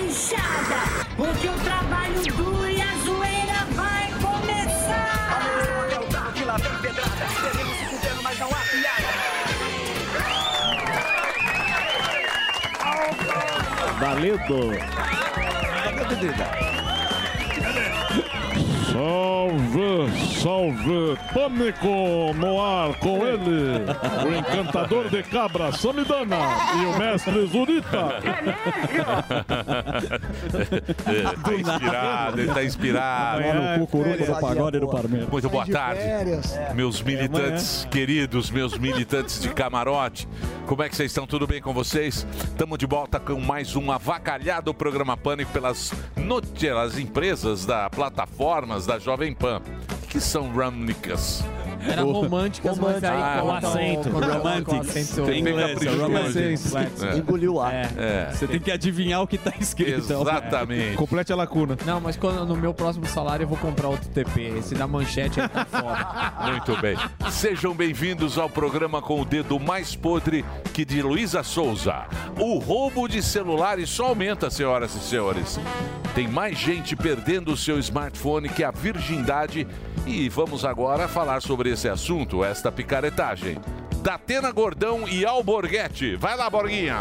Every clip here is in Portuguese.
relaxada, porque o trabalho duro e a zoeira vai começar. Amores no hotel, carro que lá vem pedrada. Bebemos se fudendo, mas não há piada. Valendo! Salve, salve, pânico no ar com ele, o encantador de cabra Samidana e o mestre Zurita. tá inspirado, ele tá inspirado. Olha é o cucuruco é do pagode é do Parmeiro. Muito boa tarde, meus militantes queridos, meus militantes de camarote. Como é que vocês estão? Tudo bem com vocês? Estamos de volta com mais um avacalhado programa Pânico pelas notícias, pelas empresas da plataformas da Jovem Pan. O que são Ramnicas? Era românticas, mas aí Ah, com acento. Então, Romantics. Com acento. Tem inglês, é romantics. É. Engoliu o ar. É. Você tem que adivinhar o que tá escrito. Exatamente. Complete a lacuna. Não, mas quando, no meu próximo salário eu vou comprar outro TP. Esse da manchete aí tá foda. Muito bem. Sejam bem-vindos ao programa com o dedo mais podre que de Luísa Souza. O roubo de celulares só aumenta, senhoras e senhores. Tem mais gente perdendo o seu smartphone que a virgindade. E vamos agora falar sobre esse assunto, esta picaretagem. Datena Gordão e Alborguete. Vai lá, Borguinha.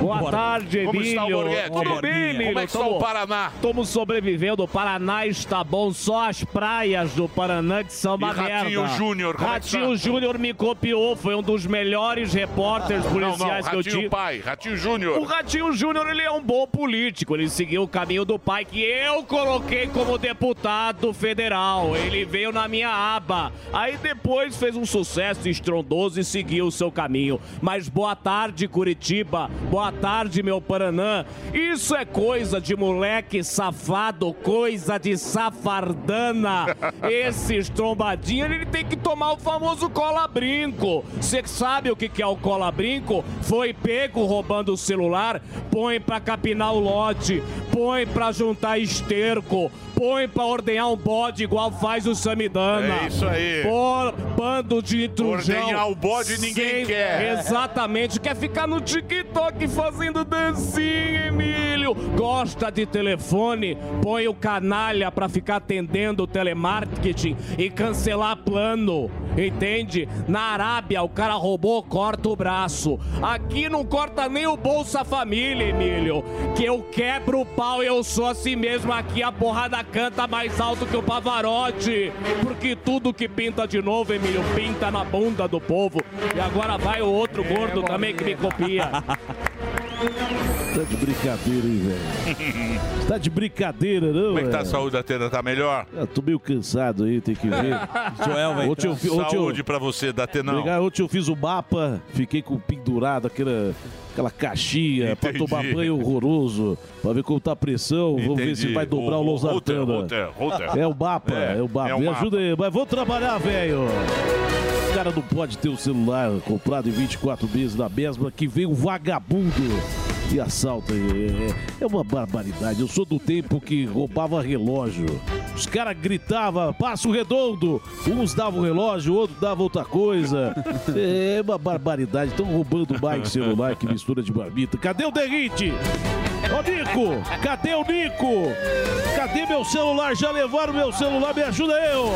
Boa tarde, Como Emílio. está o Borghetti? Tudo bem, Emílio? Como é que está Tamo- o Paraná? Tamo sobrevivendo. O Paraná está bom, só as praias do Paraná que são uma E Ratinho merda. Júnior, como é que Ratinho está? Júnior me copiou, foi um dos melhores repórteres Não, não, policiais que eu Ratinho tive. Pai, Ratinho O Júnior. Ratinho Júnior, ele é um bom político. Ele seguiu o caminho do pai que eu coloquei como deputado federal. Ele veio na minha aba. Aí depois fez um sucesso estrondoso e seguiu o seu caminho. Mas boa tarde, Curitiba. Boa tarde, meu Paranã. Isso é coisa de moleque safado, coisa de safardana. Esse estrombadinho, ele tem que tomar o famoso cola-brinco. Você sabe o que que é o cola-brinco? Foi pego roubando o celular, põe pra capinar o lote, põe pra juntar esterco, põe pra ordenhar um bode igual faz o Samidana. É isso aí. Por bando de intrusão. Ordenhar o bode ninguém quer. Exatamente, quer ficar no TikTok fazendo dancinha, Emílio. Gosta de telefone, põe o canalha pra ficar atendendo o telemarketing e cancelar plano. Entende? Na Arábia, o cara roubou, corta o braço. Aqui não corta nem o Bolsa Família, Emílio. Que eu quebro o pau e eu sou assim mesmo aqui. A porrada canta mais alto que o Pavarotti. Porque tudo que pinta de novo, Emílio, pinta na bunda do povo. E agora vai o outro gordo também que me copia. Tá de brincadeira, hein, velho? Tá de brincadeira, né? não, Como é que tá a velho? saúde da Datena? Tá melhor? Eu Ah, tô meio cansado aí, tem que ver. Joel vai Ontem eu, fi- ontem eu, um Saúde pra você, Datenão. Obrigado. Ontem eu fiz o mapa, fiquei com pendurado aquela, aquela caixinha pra Entendi. tomar banho horroroso, pra ver como tá a pressão, vou ver se Entendi. vai dobrar o, Router, Lousatana. router, router. É o mapa, É, é, o mapa. é o Me mapa. ajuda aí, mas vamos trabalhar, velho. O cara não pode ter o celular comprado em 24 meses na mesma que vem um vagabundo e assalta. É, é- é uma barbaridade. Eu sou do tempo que roubava relógio. Os caras gritavam, passo redondo. Uns davam relógio, outros davam outra coisa. É uma barbaridade. Estão roubando mais que celular que mistura de barbita. Cadê o Derrite? Ô Nico, cadê o Nico? Cadê meu celular? Já levaram meu celular, me ajuda aí, ô.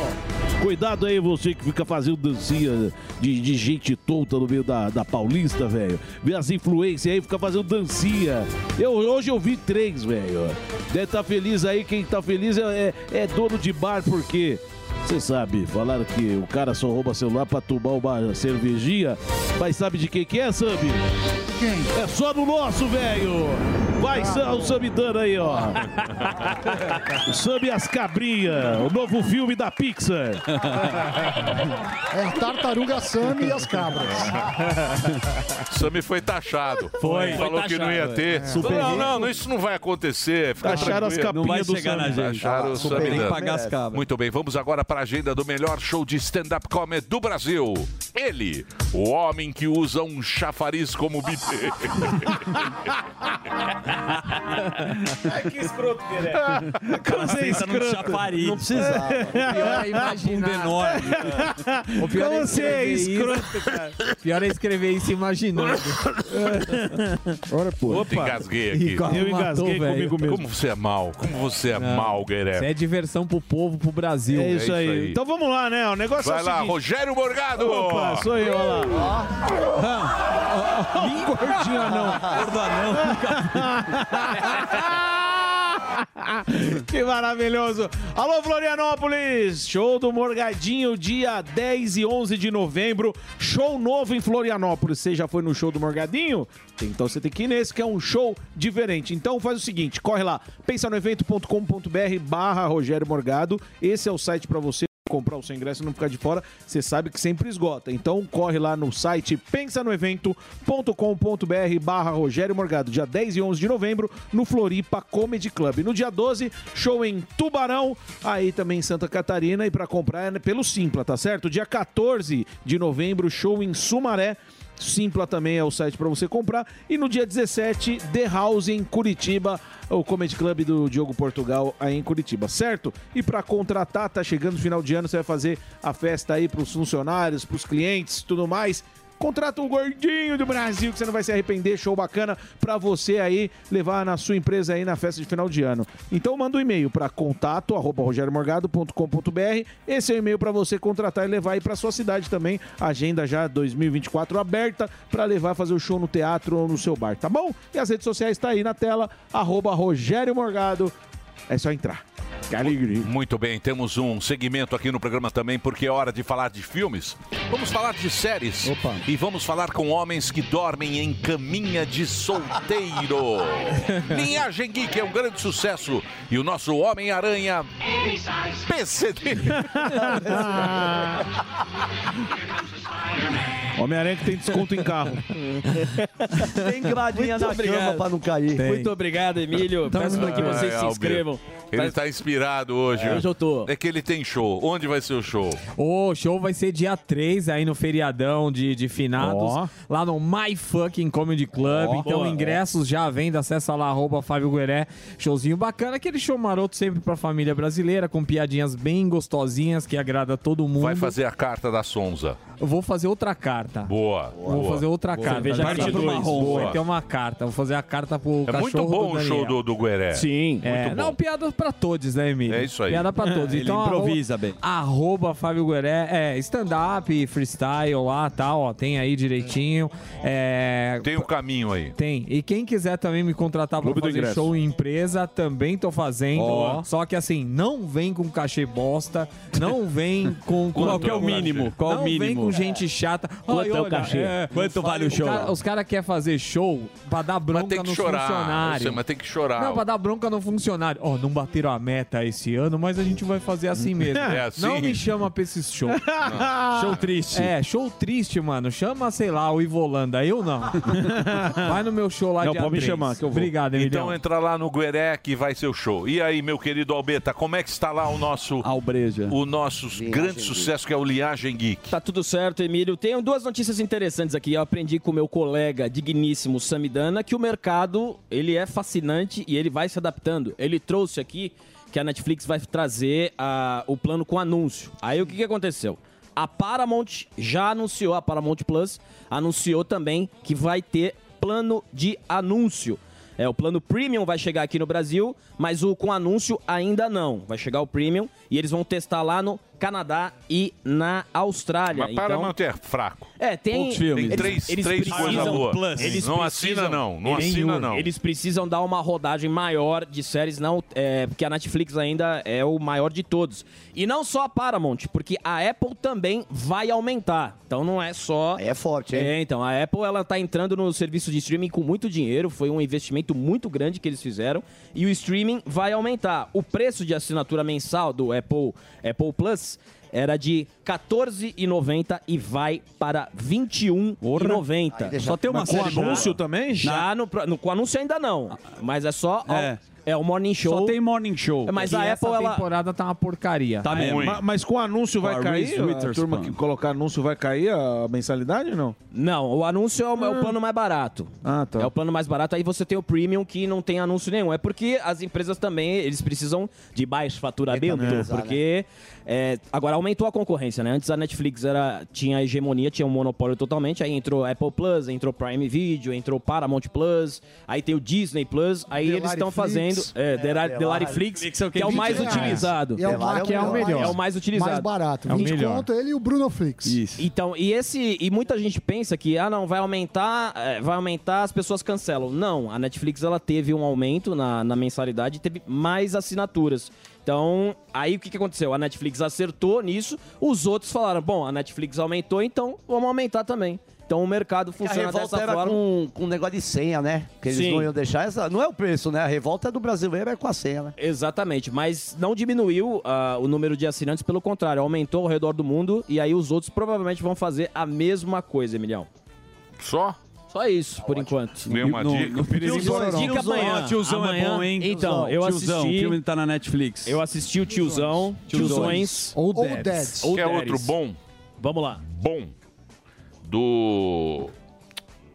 Cuidado aí, você que fica fazendo dancinha de, de gente tonta no meio da, da Paulista, velho. Vê as influências aí, fica fazendo dancinha. Eu, hoje eu vi três, velho. Deve estar feliz aí, quem tá feliz é, é, é dono de bar, porque você sabe, falaram que o cara só rouba celular pra tomar uma cervejinha, mas sabe de quem que é, Sambi? É só no nosso, velho! Vai, Sam, o Samidana aí, ó. o Sam e as Cabrinhas, o novo filme da Pixar. É a tartaruga Sammy e as cabras. Sami foi taxado. Foi. Falou Foi que não ia taxado, ter. Não, não, não, isso não vai acontecer. Fica Acharam as tranquilo. capinhas Não vai do chegar Sam. na gente. Acharam o Tem que Samidana. pagar as cabras. Muito bem, vamos agora para a agenda do melhor show de stand-up comedy do Brasil. Ele, o homem que usa um chafariz como bidê. Ai, que escroto que ele é. tá Como você é escroto? Não precisava. pior é imaginar. O pior Como é você é escrever isso. escroto? Pior é escrever isso imaginando. Ora, pô. Opa, engasguei aqui. Ricardo Eu matou, engasguei velho. comigo mesmo. Como você é mal, como você é mal, Isso Gueré. é diversão pro povo, pro Brasil. É isso, isso aí. aí. Então vamos lá, né? O negócio é Vai o lá, seguinte. Rogério Morgado! Opa, sou eu, olha lá. Nem gordinho, não. que maravilhoso. Alô, Florianópolis! Show do Morgadinho, dia 10 e 11 de novembro. Show novo em Florianópolis. Você já foi no show do Morgadinho? Então você tem que ir nesse, que é um show diferente. Então faz o seguinte, corre lá. Pensa no evento.com.br barra Rogério Morgado. Esse é o site para você comprar o seu ingresso e não ficar de fora, você sabe que sempre esgota. Então corre lá no site pensanoevento.com.br barra Rogério Morgado, dia 10 e 11 de novembro, no Floripa Comedy Club. No dia 12, show em Tubarão, aí também em Santa Catarina, e para comprar é pelo Simpla, tá certo? Dia 14 de novembro, show em Sumaré, Simpla também é o site para você comprar. E no dia 17, The House em Curitiba, o Comedy Club do Diogo Portugal aí em Curitiba, certo? E para contratar, tá chegando o final de ano, você vai fazer a festa aí para os funcionários, para os clientes, tudo mais. Contrata o gordinho do Brasil que você não vai se arrepender, show bacana para você aí levar na sua empresa aí na festa de final de ano. Então manda um e-mail para contato arroba rogeriomorgado.com.br. Esse é o e-mail para você contratar e levar aí para sua cidade também. Agenda já 2024 aberta para levar fazer o show no teatro ou no seu bar, tá bom? E as redes sociais tá aí na tela arroba Rogério Morgado. É só entrar. Que alegria. Muito bem, temos um segmento aqui no programa também, porque é hora de falar de filmes. Vamos falar de séries. Opa. E vamos falar com homens que dormem em caminha de solteiro. Linhagem Geek é um grande sucesso. E o nosso Homem-Aranha. PCD. Homem-Aranha que tem desconto em carro. Tem gradinha na cama obrigado. pra não cair. Tem. Muito obrigado, Emílio. Peço pra que vocês Ai, se Albert. inscrevam. Ele Mas está inspirado hoje. Hoje eu tô. É que ele tem show. Onde vai ser o show? O show vai ser dia 3 aí no feriadão de, de finados, Ó. lá no My Fucking Comedy Club. então, ingressos já à venda, acessa lá, arroba Fábio Gueré. Showzinho bacana, aquele show maroto sempre pra família brasileira, com piadinhas bem gostosinhas que agrada todo mundo. Vai fazer a carta da Sonza. Eu vou fazer outra carta. Boa. Vou boa. fazer outra carta. Cerveja Vai Parte tá ser pro dois. marrom, Boa. Vai ter uma carta. Vou fazer a carta pro É cachorro muito bom do o show Daniel. um do, do Gueré. Sim. É, Muito bom. não, piada pra todos, né, Emílio? É isso aí. Piada pra todos. Ele então, improvisa arroba, bem. Arroba Fábio Gueré, é, stand-up, freestyle lá, tal, ó, tem aí direitinho. É, Tem o caminho aí. tem. E quem quiser também me contratar pra Clube do fazer ingresso. show em empresa, também tô fazendo. Ó. Só que assim, não vem com cachê bosta, não vem com... Qual que é o mínimo? Qual não vem com gente chata. Ai, é o olha, cachê? Quanto vale o show? cara- os caras querem fazer show pra dar bronca Mas tem que nos chorar. funcionários. Você- Mas tem que chorar. Não, pra dar bronca no funcionário. Ó, não bateram a meta esse ano, mas a gente vai fazer assim mesmo. É assim? Não me chama pra esses shows. Show triste. É, show triste, mano. Chama, sei lá, o Ivolanda. Eu não. Vai no meu show lá Não, de pode me chamar, que eu vou. Obrigado, Emiliano. Então entra lá no Gueré que vai ser o show. E aí, meu querido Albeta, como é que está lá o nosso, Albreja. o nosso grande sucesso que é o Linhagem Geek? Tá tudo certo, Emílio. Tenho duas notícias interessantes aqui. Eu aprendi com meu colega digníssimo Samidana que o mercado, ele é fascinante e ele vai se adaptando. Ele trouxe aqui que a Netflix vai trazer ah, o plano com anúncio. Aí o que, que aconteceu? A Paramount já anunciou, a Paramount Plus anunciou também que vai ter plano de anúncio. É, o plano premium vai chegar aqui no Brasil, mas o com anúncio ainda não. Vai chegar o premium e eles vão testar lá no Canadá e na Austrália. Mas para Então, manter é fraco. é, tem, Poucos filmes. Tem eles- três, eles três precisam- coisas boas. Eles não precisam- assina, não. Não eles- assina, não. Eles precisam dar uma rodagem maior de séries, não, é, porque a Netflix ainda é o maior de todos. E não só a Paramount, porque a Apple também vai aumentar. Então não é só É forte, hein? é, então, a Apple ela tá entrando no serviço de streaming com muito dinheiro, foi um investimento muito grande que eles fizeram e o streaming vai aumentar. O preço de assinatura mensal do Apple, Apple Plus era de 14,90 e vai para 21,90. Aí deixa- Só tem uma Mas com série boa. Anúncio também? Já no, pro- no- com anúncio ainda não, mas é só ao- É. É o Morning Show. Ah, Só tem Morning é- Show. Mas E a essa Apple, ela... temporada tá uma porcaria. Tá mesmo. Ma- Mas com o anúncio vai cair? A turma que colocar anúncio vai cair a mensalidade ou não? Não, o anúncio é o, é o Ah. plano mais barato. Ah, tá. É o plano mais barato. Aí você tem o premium que não tem anúncio nenhum. É porque as empresas também eles precisam de baixo faturamento, Rentabilizar, porque é, agora aumentou a concorrência, né? Antes a Netflix era tinha a hegemonia, tinha um monopólio totalmente. Aí entrou Apple Plus, entrou Prime Video, entrou Paramount Plus, aí tem o Disney Plus. Aí Delari eles estão Flix. fazendo é, É, Delari- Delari Delari Flix, Flix, que é o R$ 20 mais reais. utilizado. E é o mais- que é o melhor. É o mais utilizado. Mais barato. É o 20 melhor. conto, ele e o Bruno Flix. Então, e esse e muita gente pensa que ah não vai aumentar, eh, vai aumentar, as pessoas cancelam. Não, a Netflix ela teve um aumento na, na mensalidade, e teve mais assinaturas. Então, aí o que, que aconteceu? A Netflix acertou nisso, os outros falaram: "Bom, a Netflix aumentou, então vamos aumentar também". Então o mercado A funciona revolta dessa era forma. com, com um negócio de senha, né? Que eles Sim. não iam deixar. Essa, não é o preço, né? A revolta do brasileiro é com a senha, né? Exatamente, mas não diminuiu ah, o número de assinantes, pelo contrário, aumentou ao redor do mundo e aí os outros provavelmente vão fazer a mesma coisa, Emilhão. Só? Só isso, por enquanto. Deu uma No- dica. no Pirelli Tiozão, Sorocaba. dica Tiozão, amanhã. ó, Tiozão é Amanhã. bom, hein? Então, eu Tiozão, assisti- O filme tá na Netflix. Eu assisti o Tiozão, Tiozões. Ou Ou Dads. Dads. ou Quer Deres. outro bom? Vamos lá. Bom. Do.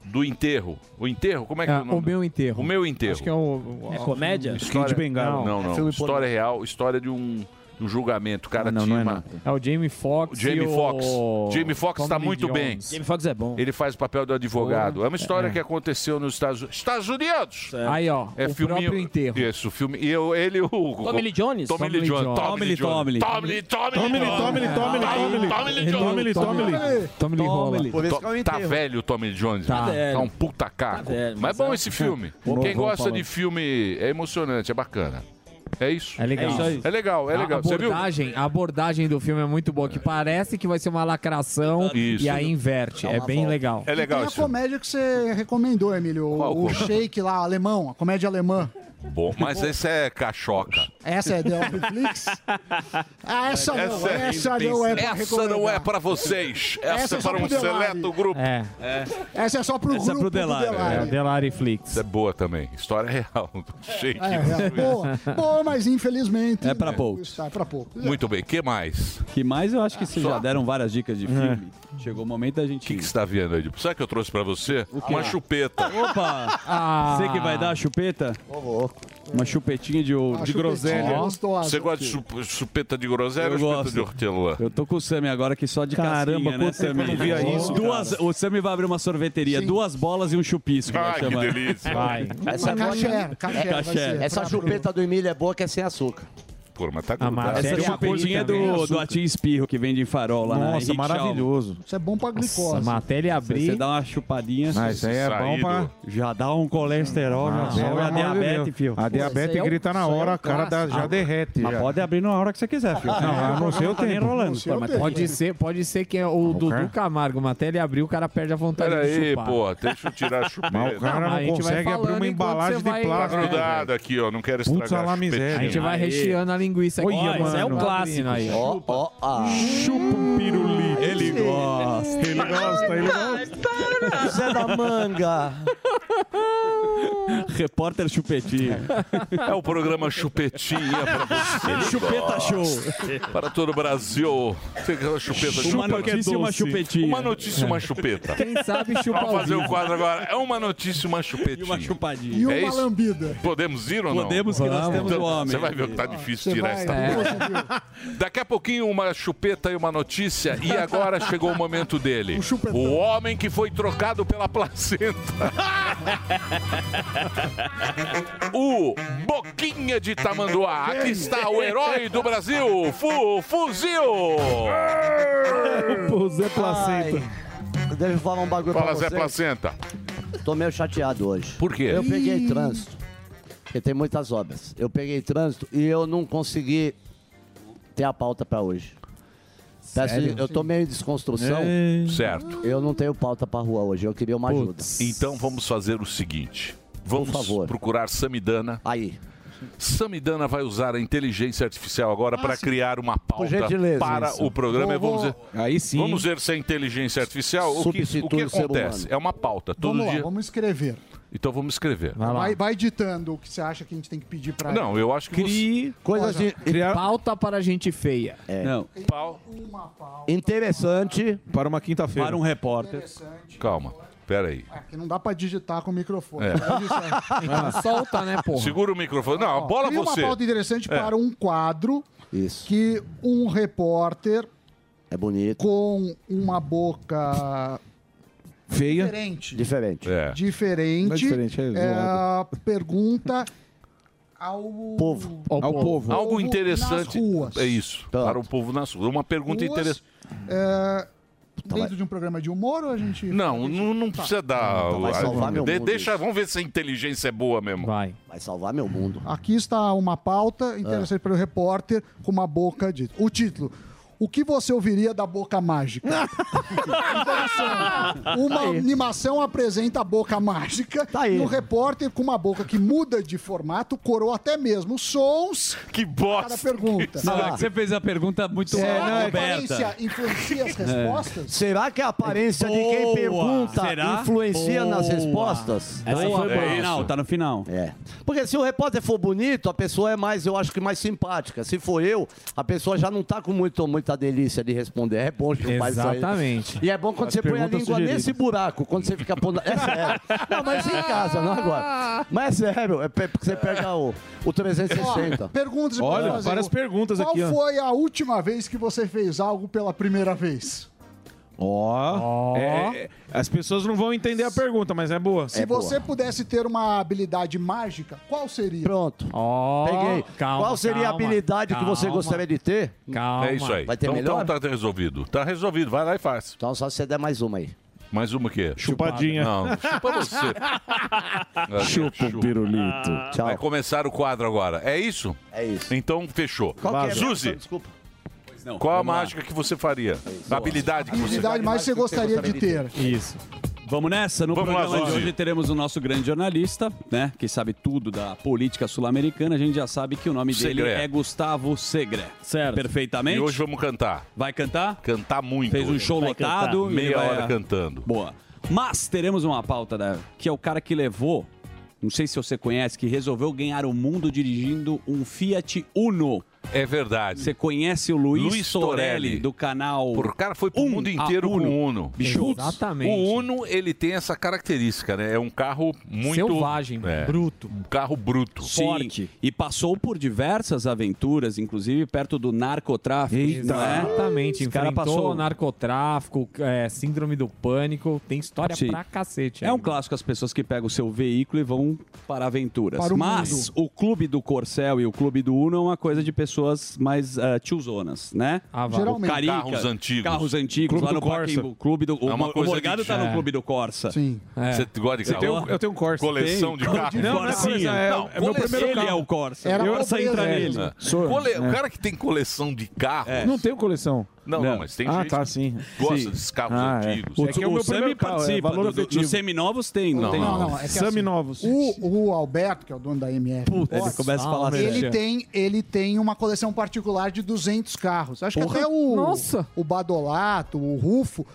Do enterro. O enterro? Como é que é, É, o nome? o meu enterro. O meu enterro. Acho que é o. o- É comédia? História... Kid Bengala. Não, não. É filme história real, história de um, de um julgamento. O cara Ah, não, tinha não é uma- não. É o Jamie Foxx. O Jamie e o- Foxx. Jamie Foxx tá Tommy muito Jones. bem. Jamie Foxx é bom. Ele faz o papel do advogado. É uma história que aconteceu nos Estados Unidos. Estados Unidos! Aí, ó. É o filminho- próprio enterro. Isso, o filme. E eu, ele, o. Tommy Lee Jones? Tommy Lee Jones. Tommy Lee Jones. Tommy Lee Jones. Tommy Lee Tommy, Tommy, Jones. Tommy, Tommy Lee Jones. Tommy, Tommy, Tommy. Tommy Lee Rola. Por isso que é o To- Tá enterro. velho o Tommy Lee Jones. Tá. Tá, velho. um puta caco. velho, mas é mas bom é- esse filme. Vamos, Quem vamos gosta falando. de filme é emocionante, é bacana. É isso. É legal. isso aí. É legal, é legal. A Você viu? abordagem, a abordagem do filme é muito boa, que parece que vai ser uma lacração Isso. e aí inverte. É bem legal. É legal Tá e tem esse a filme. comédia que você recomendou, Emílio. Qual O, o comédia? Shake lá, alemão, a comédia alemã. Bom, mas esse é cachoca. Essa é da Netflix? Ah, essa não, Essa é essa não é pra Essa não é recomendar. pra vocês. Essa, Essa é só para um pro Delari. seleto grupo. É, né? Essa é só pro Essa é grupo pro do Delari, é o Delari. Delari Flix. Essa é boa também. História real. Shake. É, é, boa, boa, mas infelizmente... É pra né, poucos. É pra poucos. Muito bem, que mais? O Que mais eu acho que vocês já deram várias dicas de filme. Chegou o momento da gente. que, que você está vendo aí? Sabe o que eu trouxe pra você? Uma chupeta. Opa! Ah, Você que vai dar a chupeta? Uma chupetinha de, Uma de chupetinha groselha. gostosa. Você gosta de chup- chupeta de groselha Eu ou chupeta gosto. de hortelã? Eu tô com o Sammy agora que só de Caramba, casquinha, né, quanto tempo eu Sammy? não via isso, Duas, o Sammy vai abrir uma sorveteria, duas bolas e um chupisco. Ah, vai que chamar. É delícia. vai. Essa, é Caché, caché, é vai Caché. ser. essa Pra chupeta do Emílio é boa que é sem açúcar. Pô, mas tá Ah, mas é grudado. Essa Tem uma chupetinha coisa também, do, do açúcar. Atim Espirro que vende em farol lá na Nossa, Henrique maravilhoso. Bruno. Isso é bom pra Nossa, glicose. matéria ele Chalmers. Você abrir. dá uma chupadinha, Ah, isso aí é bom Saído. pra... Ah, já dá um colesterol, já sobe a diabetes, filho. diabetes é um A diabetes grita grita na hora, a cara já derrete. Mas pode abrir na hora que você quiser, filho. Não, a não ser o tá nem tempo. enrolando. Não sei o Mas tempo. Pode ser, pode ser que é o Dudu Camargo, matéria ele abrir, o cara perde a vontade Pera tá de aí, chupar. pô. Deixa eu tirar a Mas o chupeta. Não, cara a não gente vai consegue abrir falando uma enquanto embalagem você de vai- Tá plástico. grudado aqui, ó. Não quero Puta estragar lá, a miséria. A gente chupetinha. vai recheando a linguiça aqui. Olha, tá Ó, esse é mano. um clássico. Aí. Ó, ó, ah. Chupa um pirulito. Ele gosta. Ele gosta, ele gosta. Zé da manga. Repórter chupetinha. É o programa Chupetinha pra você. Chupeta show. Para todo o Brasil. Tem aquela chupeta de Uma notícia e uma chupetinha. Uma notícia e uma chupeta. Quem sabe chupa Vamos o fazer fazer o quadro agora. É uma notícia e E uma uma chupetinha. E chupadinha. uma É isso? lambida. Podemos ir ou não? Podemos que nós Vamos. temos o homem. né? Você vai ver que tá difícil Você tirar vai... essa. Daqui a pouquinho uma chupeta e uma notícia. E agora chegou o momento Um dele. chupetão. O homem que foi trocado pela placenta. o Boquinha de Tamanduá. Aqui está o herói do Brasil, Fu Fuzil. O Zé Placenta. Ai, Deixa eu falar um bagulho Fala pra Zé vocês. Placenta. Tô meio chateado hoje. Por quê? Eu peguei trânsito. Porque tem muitas obras. Eu peguei trânsito e eu não consegui ter a pauta pra hoje. Peço- eu tô meio em desconstrução. Certo. Eu não tenho pauta pra rua hoje. Eu queria uma ajuda. Então vamos fazer o seguinte. Vamos favor. procurar Samidana. Aí. Samidana vai usar a inteligência artificial agora Ah, para criar uma pauta gentileza, para isso. o programa. Vou- Vamos ver. Aí sim. Vamos ver se a inteligência artificial, o que, o Substitui que o ser acontece? humano. É uma pauta. Todo Vamos lá, dia vamos escrever. Então vamos escrever. Vai, vai ditando o que você acha que a gente tem que pedir pra Não, ele. eu acho que Crie coisas de- Criar- pauta para gente feia. É. Não. Pau. Interessante. Para uma quinta-feira. Para um repórter. Calma, peraí. É, Que não dá pra digitar com o microfone. É. É isso aí. Então É, né, Segura o microfone. Não, a Ó, bola cria você. uma pauta interessante É. para um quadro que um repórter É bonito. com uma boca Feia. Diferente. Diferente. diferente, Não é diferente, é zoado. é, pergunta ao povo. Ao povo. Algo Nas interessante. ruas. É isso. Para o povo nas ruas. Uma pergunta Ruas, interessante. é, dentro de um programa de humor ou a gente. Não, não, não precisa dar. Então vai salvar meu de- mundo deixa, vamos ver se a inteligência é boa mesmo. Vai. Vai salvar meu mundo. Aqui está uma pauta É. interessante para o repórter com uma boca de. O título. O que você ouviria da boca mágica? Interessante. Uma Tá Aí. animação apresenta a boca mágica e um repórter com uma boca que muda de formato corou até mesmo sons. Que bosta! Cada pergunta. Será é que você fez a pergunta É, muito Será que a aberta? aparência influencia as respostas? Será que a aparência de quem Boa. pergunta Será? influencia nas Boa. respostas? Essa Boa. foi boa. É isso. Não, tá no final. É. Porque se o repórter for bonito, a pessoa é mais, eu acho que mais simpática. Se for eu, a pessoa já não tá com muito, muita delícia de responder. É bom chutar isso aí. Exatamente. E é bom quando As você põe a língua perguntas sugeridas. nesse buraco, quando você fica pondo. É sério. Não, mas em casa, não agora. Mas é sério, é pe- porque você pega o, o Ó, 360. perguntas pra Olha, fazer. várias perguntas Qual aqui, ó. Qual foi a última vez que você fez algo pela primeira vez? Ó. É, é, as pessoas não vão entender a pergunta, mas é boa. Se você pudesse ter uma habilidade mágica, qual seria? Pronto. Peguei. Calma, Qual seria a calma, habilidade que você calma. gostaria de ter? Calma. É isso aí. Vai ter então, melhor? então tá resolvido. Tá resolvido, vai lá e faz. Então só você der mais uma aí. Mais uma o quê? Chupadinha. Não, chupa É. você. Chupa o pirulito. Vai começar o quadro agora. É isso? Ah. É isso. Então fechou. Qual que é? Suzy, Desculpa. É qual a vamos lá. mágica que você faria? A habilidade que você Habilidade mais você gostaria de ter? Isso. Vamos nessa? No Vamos lá, programa de Zuzi. hoje teremos o nosso grande jornalista, né? Que sabe tudo da política sul-americana. A gente já sabe que o nome dele Segré. é Gustavo Segre. Certo. Perfeitamente. E hoje vamos cantar. Vai cantar? Cantar muito. Fez um hoje. show Vai lotado. cantar. e Meia vai- hora cantando. Boa. Mas teremos uma pauta, né? Que é o cara que levou, não sei se você conhece, que resolveu ganhar o mundo dirigindo um Fiat Uno. É verdade. Você conhece o Luiz, Luiz Torelli, Torelli. do canal. Por cara foi um, pro mundo inteiro com o Uno. Bicho, O Uno, ele tem essa característica, né? É um carro muito... Selvagem, bruto. Um carro bruto. Sim, E passou por diversas aventuras, inclusive perto do narcotráfico. Exatamente. O cara Enfrentou passou. narcotráfico, é, síndrome do pânico. Tem história Sim. pra cacete. É um clássico as pessoas que pegam o seu veículo e vão para aventuras. Para o Mas o clube do Corcel e o clube do Uno é uma coisa de pessoas mais eh, tiozonas, né? Ah, vai. Geralmente. O Carica, Carros antigos. Carros antigos, Clube lá do no Corsa. Pacaembu. Clube do, o, É uma o coisa Morgado de- tá É. no clube do Corsa. Sim. Você gosta de Eu carro? tenho- eu tenho É. um Corsa. Coleção de Tem? carro? Não, não é Corsinha. coleção, é- é meu primeiro coleção. carro. Ele é o Corsa. Era Eu pobreza, saí pra né? ele. É. Sou. Cole- O É. cara que tem coleção de carro... Não tenho coleção. Não, não, mas tem Ah, gente tá, que sim. gosta Sim. desses carros Ah, é. antigos. O, é que é o, meu primeiro carro, é valor do- do- afetivo. dos seminovos tem, não, tem? É que assim, Sami Novos. O, o Alberto, que é o dono da MF, ele Bots, começa a falar ele sério. tem, ele tem uma coleção particular de 200 carros. Acho que Porra. até o, Nossa. o Badolato, o Rufo,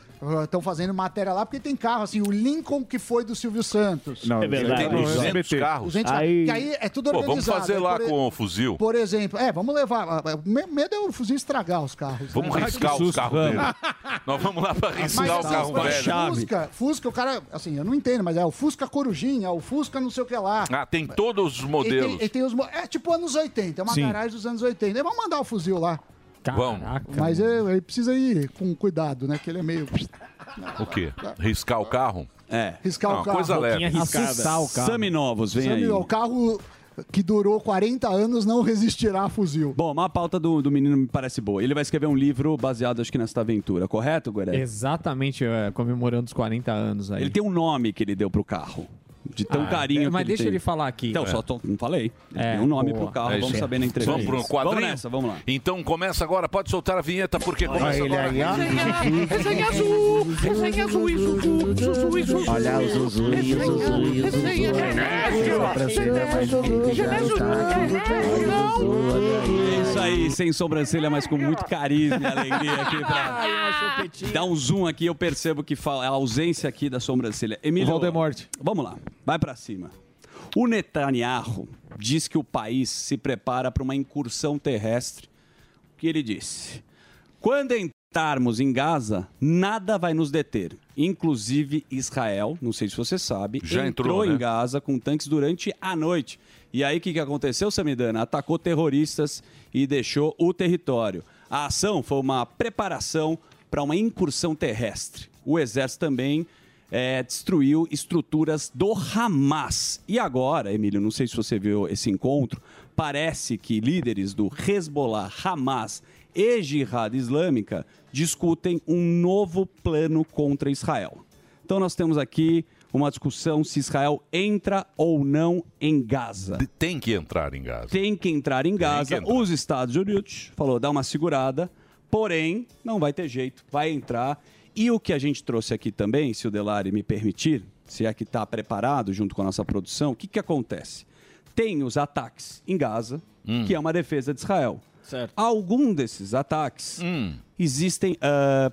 estão fazendo matéria lá, porque tem carro, assim, o Lincoln que foi do Silvio Santos. Não, É verdade. Tem 200 carros. 200 Aí- carros. Que aí é tudo Pô, organizado. vamos fazer Aí, lá por e- com o fuzil. Por exemplo, é, vamos levar. O meu medo é o fuzil estragar os carros. Vamos né? riscar os carros dele. Nós vamos lá pra riscar Tá, o assim, carro mas velho. Fusca, Fusca, o cara, assim, eu não entendo, mas é o Fusca Corujinha, o Fusca não sei o que lá. Ah, tem todos os Ele modelos. tem- ele tem os mo- é tipo anos 80, é uma Sim. garagem dos anos 80. Aí Vamos mandar o fuzil lá. Vamos. Mas ele, ele precisa ir com cuidado, né? Que ele é meio. O quê? Riscar o carro? É. Riscar o carro. Coisa leve. Seminovos, vem Sabe, aí. O carro que durou 40 anos não resistirá a fuzil. Bom, mas a pauta do, do menino me parece boa. Ele vai escrever um livro baseado, acho que, nessa aventura, correto, Guaré? Exatamente, é, comemorando os 40 anos aí. Ele tem um nome que ele deu pro carro. De tão Ah, carinho é, mas que deixa ele tem. ele falar aqui. Então, É. só tô, não falei. Ele É, tem um nome boa. pro carro, É isso vamos aí. saber na entrevista. Vamos pro quadrinho? Vamos nessa, vamos lá. Então começa agora, pode soltar a vinheta, porque começa ele agora. aí, ó. Esse aí é azul! Esse aí é azul, isso, isso, isso, isso, isso. Olha o Zuzu e o Zuzu e o Zuzu. Genésio! Pra né? ser mais Genésio! Olha o Zuzu, olha aí. É isso aí, aí, sem sobrancelha, mas com muito carisma e alegria aqui pra dar um zoom aqui. Eu percebo que fala, a ausência aqui da sobrancelha. Emílio, Valdemorte. Vamos lá, vai pra cima. O Netanyahu diz que o país se prepara para uma incursão terrestre. O que ele disse? Quando entrarmos em Gaza, nada vai nos deter. Inclusive Israel, não sei se você sabe, Já entrou, em né? Gaza com tanques durante a noite. E aí o que, que aconteceu, Samidana? Atacou terroristas e deixou o território. A ação foi uma preparação para uma incursão terrestre. O exército também eh, destruiu estruturas do Hamas. E agora, Emílio, não sei se você viu esse encontro, parece que líderes do Hezbollah, Hamas e Jihad Islâmica discutem um novo plano contra Israel. Então nós temos aqui uma discussão se Israel entra ou não em Gaza. Tem que entrar em Gaza. Tem que entrar em Gaza. Os Estados Unidos falou, dá uma segurada, porém não vai ter jeito, vai entrar. E o que a gente trouxe aqui também, se o Delari me permitir, se é que está preparado junto com a nossa produção, o que, que acontece? Tem os ataques em Gaza, Hum. que é uma defesa de Israel. Certo. Algum desses ataques Hum. existem ah,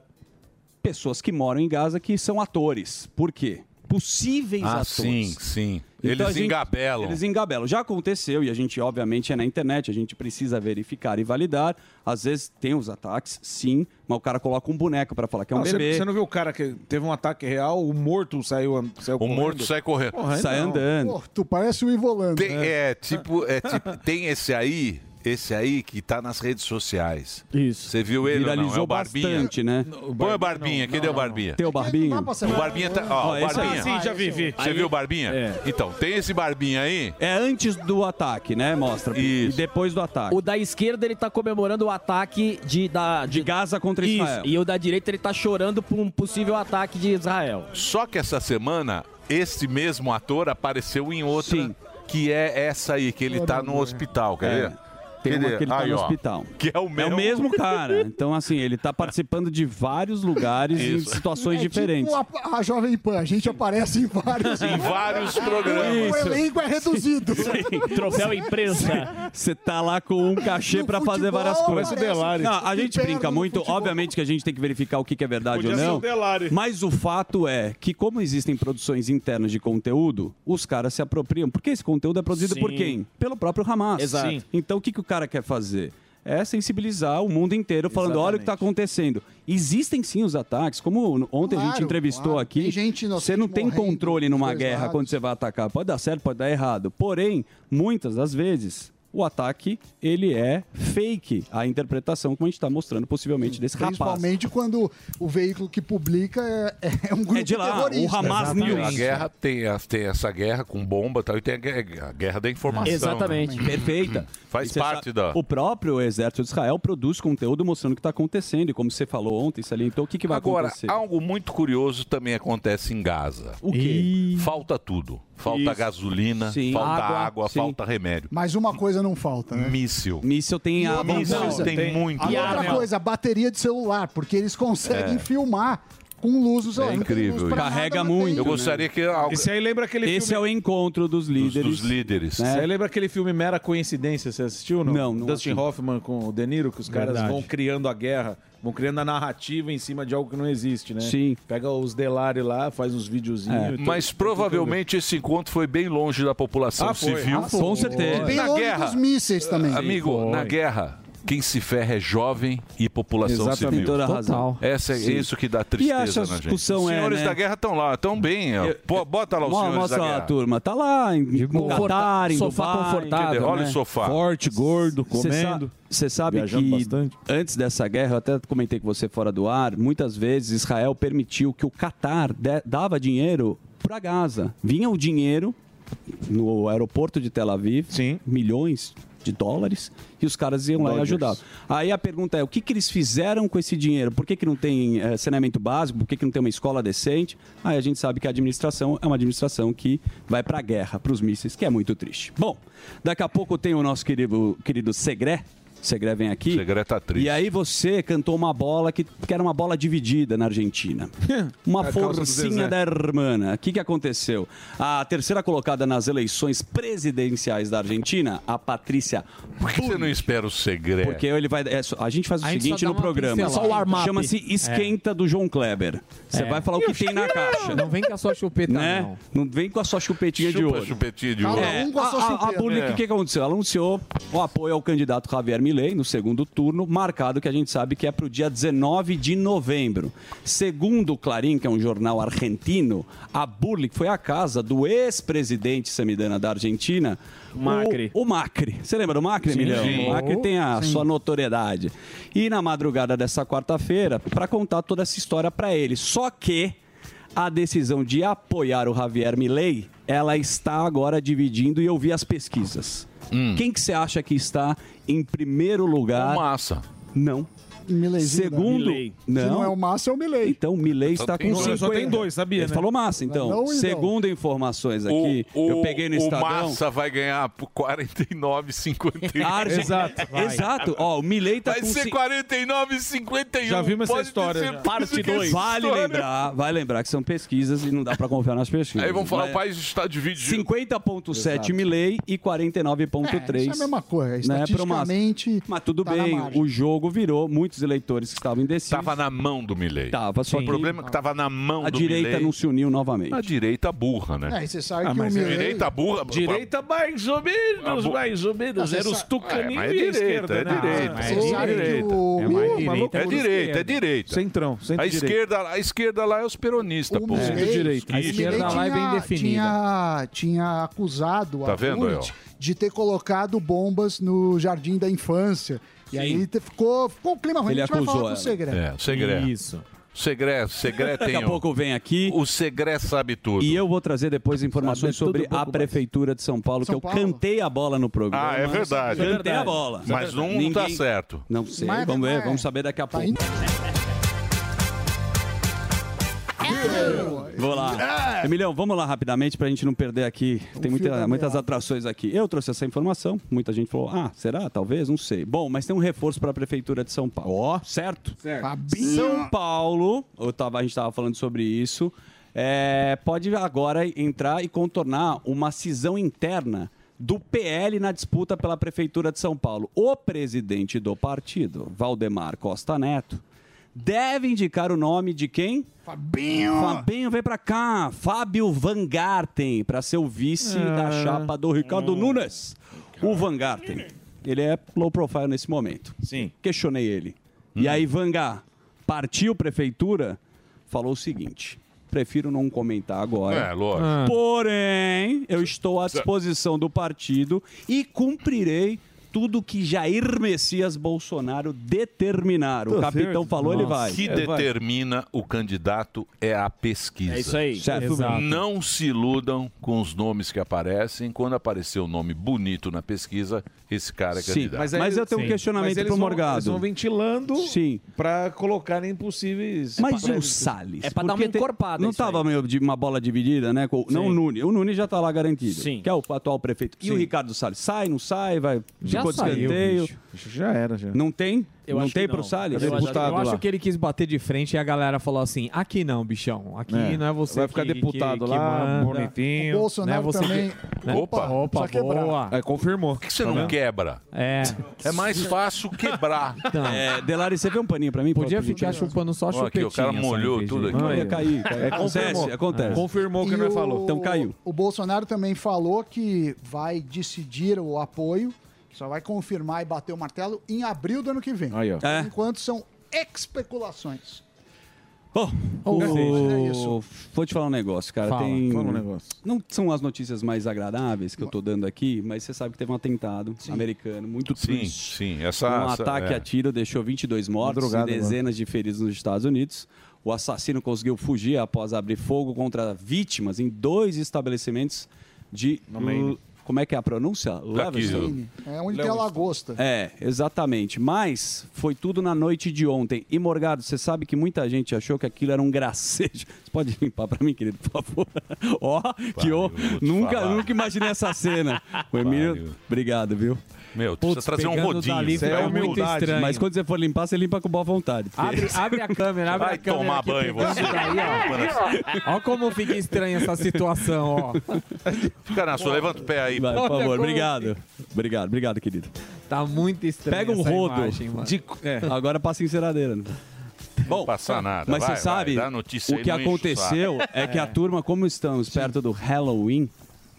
pessoas que moram em Gaza que são atores. Por quê? Possíveis Ah, atores. Então sim, sim. Eles a gente- engabelam. Eles engabelam. Já aconteceu, e a gente, obviamente, é na internet, a gente precisa verificar e validar. Às vezes tem os ataques, sim, mas o cara coloca um boneco pra falar que é um Não, Ah, você- bebê. Você não viu o cara que teve um ataque real, o morto saiu, an- saiu O morto sai correndo. Sai andando. Pô, tu parece o Ivolando. Tem, é, tipo, é, tipo, tem esse aí, esse aí que tá nas redes sociais. Isso. Você viu ele ou não? É Viralizou o Barbinha. bastante, né? Põe o Barbinha, cadê o Barbinha? Tem o Barbinho? O Barbinha tá. Ó, Ó, o esse Barbinha. aí. Sim, já vi, vi. Você Aí- viu o Barbinha? Então, tem esse Barbinha aí. É antes do ataque, né? Mostra. E depois do ataque. O da esquerda ele tá comemorando o ataque de, da, de, Gaza contra Israel. E o da direita ele tá chorando por um possível ataque de Israel. Só que essa semana, este mesmo ator apareceu em outra, que é essa aí, que ele tá no hospital, quer É. ver? Tem Quer uma ver? que ele tá Aí, no ó. hospital. Que é o É mesmo. o mesmo cara. Então, assim, ele tá participando de vários lugares e Isso. situações É tipo diferentes. a, a Jovem Pan, a gente aparece em vários, Em vários programas. O elenco é reduzido. Troféu imprensa. Você tá lá com um cachê pra fazer futebol, várias coisas. Parece o Delari. Não, a gente Inferno brinca do muito, obviamente que a gente tem que verificar o que que é verdade Podia ou ser não. o Delari. Mas o fato é que como existem produções internas de conteúdo, os caras se apropriam. Porque esse conteúdo é produzido Sim. por quem? Pelo próprio Hamas. Exato. Sim. Então o que que o cara quer fazer? É sensibilizar o mundo inteiro, falando, olha o que está acontecendo. Existem sim os ataques, como ontem a gente Claro, entrevistou claro. aqui. Tem gente inocente você não tem morrendo controle dos numa dois guerra lados. quando você vai atacar. Pode dar certo, pode dar errado. Porém, muitas das vezes, o ataque, ele é fake. A interpretação, como a gente está mostrando, possivelmente, desse rapaz. Principalmente quando o veículo que publica é, é um grupo É de lá, terrorista. A guerra tem, a- tem essa guerra com bomba e tal, e tem a gue- a guerra da informação. né? Perfeita. Faz E você parte sabe, da. O próprio exército de Israel produz conteúdo mostrando o que está acontecendo. E como você falou ontem, salientou, o que, que vai Agora, acontecer? um algo muito curioso também acontece em Gaza. O quê? Falta tudo. Falta Isso. gasolina, Sim. falta água, Água, sim. falta remédio. Mas uma coisa não falta, né? Míssil. Míssil tem a Míssil tem, muito. E outra coisa, bateria de celular, porque eles conseguem filmar com luz no celular. É Não tem luz incrível. pra nada, Carrega não tem- muito. Eu gostaria que algo- Esse aí Né? lembra aquele é Esse é o encontro dos líderes. Né? dos líderes. Você lembra aquele filme Mera Coincidência? Você assistiu? Não, não Dustin Hoffman com o De Niro, que os caras Verdade. vão criando a guerra, vão criando a narrativa em cima de algo que não existe, né? Sim. Pega os Delari lá, faz uns videozinhos. É. e tudo. Mas provavelmente esse encontro foi bem longe da população Ah, foi. civil. Ah, foi. Com certeza. Bem na longe guerra, dos mísseis também. Amigo, na guerra, quem se ferra é jovem e população Exatamente. civil. Tem toda a razão. Total. Essa é Sim. isso que dá E tristeza essa na gente. Os discussão é, senhores né? da guerra estão lá, estão bem. ó. Pô, bota lá os Mo- senhores Mostra da lá a guerra. turma. Tá lá em, no Conforta- Catar, em sofá Dubai, confortável, Entendeu? Olha né? o sofá. Forte, gordo, comendo. Você sabe Viajando que bastante. antes dessa guerra, eu até comentei com você fora do ar, muitas vezes Israel permitiu que o Catar de- dava dinheiro para Gaza. Vinha o dinheiro no aeroporto de Tel Aviv, milhões de dólares, e os caras iam lá e Dólares. ajudavam. Aí a pergunta é, o que, que eles fizeram com esse dinheiro? Por que, que não tem eh, saneamento básico? Por que, que não tem uma escola decente? Aí a gente sabe que a administração é uma administração que vai para a guerra, para os mísseis, que é muito triste. Bom, daqui a pouco tem o nosso querido, querido Segré, Segré vem aqui. Segré tá triste. E aí você cantou uma bola que, que era uma bola dividida na Argentina. Uma É a calça do Zezé. forcinha da Hermana. O que, que aconteceu? A terceira colocada nas eleições presidenciais da Argentina, a Patrícia Por que você não espera o segredo? porque ele vai. é só- a gente faz o A gente seguinte só dá no uma programa. pincelada. Só o warm-up. É. Chama-se Esquenta do João Kleber. Você vai falar o que tem na caixa. Não vem com a sua chupeta, né? não. Não vem com a sua chupetinha de Chupa ouro. a chupetinha de ouro. É, Ah, Cada um com a sua a- a- a chupeta. Burnick, É. o que que aconteceu? Ela anunciou o apoio ao candidato Javier Milei no segundo turno, marcado que a gente sabe que é para o dia 19 de novembro. Segundo o Clarim, que é um jornal argentino, a Burlick foi à casa do ex-presidente Samidana da Argentina, Macri. O, o Macri. Você lembra do Macri, Sim. Milhão? Sim. O Macri tem a Sim. sua notoriedade. E na madrugada dessa quarta-feira, para contar toda essa história para ele. Só que a decisão de apoiar o Javier Milei, ela está agora dividindo e eu vi as pesquisas. Hum. Quem que você acha que está em primeiro lugar? O Massa. Não. Mileizinho, Segundo, né? Milei. não. Se não é o Massa, é o Milei. Então, Milei Só está tem com dois. 50. Só tem dois, sabia, Ele né? falou massa, então. Não, então. Segundo informações aqui, eu peguei no o Estadão. Massa vai ganhar por 49,51. A Argen- Exato. Ó, o Milei tá Vai com ser cin- 49,51. Pode ter certeza que é essa Vale história- lembrar, vai lembrar que são pesquisas e não dá pra confiar nas pesquisas. Aí vão falar, Mas o país está dividido. 50,7 Milei e 49,3. É, isso é a mesma coisa, Né, pro Massa. estatisticamente... Mas tudo tá na bem, margem. o jogo virou, muitos eleitores que estavam indecisos. Tava na mão do Milei. Tava, só O que- problema é que tava na mão A do direita Milei. não se uniu novamente. Ah, A direita burra, né? É, e você sabe que o mas Milei... Direita burra. Direita mais ou menos, bu- mais ou menos. Mas Era essa- os tucaninhos É, mas é, e é a direita, esquerda, é né? direita, Ah, é direita. o- É Uma mais direita. loucura É direita, é esquerda. direita. Centrão, centro A esquerda, a esquerda lá é os peronistas, pô. Milei- Centro-direita. O Milei Tá tinha- Tinha, tinha acusado Tá a vendo, Bullitt El? de ter colocado bombas no jardim da infância. E aí te- ficou, ficou um clima ruim. Ele a gente vai falar acusou com o ela. Segre. É, o Segré. Isso. Segré, Segré tem. um- Daqui a pouco vem aqui. O Segré sabe tudo. E eu vou trazer depois informações Sabe tudo sobre um pouco a mais. Prefeitura de São Paulo, São que eu Paulo? cantei a bola no programa. Ah, é verdade. Cantei Verdade. a bola. Mas não tá certo. Não sei, Mas- é Tá vamos ver, mas- vamos saber daqui a pouco. Vou É. lá. Emilhão, vamos lá rapidamente pra gente não perder aqui. tem muita- muitas atrações aqui. Eu trouxe essa informação, muita gente falou: ah, será? Talvez? Não sei. Bom, mas tem um reforço pra Prefeitura de São Paulo. Ó, certo? São Paulo, eu tava, a gente estava falando sobre isso, é, pode agora entrar e contornar uma cisão interna do PL na disputa pela Prefeitura de São Paulo. O presidente do partido, Valdemar Costa Neto, deve indicar o nome de quem? Fabinho! Fabinho, vem pra cá! Fábio Van Garten, para ser o vice da chapa do Hum. Ricardo Nunes. O Van Garten. Ele é low profile nesse momento. Sim. Questionei ele. E Hum. aí, Vanga, partiu prefeitura, falou o seguinte. Prefiro não comentar agora. É, lógico. Ah. Porém, eu estou à disposição do partido e cumprirei tudo que Jair Messias Bolsonaro determinar. O Tá capitão certo. falou, ele vai. Que Ele vai. determina o candidato é a pesquisa. É isso aí. Certo. Exato. Não se iludam com os nomes que aparecem. Quando aparecer um nome bonito na pesquisa, esse cara é Sim, candidato. mas aí- Mas eu tenho um sim. questionamento Mas eles pro vão- Morgado. Eles vão ventilando Sim. pra colocarem possíveis. Mas e o É Salles? Porque tem- Não estava meio de uma bola dividida, né? com- Não o Sim. Nunes. O Nunes já está lá garantido. Sim. Que é o atual prefeito. E o Ricardo Salles? Sai, não sai? Vai, Já ficou de saiu, escanteio. bicho. Bicho, já era, já. Não tem? Eu não acho tem é que pro Salles? Eu, acho, eu acho que ele quis bater de frente e a galera falou assim: aqui não, bichão. Aqui É. não é você. Vai ficar que- deputado que- que lá, manda, bonitinho. O Bolsonaro não é você também- que- né? Opa, Opa, opa, precisa quebrar. boa. É, confirmou. Por que você Tá não vendo? quebra? É. Então. É mais fácil quebrar. É, Delari, você vê um paninho pra mim? Podia por ficar gentileza? chupando só Ó, aqui, chupetinha. o cara molhou sabe, tudo gente? aqui. Olha, Ia cair, cai. É, Acontece, confirmou. acontece. Confirmou E o- Então caiu. O Bolsonaro também falou que vai decidir o apoio, que só vai confirmar e bater o martelo em abril do ano que vem. Aí, ó. É. Enquanto são especulações. Bom, Ou seja, é o... isso. vou te falar um negócio, cara. Fala, Tem... fala um negócio. Não são as notícias mais agradáveis que eu tô dando aqui, mas você sabe que teve um atentado americano muito Sim, triste. sim. Essa, um essa- ataque é. a tiro deixou 22 mortos Madrugada e dezenas de feridos nos Estados Unidos. O assassino conseguiu fugir após abrir fogo contra vítimas em dois estabelecimentos de. Maine. Como é que é a pronúncia? Tá Lewiston. É onde tem a lagosta. É, exatamente. Mas foi tudo na noite de ontem. E, Morgado, você sabe que muita gente achou que aquilo era um gracejo. Você pode limpar pra mim, querido, por favor? Ó, que eu vou te nunca, falar. nunca imaginei essa cena. O Emílio, obrigado, viu? Meu, tu precisa trazer um rodinho. Isso é muito humildade. estranho. Mas quando você for limpar, você limpa com boa vontade. Abre, abre a câmera, abre Vai a câmera. tomar aqui, banho, pegando você. isso Daí, ó. ó como fica estranha essa situação, ó. Fica na sua, levanta o pé aí. Vai, por Olha favor, como- obrigado. Obrigado, obrigado, querido. Tá muito estranho. Pega um essa rodo. imagem, mano. de- É. Agora passa em né? enceradeira. Bom, passar nada, Mas vai, você sabe, vai, dá notícia o aí, que não enche o aconteceu saco. é que É. a turma, como estamos perto do Halloween,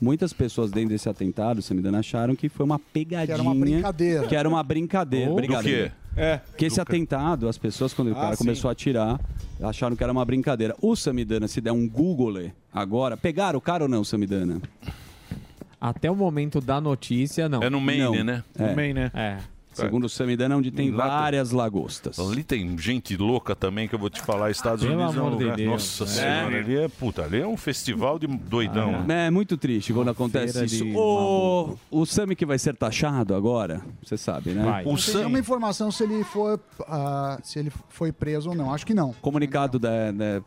muitas pessoas dentro desse atentado, se me engano, acharam que foi uma pegadinha. Que era uma brincadeira. Que era uma brincadeira. Oh. Obrigado. Do quê? É. Que esse atentado, as pessoas, quando o Ah, cara sim. começou a atirar, acharam que era uma brincadeira. O Samidana, se der um Google agora, pegaram o cara ou não, Samidana? Até o momento da notícia, não. É no Maine, Não. né? É. No Maine, né? É. Segundo o Samidana, onde tem Lá tem- várias lagostas. Ali tem gente louca também, que eu vou te falar. Estados Pelo Unidos é um amor de lugar- Deus. Nossa É. né? senhora, ali é, puta, ali é um festival de doidão. né? É muito triste quando acontece feira de isso. O, o Sami que vai ser taxado agora, você sabe, né? Não tem nenhuma informação se ele, foi, ah, se ele foi preso ou não. Acho que não. comunicado da, da-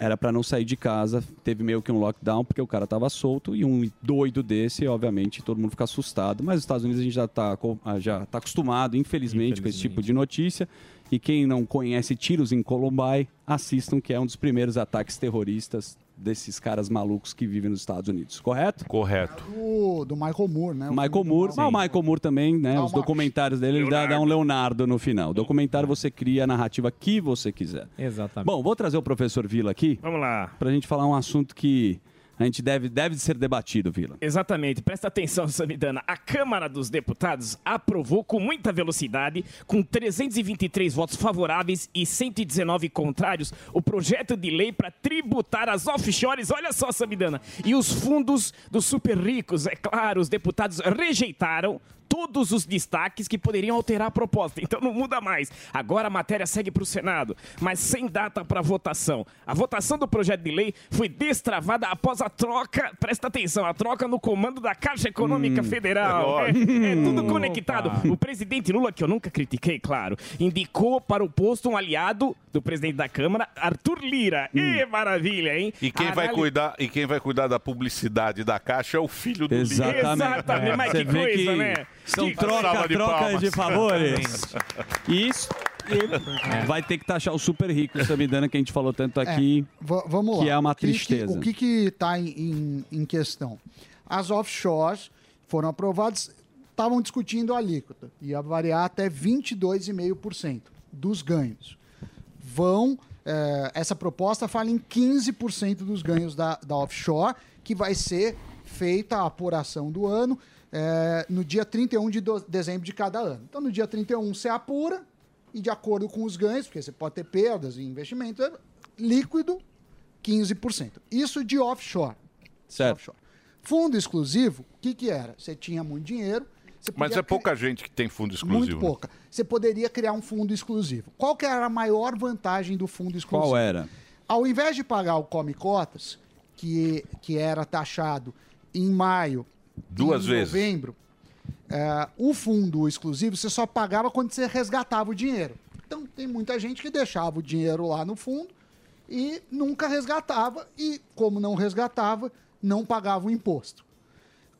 era pra não sair de casa, teve meio que um lockdown porque o cara tava solto e um doido desse, obviamente, todo mundo fica assustado. Mas os Estados Unidos a gente já tá, co- ah, já tá acostumado, infelizmente, com esse tipo de notícia. E quem não conhece tiros em Columbine, assistam que é um dos primeiros ataques terroristas desses caras malucos que vivem nos Estados Unidos, correto? Correto. Do, do Michael Moore, né? O Michael Moore, mas É o Michael Moore também, né? os documentários dele, ele dá, dá um Leonardo no final. O documentário você cria a narrativa que você quiser. Exatamente. Bom, vou trazer o professor Vila aqui. Vamos lá. Pra gente falar um assunto que a gente deve, deve ser debatido, Vila. Exatamente. Presta atenção, Samidana. A Câmara dos Deputados aprovou com muita velocidade, com 323 votos favoráveis e 119 contrários, o projeto de lei para tributar as offshores, olha só, Samidana, e os fundos dos super ricos. É claro, os deputados rejeitaram todos os destaques que poderiam alterar a proposta. Então não muda mais. Agora a matéria segue para o Senado, mas sem data para votação. A votação do projeto de lei foi destravada após a troca, presta atenção, a troca no comando da Caixa Hum, Econômica Federal. É, é tudo conectado. O presidente Lula, que eu nunca critiquei, claro, indicou para o posto um aliado do presidente da Câmara, Arthur Lira. E maravilha, hein? Hum. é. E quem, vai Anali- cuidar, e quem vai cuidar da publicidade da caixa é o filho do Lira. É. Exatamente, mas que coisa, né? São Que- trocas Salva de, de troca palmas. de favores. E Isso. É. Vai ter que taxar o super rico, Samidana, que a gente falou tanto É, aqui. va- vamos lá. que é uma O que que- tristeza. o que que está em, em- em questão? As offshores foram aprovadas, estavam discutindo a alíquota. Ia variar até 22,5% dos ganhos. Vão... eh, essa proposta fala em 15% dos ganhos da, da offshore, que vai ser feita a apuração do ano eh, no dia 31 de do- dezembro de cada ano. Então, no dia 31, você apura e, de acordo com os ganhos, porque você pode ter perdas e investimento, eh, líquido 15%. Isso de offshore. Certo. Fundo exclusivo, o que, que era? Você tinha muito dinheiro. Você Mas podia é pouca gente que tem fundo exclusivo. muito né? pouca. Você poderia criar um fundo exclusivo. Qual que era a maior vantagem do fundo exclusivo? Qual era? Ao invés de pagar o Come Cotas, que, que era taxado em maio Duas e em vezes. novembro, é, o fundo exclusivo você só pagava quando você resgatava o dinheiro. Então tem muita gente que deixava o dinheiro lá no fundo e nunca resgatava, e como não resgatava, não pagava o imposto.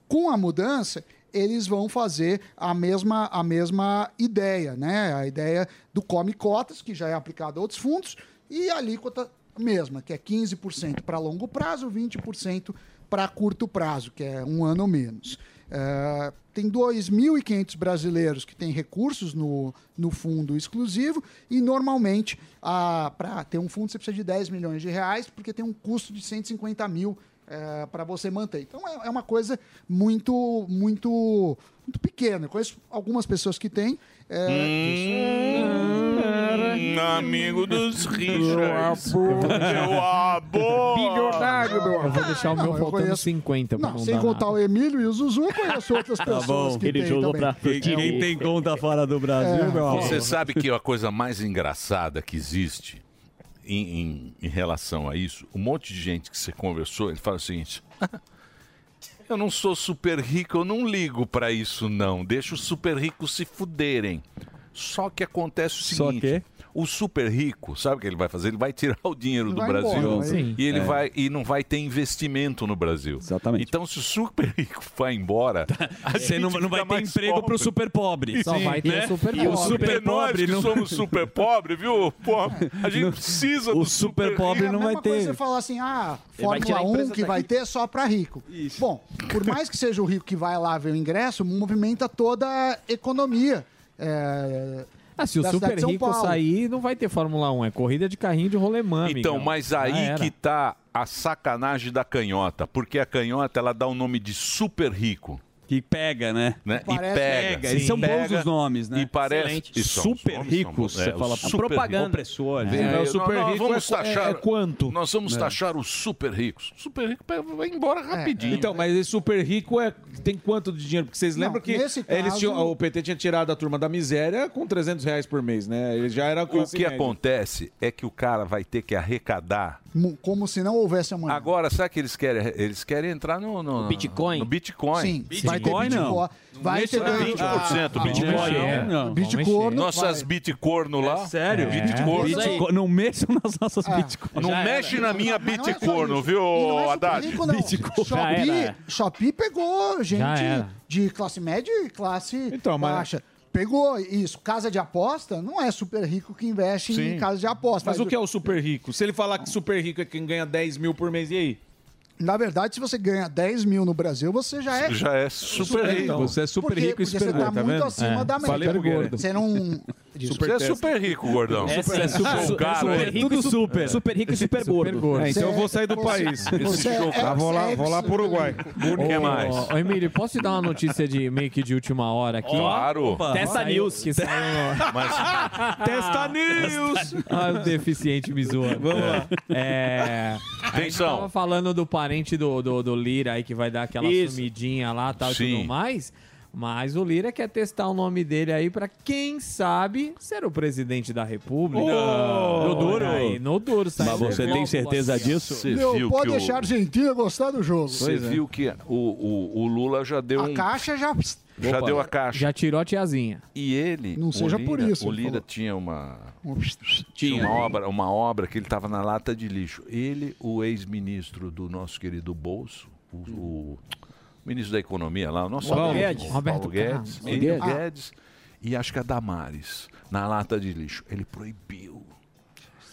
Com a mudança, eles vão fazer a mesma, a mesma ideia, né? A ideia do Come Cotas, que já é aplicado a outros fundos, e a alíquota mesma, que é 15% para longo prazo, 20% para curto prazo, que é um ano ou menos. É, tem 2.500 brasileiros que têm recursos no, no fundo exclusivo e, normalmente, para ter um fundo você precisa de 10 milhões de reais, porque tem um custo de 150 mil é, para você manter. Então é, é uma coisa muito, muito, muito pequena. Eu conheço algumas pessoas que têm. é, Hum, amigo dos Richards. Meu avô. Bilionário, meu Eu vou deixar o meu eu faltando conheço- 50 pra Não, não, Tá sem dar contar o Emílio e o Zuzu, eu conheço Tá outras pessoas que têm também. quem, quem tem conta fora do Brasil, É. meu amor. Você sabe que a coisa mais engraçada que existe em, em- em relação a isso, um monte de gente que você conversou, ele fala o seguinte. Eu não sou super rico, eu não ligo pra isso não. Deixa os super ricos se fuderem. Só que acontece o Só seguinte. O super rico, sabe o que ele vai fazer? Ele vai tirar o dinheiro do Vai Brasil embora, Sim. e ele é. vai e não vai ter investimento no Brasil. Exatamente. Então, se o super rico vai embora, Você não- não vai ter emprego pro super pobre. Só vai ter super né? E o pobre. super pobre, nós que não- somos super pobre, viu? Pô, a gente precisa do super É a mesma coisa você falar assim, ah, Ele vai Fórmula tirar a 1 empresa que vai daqui. ter é só para rico. Bom, por mais que seja o rico que vai lá ver o ingresso, movimenta toda a economia. é, Ah, se o da cidade super de São rico Paulo. sair, não vai ter Fórmula 1. É corrida de carrinho de rolemã, Então, amigão. mas Já aí era. que tá a sacanagem da canhota, porque a canhota ela dá o nome de super rico. Que pega, né? E Parece- pega. Pega, eles Sim. são bons Pega os nomes, né? E parece. Excelente. e são- os Super nomes são ricos, bons. É, você o fala, super propaganda. rico. Opressor, né? Vem, É, o não, super não, rico vamos é- taxar, é quanto? Nós vamos É. taxar os super ricos. Super rico pega- vai embora rapidinho. Então, mas esse super rico é, tem quanto de dinheiro? Porque vocês Não, lembram que nesse eles caso- tinham, o PT tinha tirado a turma da miséria com 300 reais por mês, né? Ele já era O que acontece é que o cara vai ter que arrecadar mu- Como se não houvesse amanhã. Agora, sabe o que eles querem? Eles querem entrar no, no- Bitcoin? No Bitcoin. Sim, vai ter Bitcoin, não. Vai Nesse ter- tá 20% Ah, Bitcoin. não mexer, não. Bitcorno não Nossas vai. É. Bitcorno lá. Sério? Bitcorno. Bitco- Não mexam nas nossas Bitcoin. Não mexe na minha é Bitcorno, viu, Haddad? Rico, não. Shopee, Shopee pegou Já gente era. de classe média e classe mas- baixa. Pegou isso. Casa de aposta não é super rico que investe em Sim. casa de aposta. Mas o que é o super rico? Se ele falar que super rico é quem ganha 10 mil por mês, e aí? Na verdade, se você ganha 10 mil no Brasil, você já é. Já é super rico. Você é super Por quê? rico e Porque super você tá, gordo, tá muito vendo? acima É. da média. Falei pro gordo. Você não. Você é super rico, gordão. Essa é super- Sou caro, super hein? rico e su- É. super rico e super gordo. É, então eu vou sair do país. Esse Você show. é- Ah, vou lá- vou lá pro Uruguai. O que é mais? Ô, ô, Emílio, posso te dar uma notícia de meio que de última hora aqui? Claro. Testa News. Que saiu... Testa News! Ah, o deficiente me zoando. Vamos lá. É. A gente Atenção. tava falando do parente do, do, do Lira aí que vai dar aquela Isso. sumidinha lá tal, e Sim. tudo mais. Mas o Lira quer testar o nome dele aí pra quem sabe ser o presidente da República. Oh, no duro. olha aí, no duro, sai Mas você tem certeza disso? Você Meu, viu pode que deixar a o, Argentina gostar do jogo. você é. viu que o, o, o Lula já deu A um- caixa já. Já Opa. deu a caixa. Já tirou a tiazinha. E ele. Não o seja Lira- por isso, O ele Lira falou. Um tinha uma. Tinha. Tinha uma obra, uma obra que ele estava na lata de lixo. Ele, o ex-ministro do nosso querido Bolso, o, o ministro da Economia lá, o nosso Paulo amigo, Guedes. o Roberto Paulo Carlos. Guedes, Paulo ele, o Ah. Guedes. Guedes e acho que a Damares, na lata de lixo. Ele proibiu.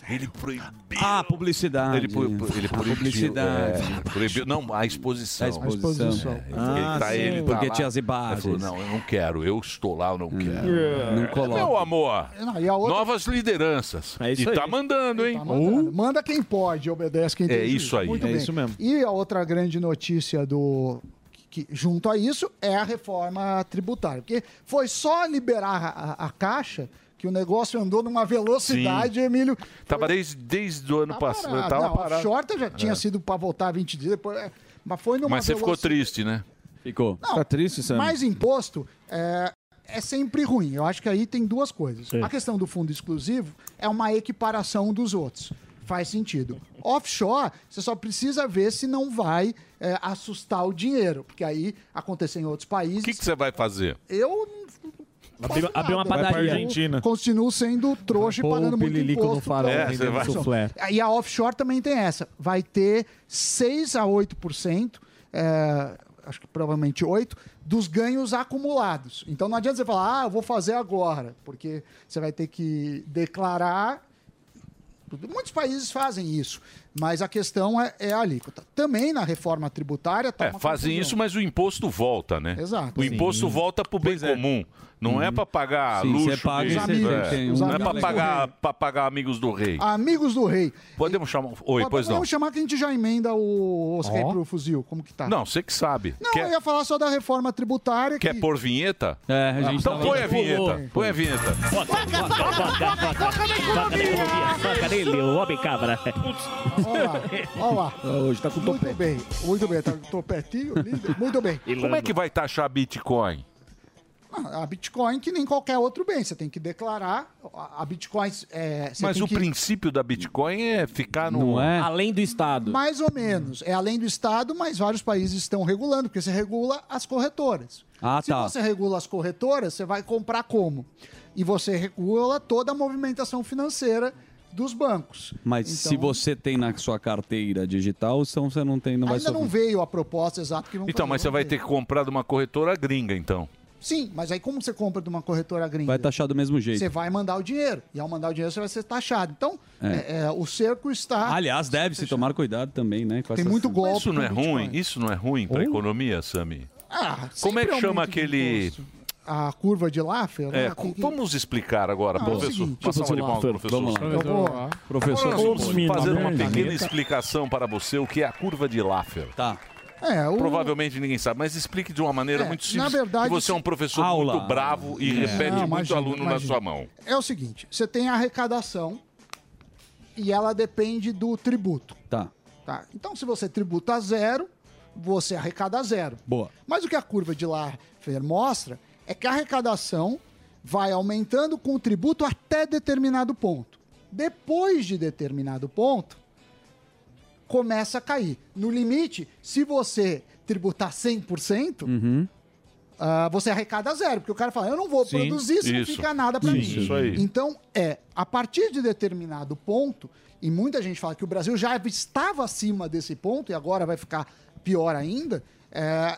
Ele proibiu. Ah, publicidade. Ele, pro, pro- ele Ah, proibiu. publicidade. é, proibiu. Não, a exposição. A exposição. A exposição. É, ele Ah, tá- ele sim. tá Porque lá. tinha as imagens. Hum. Ele falou, não, eu não quero. Eu estou lá, eu não quero. Yeah. Não É, coloca. Meu amor. Não, e a outra- Novas lideranças. É isso e tá aí. mandando, hein? Tá mandando. Manda quem pode, obedece quem É tem. juízo. isso aí. Muito É bem. isso mesmo. E a outra grande notícia do que, que- junto a isso é a reforma tributária, porque foi só liberar a, a caixa que o negócio andou numa velocidade, Emílio. Tava desde, desde o ano passado. Tá parado. tava Não, parado. A shorta já tinha É. sido para voltar 20 dias depois, é, mas foi numa Mas você ficou velocidade- triste, né? Ficou. Não, Tá triste, Mais imposto é, é sempre ruim. Eu acho que aí tem duas coisas. A questão do fundo exclusivo é uma equiparação dos outros. Faz sentido. Offshore, você só precisa ver se não vai é, assustar o dinheiro, porque aí aconteceu em outros países. O que que você vai fazer? Eu não faço Abriu- abriu uma nada. padaria. Vai pra Eu Argentina. Continuo sendo trouxa e Vai pôr pagando o muito Pililico no imposto. farol É, vendendo você vai. soufflé. E a offshore também tem essa. Vai ter 6 a 8%, é, acho que provavelmente 8%, dos ganhos acumulados. Então não adianta você falar, ah, eu vou fazer agora, porque você vai ter que declarar. Muitos países fazem isso, mas a questão é, é a alíquota. Também na reforma tributária... Tá É, uma fazem confusão. isso, mas o imposto volta, né? Exato. O imposto Sim. volta pro bem comum. Não é pra pagar Sim, luxo. você paga de- e você é. tem os Não é amigos pra do pagar, pra pagar amigos do rei. Amigos do rei. Podemos chamar. Oi, Mas pois não. Vamos Ah, chamar que a gente já emenda o Oscar Ó. pro fuzil. Como que tá? Não, você que sabe. Não, é eu quer, ia falar só da reforma tributária. quer pôr vinheta? É, a gente Então tava- põe a vinheta. Pulou. Põe a vinheta. Toca nele, o homem cabra. Olha lá, olha lá. Hoje tá com Muito bem, muito bem. Tá com topetinho, lindo. Muito bem. Como é que vai taxar Bitcoin? Ah, A Bitcoin, que nem qualquer outro bem, você tem que declarar. A a Bitcoin é. você Mas tem o que- princípio da Bitcoin é ficar no. Não é? Além do Estado. Mais ou menos. É além do Estado, mas vários países estão regulando, porque você regula as corretoras. Ah, Se tá. você regula as corretoras, você vai comprar como? e você regula toda a movimentação financeira dos bancos. Mas se Então- você tem na sua carteira digital, então você não tem, não vai Ainda não sofrer. veio a proposta exata que não Então, foi, mas não você vai veio. ter que comprar de uma corretora gringa, então. Sim, mas aí como você compra de uma corretora gringa? Vai taxar do mesmo jeito. Você vai mandar o dinheiro. E ao mandar o dinheiro, você vai ser taxado. Então, É. é, é, o cerco está. Ah, Aliás, deve-se tomar cuidado também, né? com Tem essas- muito golpe Isso não é ruim? Isso não é ruim para a economia, Sami? Ah, Como é sempre que chama aumento de aquele... imposto. A curva de Laffer? É, né? com- vamos explicar agora, Não, é o professor. seguinte, Passa uma professor de palmas, Laffer, professor. Então, vamos lá. Eu vou- Agora Professor, nós vamos vamos fazer uma minimamente. pequena explicação para você o que é a curva de Laffer. Tá. É, o- Provavelmente ninguém sabe, mas explique de uma maneira É, muito na simples. verdade, que você é um professor Aula. muito bravo e É. repete Não, muito imagina, aluno na imagina. sua mão. É o seguinte: você tem a arrecadação e ela depende do tributo. Tá. Tá? Então, se você tributa zero, você arrecada zero. Boa. Mas o que a curva de Laffer mostra é que a arrecadação vai aumentando com o tributo até determinado ponto. Depois de determinado ponto, começa a cair. No limite, se você tributar 100%, Uhum. ah, você arrecada zero, porque o cara fala, eu não vou Sim, produzir se não isso. fica nada para Sim, mim. isso aí. Então, é, a partir de determinado ponto, e muita gente fala que o Brasil já estava acima desse ponto e agora vai ficar pior ainda, é,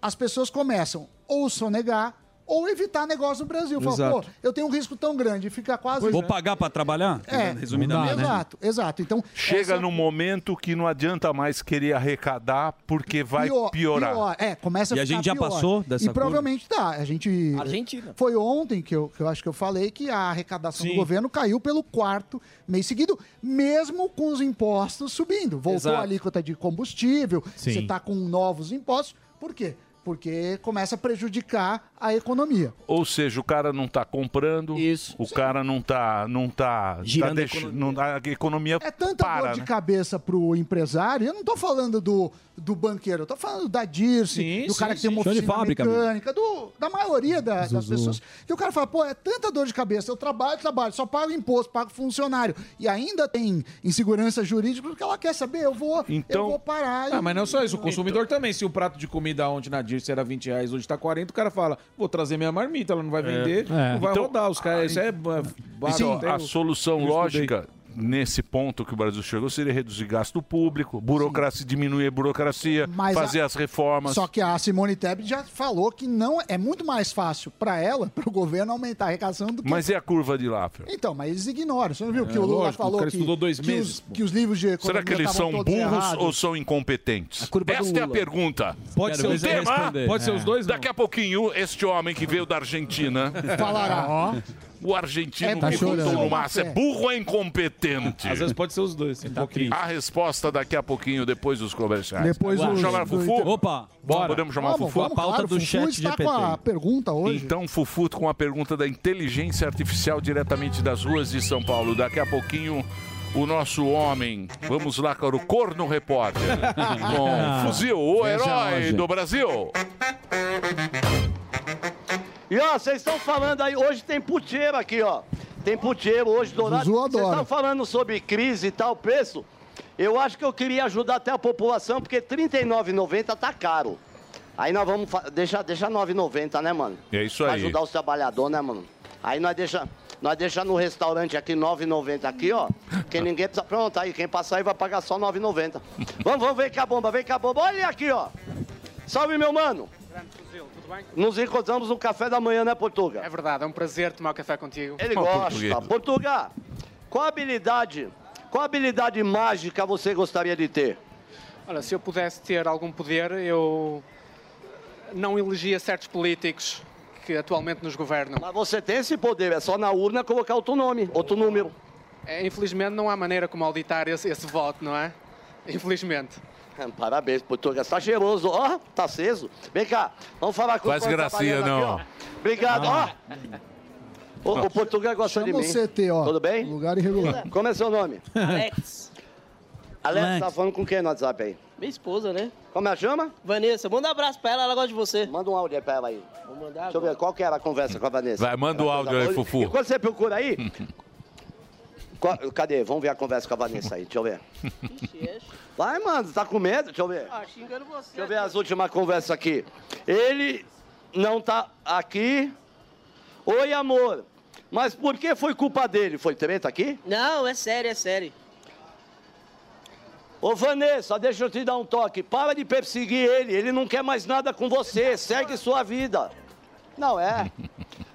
as pessoas começam ou sonegar ou evitar negócio no Brasil. Fala, Exato. pô, eu tenho um risco tão grande, fica quase... é. Vou pagar para trabalhar? É, resumidamente. né? exato, exato. Então, Chega essa- num momento que não adianta mais querer arrecadar porque vai Pior- piorar. pior. É, começa a E a ficar gente já pior. passou dessa E curva? provavelmente tá. A gente. Argentina. Foi ontem que eu, que eu acho que eu falei que a arrecadação Sim. do governo caiu pelo quarto mês seguido, mesmo com os impostos subindo. Voltou Exato. a alíquota de combustível, Sim. você tá com novos impostos. Por quê? Porque começa a prejudicar a economia. Ou seja, o cara não está comprando, o cara não está. Não tá, Girando tá a deixando, não dá- a economia É tanta para. dor de né? cabeça pro empresário. Eu não tô falando do, do banqueiro, eu tô falando da Dirce, Sim, do sim, cara que tem sim. uma Chão de oficina fábrica mesmo. mecânica, do- da maioria da- das Zuzu. pessoas. E o cara fala, pô, é tanta dor de cabeça. Eu trabalho, trabalho, só pago imposto, pago funcionário. E ainda tem insegurança jurídica, porque ela quer saber, eu vou, Então- eu vou parar. Ah, e- Então- mas não só isso, o consumidor também. Se o prato de comida ontem na Dirce era 20 reais, hoje tá 40, o cara fala, vou trazer minha marmita, ela não vai vender, É. não vai Então- rodar. Os caras, isso é... é Então, barato. a solução eu lógica nesse ponto que o Brasil chegou seria reduzir gasto público, burocracia, diminuir a burocracia, Mas fazer a- as reformas. Só que a Simone Tebet já falou que não é muito mais fácil para ela, para o governo, aumentar a arrecadação do que Mas e a curva de Laffer? Então, mas eles ignoram. Você não viu que É, o Lula lógico, falou o cara que, estudou dois que meses, os, que os livros de economia Será que eles estavam são todos burros errados? ou são incompetentes? curva do Esta é a Lula. pergunta. Pode Quero ser o os ver você tema. responder. Pode ser os dois. Daqui a pouquinho, este homem que veio da Argentina Falará. Ó. O argentino É que tá voltou chorando. no massa é burro ou é incompetente? Às vezes pode ser os dois. Um pouquinho. A resposta daqui a pouquinho, depois dos comerciais. Depois Vamos os- chamar do- Fufu? Opa, bora. Podemos chamar Vamos, Fufu? vamos, claro, o Fufu está com a pergunta hoje. Então, Fufu com a pergunta da inteligência artificial diretamente das ruas de São Paulo. Daqui a pouquinho, o nosso homem. Vamos lá, cara, o Corno Repórter. Com Fuzil, o Veja herói hoje. do Brasil. E ó, vocês estão falando aí, hoje tem puteiro aqui, ó. Tem puteiro hoje dourado. Zuzu Vocês adora. estão falando sobre crise e tal, preço. Eu acho que eu queria ajudar até a população, porque R$39,90 tá caro. Aí nós vamos fa- deixar deixa 9,90, né, mano? É isso Pra aí. ajudar os trabalhadores, né, mano? Aí nós deixa, nós deixa no restaurante aqui 9,90 aqui, ó. Porque ninguém precisa. Pronto, aí quem passar aí vai pagar só 9,90. Vamos, vamos, vem cá a bomba, vem cá a bomba. Olha aqui, ó. Salve, meu mano. Nos encontramos no café da manhã, né, Portuga? É verdade, é um prazer tomar café contigo. Ele gosta. Portuga, qual habilidade, qual habilidade mágica você gostaria de ter? Olha, se eu pudesse ter algum poder, eu não elegia certos políticos que atualmente nos governam. Mas você tem esse poder, é só na urna colocar outro nome, outro número. É, infelizmente não há maneira como auditar esse, esse voto, não é? Infelizmente. É, Parabéns, Portuga. Está cheiroso, ó, tá aceso. Vem cá, vamos falar com Faz os gracinha, trabalhando não. Aqui, ó. Obrigado, ó. O, o Portuga gosta Chama o de mim. CT, ó. Tudo bem? Lugar irregular. Como é seu nome? Alex. Alex, Alex. tá falando com quem no WhatsApp aí? Minha esposa, né? Como ela chama? Vanessa, manda um abraço pra ela, ela gosta de você. Manda um áudio aí pra ela aí. Vou mandar Deixa eu ver, qual que era a conversa com a Vanessa? Vai, manda o Era áudio coisa aí, boa. Fufu. E quando você procura aí... qual- cadê? Vamos ver a conversa com a Vanessa aí, deixa eu ver. Vai, mano, tá com medo? Deixa eu ver. Ah, é. xingando você. Deixa eu ver as últimas conversas aqui. Ele não tá aqui. Oi, amor. Mas por que foi culpa dele? Foi treta aqui? Não, é sério, é sério. Ô Vanessa, deixa eu te dar um toque. Para de perseguir ele, ele não quer mais nada com você. Segue sua vida. Não é?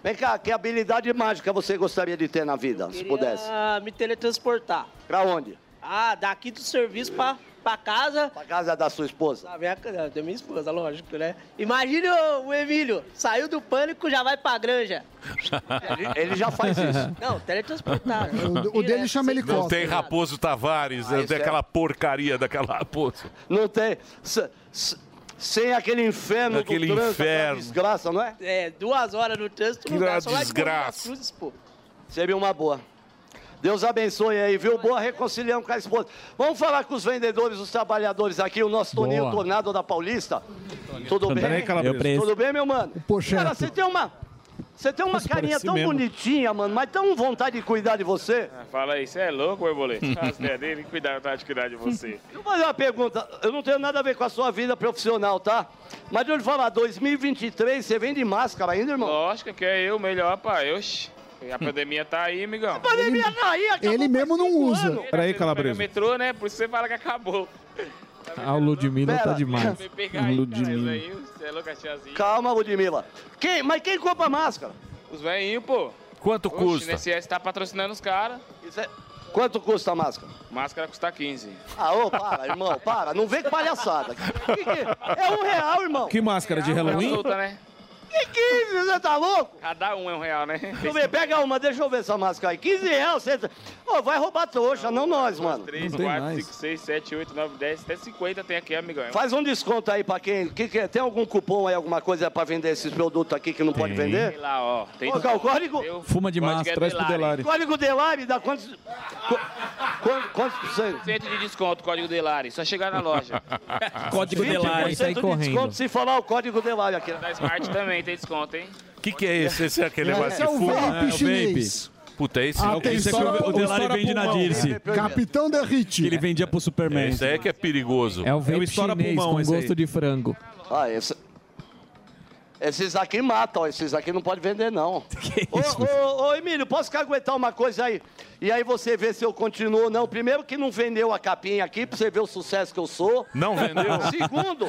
Vem cá, que habilidade mágica você gostaria de ter na vida, se Queria pudesse? me teletransportar. Pra onde? Ah, daqui do serviço pra, pra casa. Pra casa da sua esposa. Da minha, ca- da minha esposa, lógico, né? Imagina o Emílio, saiu do pânico, já vai pra granja. ele já faz isso. Não, teletransportar. né? O, o dele chama Não helicóptero. tem Raposo Tavares, Ah, não isso tem é- aquela porcaria daquela raposa. Não tem. Se- se- sem aquele inferno Aquele do trânsito, aquela inferno. desgraça, não é? É, duas horas no trânsito, Que não dá, uma só vai de Mogi das desgraça. Cruzes, pô. Seria uma boa. Deus abençoe aí, viu? Boa reconciliação com a esposa. Vamos falar com os vendedores, os trabalhadores aqui, o nosso Boa. Toninho Tornado da Paulista. Tudo Tudo bem, bem? Calabresa? Eu preso. Tudo bem, meu mano? Cara, você tem uma, você tem uma Nossa, carinha parece tão mesmo. bonitinha, mano, mas tão vontade de cuidar de você. Fala aí, você é louco, borboleta? Faz ideia dele, cuidar, tá de cuidar de você. Deixa eu fazer uma pergunta. Eu não tenho nada a ver com a sua vida profissional, tá? Mas deixa eu te falar, 2023, você vende máscara ainda, irmão? Lógico que é eu melhor, pai. Oxi, a pandemia tá aí, migão. A pandemia tá aí, acabou Ele mesmo não usa. Peraí, Pega o metrô, né? Por isso você fala que acabou. Ah, o Ludmilla Pera. tá demais. Vem pegar aí, Ludmilla. Aí, você é louco, a tiazinha. Calma, Ludmilla. Quem, mas quem compra máscara? Os velhinhos, pô. Quanto O INSS tá patrocinando os caras. é- Quanto custa a máscara? Máscara custa 15. Ah, ô, para, irmão, para. Não vem com palhaçada. Que que- É um real, irmão. Que máscara de Halloween? Solta, né? Que 15, você tá louco? Cada um é um real, né? Deixa eu ver, pega uma, deixa eu ver essa máscara aí. 15 reais, você... Ô, vai roubar trouxa, não nós, mano. 3, 4, 5, 6, 7, 8, 9, 10, até 50 tem aqui, amigão. Faz um desconto aí pra quem... Que, que- tem algum cupom aí, alguma coisa pra vender esses produtos aqui que não pode Sei vender? lá, ó. Tem Ô, qual o código? Fuma de Código máscara, é traz pro Delari. Código Delari dá quantos... qu- Quantos, por cento? de desconto, código Delari. Só chegar na loja. Ah, Código 20% Delari, sai de correndo. desconto se falar o código Delari aqui. né? Da Smart também tem desconto, hein? O que, que é esse? Esse é aquele Esse negócio é que o fuma? vape É, o chinês. Ah, Puta, esse Atenção, esse é o estoura pulmão. é Capitão da Hit. ele vendia pro Superman. Esse aí é que é perigoso. É o vape chinês com esse aí. gosto de frango. Ah, esse- Esses aqui matam, ó. esses aqui não pode vender, não. ô, ô, ô, Emílio, posso caguetar uma coisa aí? E aí você vê se eu continuo ou não. Primeiro que não vendeu a capinha aqui, pra você ver o sucesso que eu sou. Não vendeu? Segundo,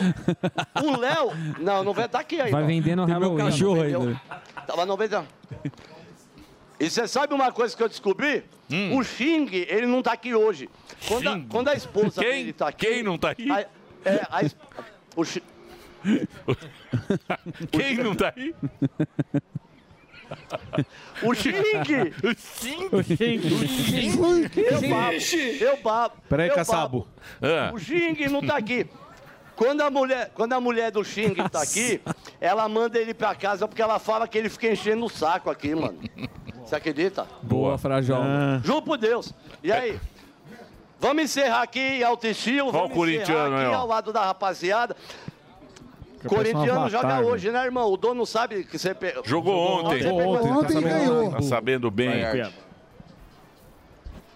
o Léo... Não, não vai estar aqui ainda. Vai vender no Halloween. Vendeu. Tava 90. E você sabe uma coisa que eu descobri? Hum. O Xing, ele não tá aqui hoje. Quando, a, quando a esposa Quem? dele tá aqui. Quem não tá aqui? A, é, a es- o Xing. Quem não tá aí? O Xing! O Xing! O Xing! Eu babo! Eu babo! Peraí, eu Caçabo. É. babo. O Xing não tá aqui. Quando a, mulher, quando a mulher do Xing tá aqui, ela manda ele pra casa porque ela fala que ele fica enchendo o saco aqui, mano. Você acredita? Boa, Frajol. Ah. Juro por Deus. E aí? Vamos encerrar aqui em Alto Estilo. Olha o Vamos encerrar corintiano aí, aqui ó. ao lado da rapaziada. Fica parecendo um Corintiano avatar, joga velho. hoje, né, irmão? O dono sabe que você pe- Jogou ontem. você pegou- Tá sabendo bem. Vai, Arthur.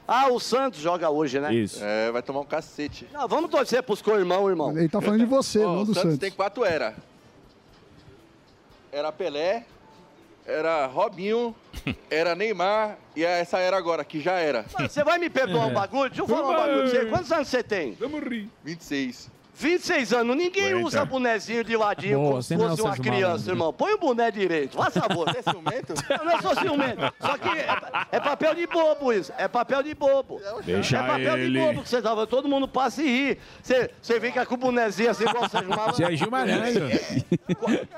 Ah, o Santos joga hoje, né? Isso. É, vai tomar um cacete. Não, vamos torcer pros co-irmão, irmão. Ele tá falando de você, Ó, não o do Santos, Santos. tem quatro era. Era Pelé, era Robinho, era Neymar e é essa era agora, que já era. É. Você vai me perdoar um bagulho? Deixa eu falar um bagulho pra você. Quantos anos você tem? Vamos rir. 26. 26 anos, ninguém Aguenta. usa bonezinho de ladinho Boa, como se você não é o fosse uma Sérgio criança, Malandro. irmão. Põe o boné direito, faz favor. Você é ciumento? Eu não sou ciumento. Só que é, pa- é papel de bobo isso. É papel de bobo. Deixa é papel ele. de bobo que você tava. Todo mundo passa e ri. Você, você fica com o bonezinho assim, igual o Sérgio Malandro. é Sérgio né,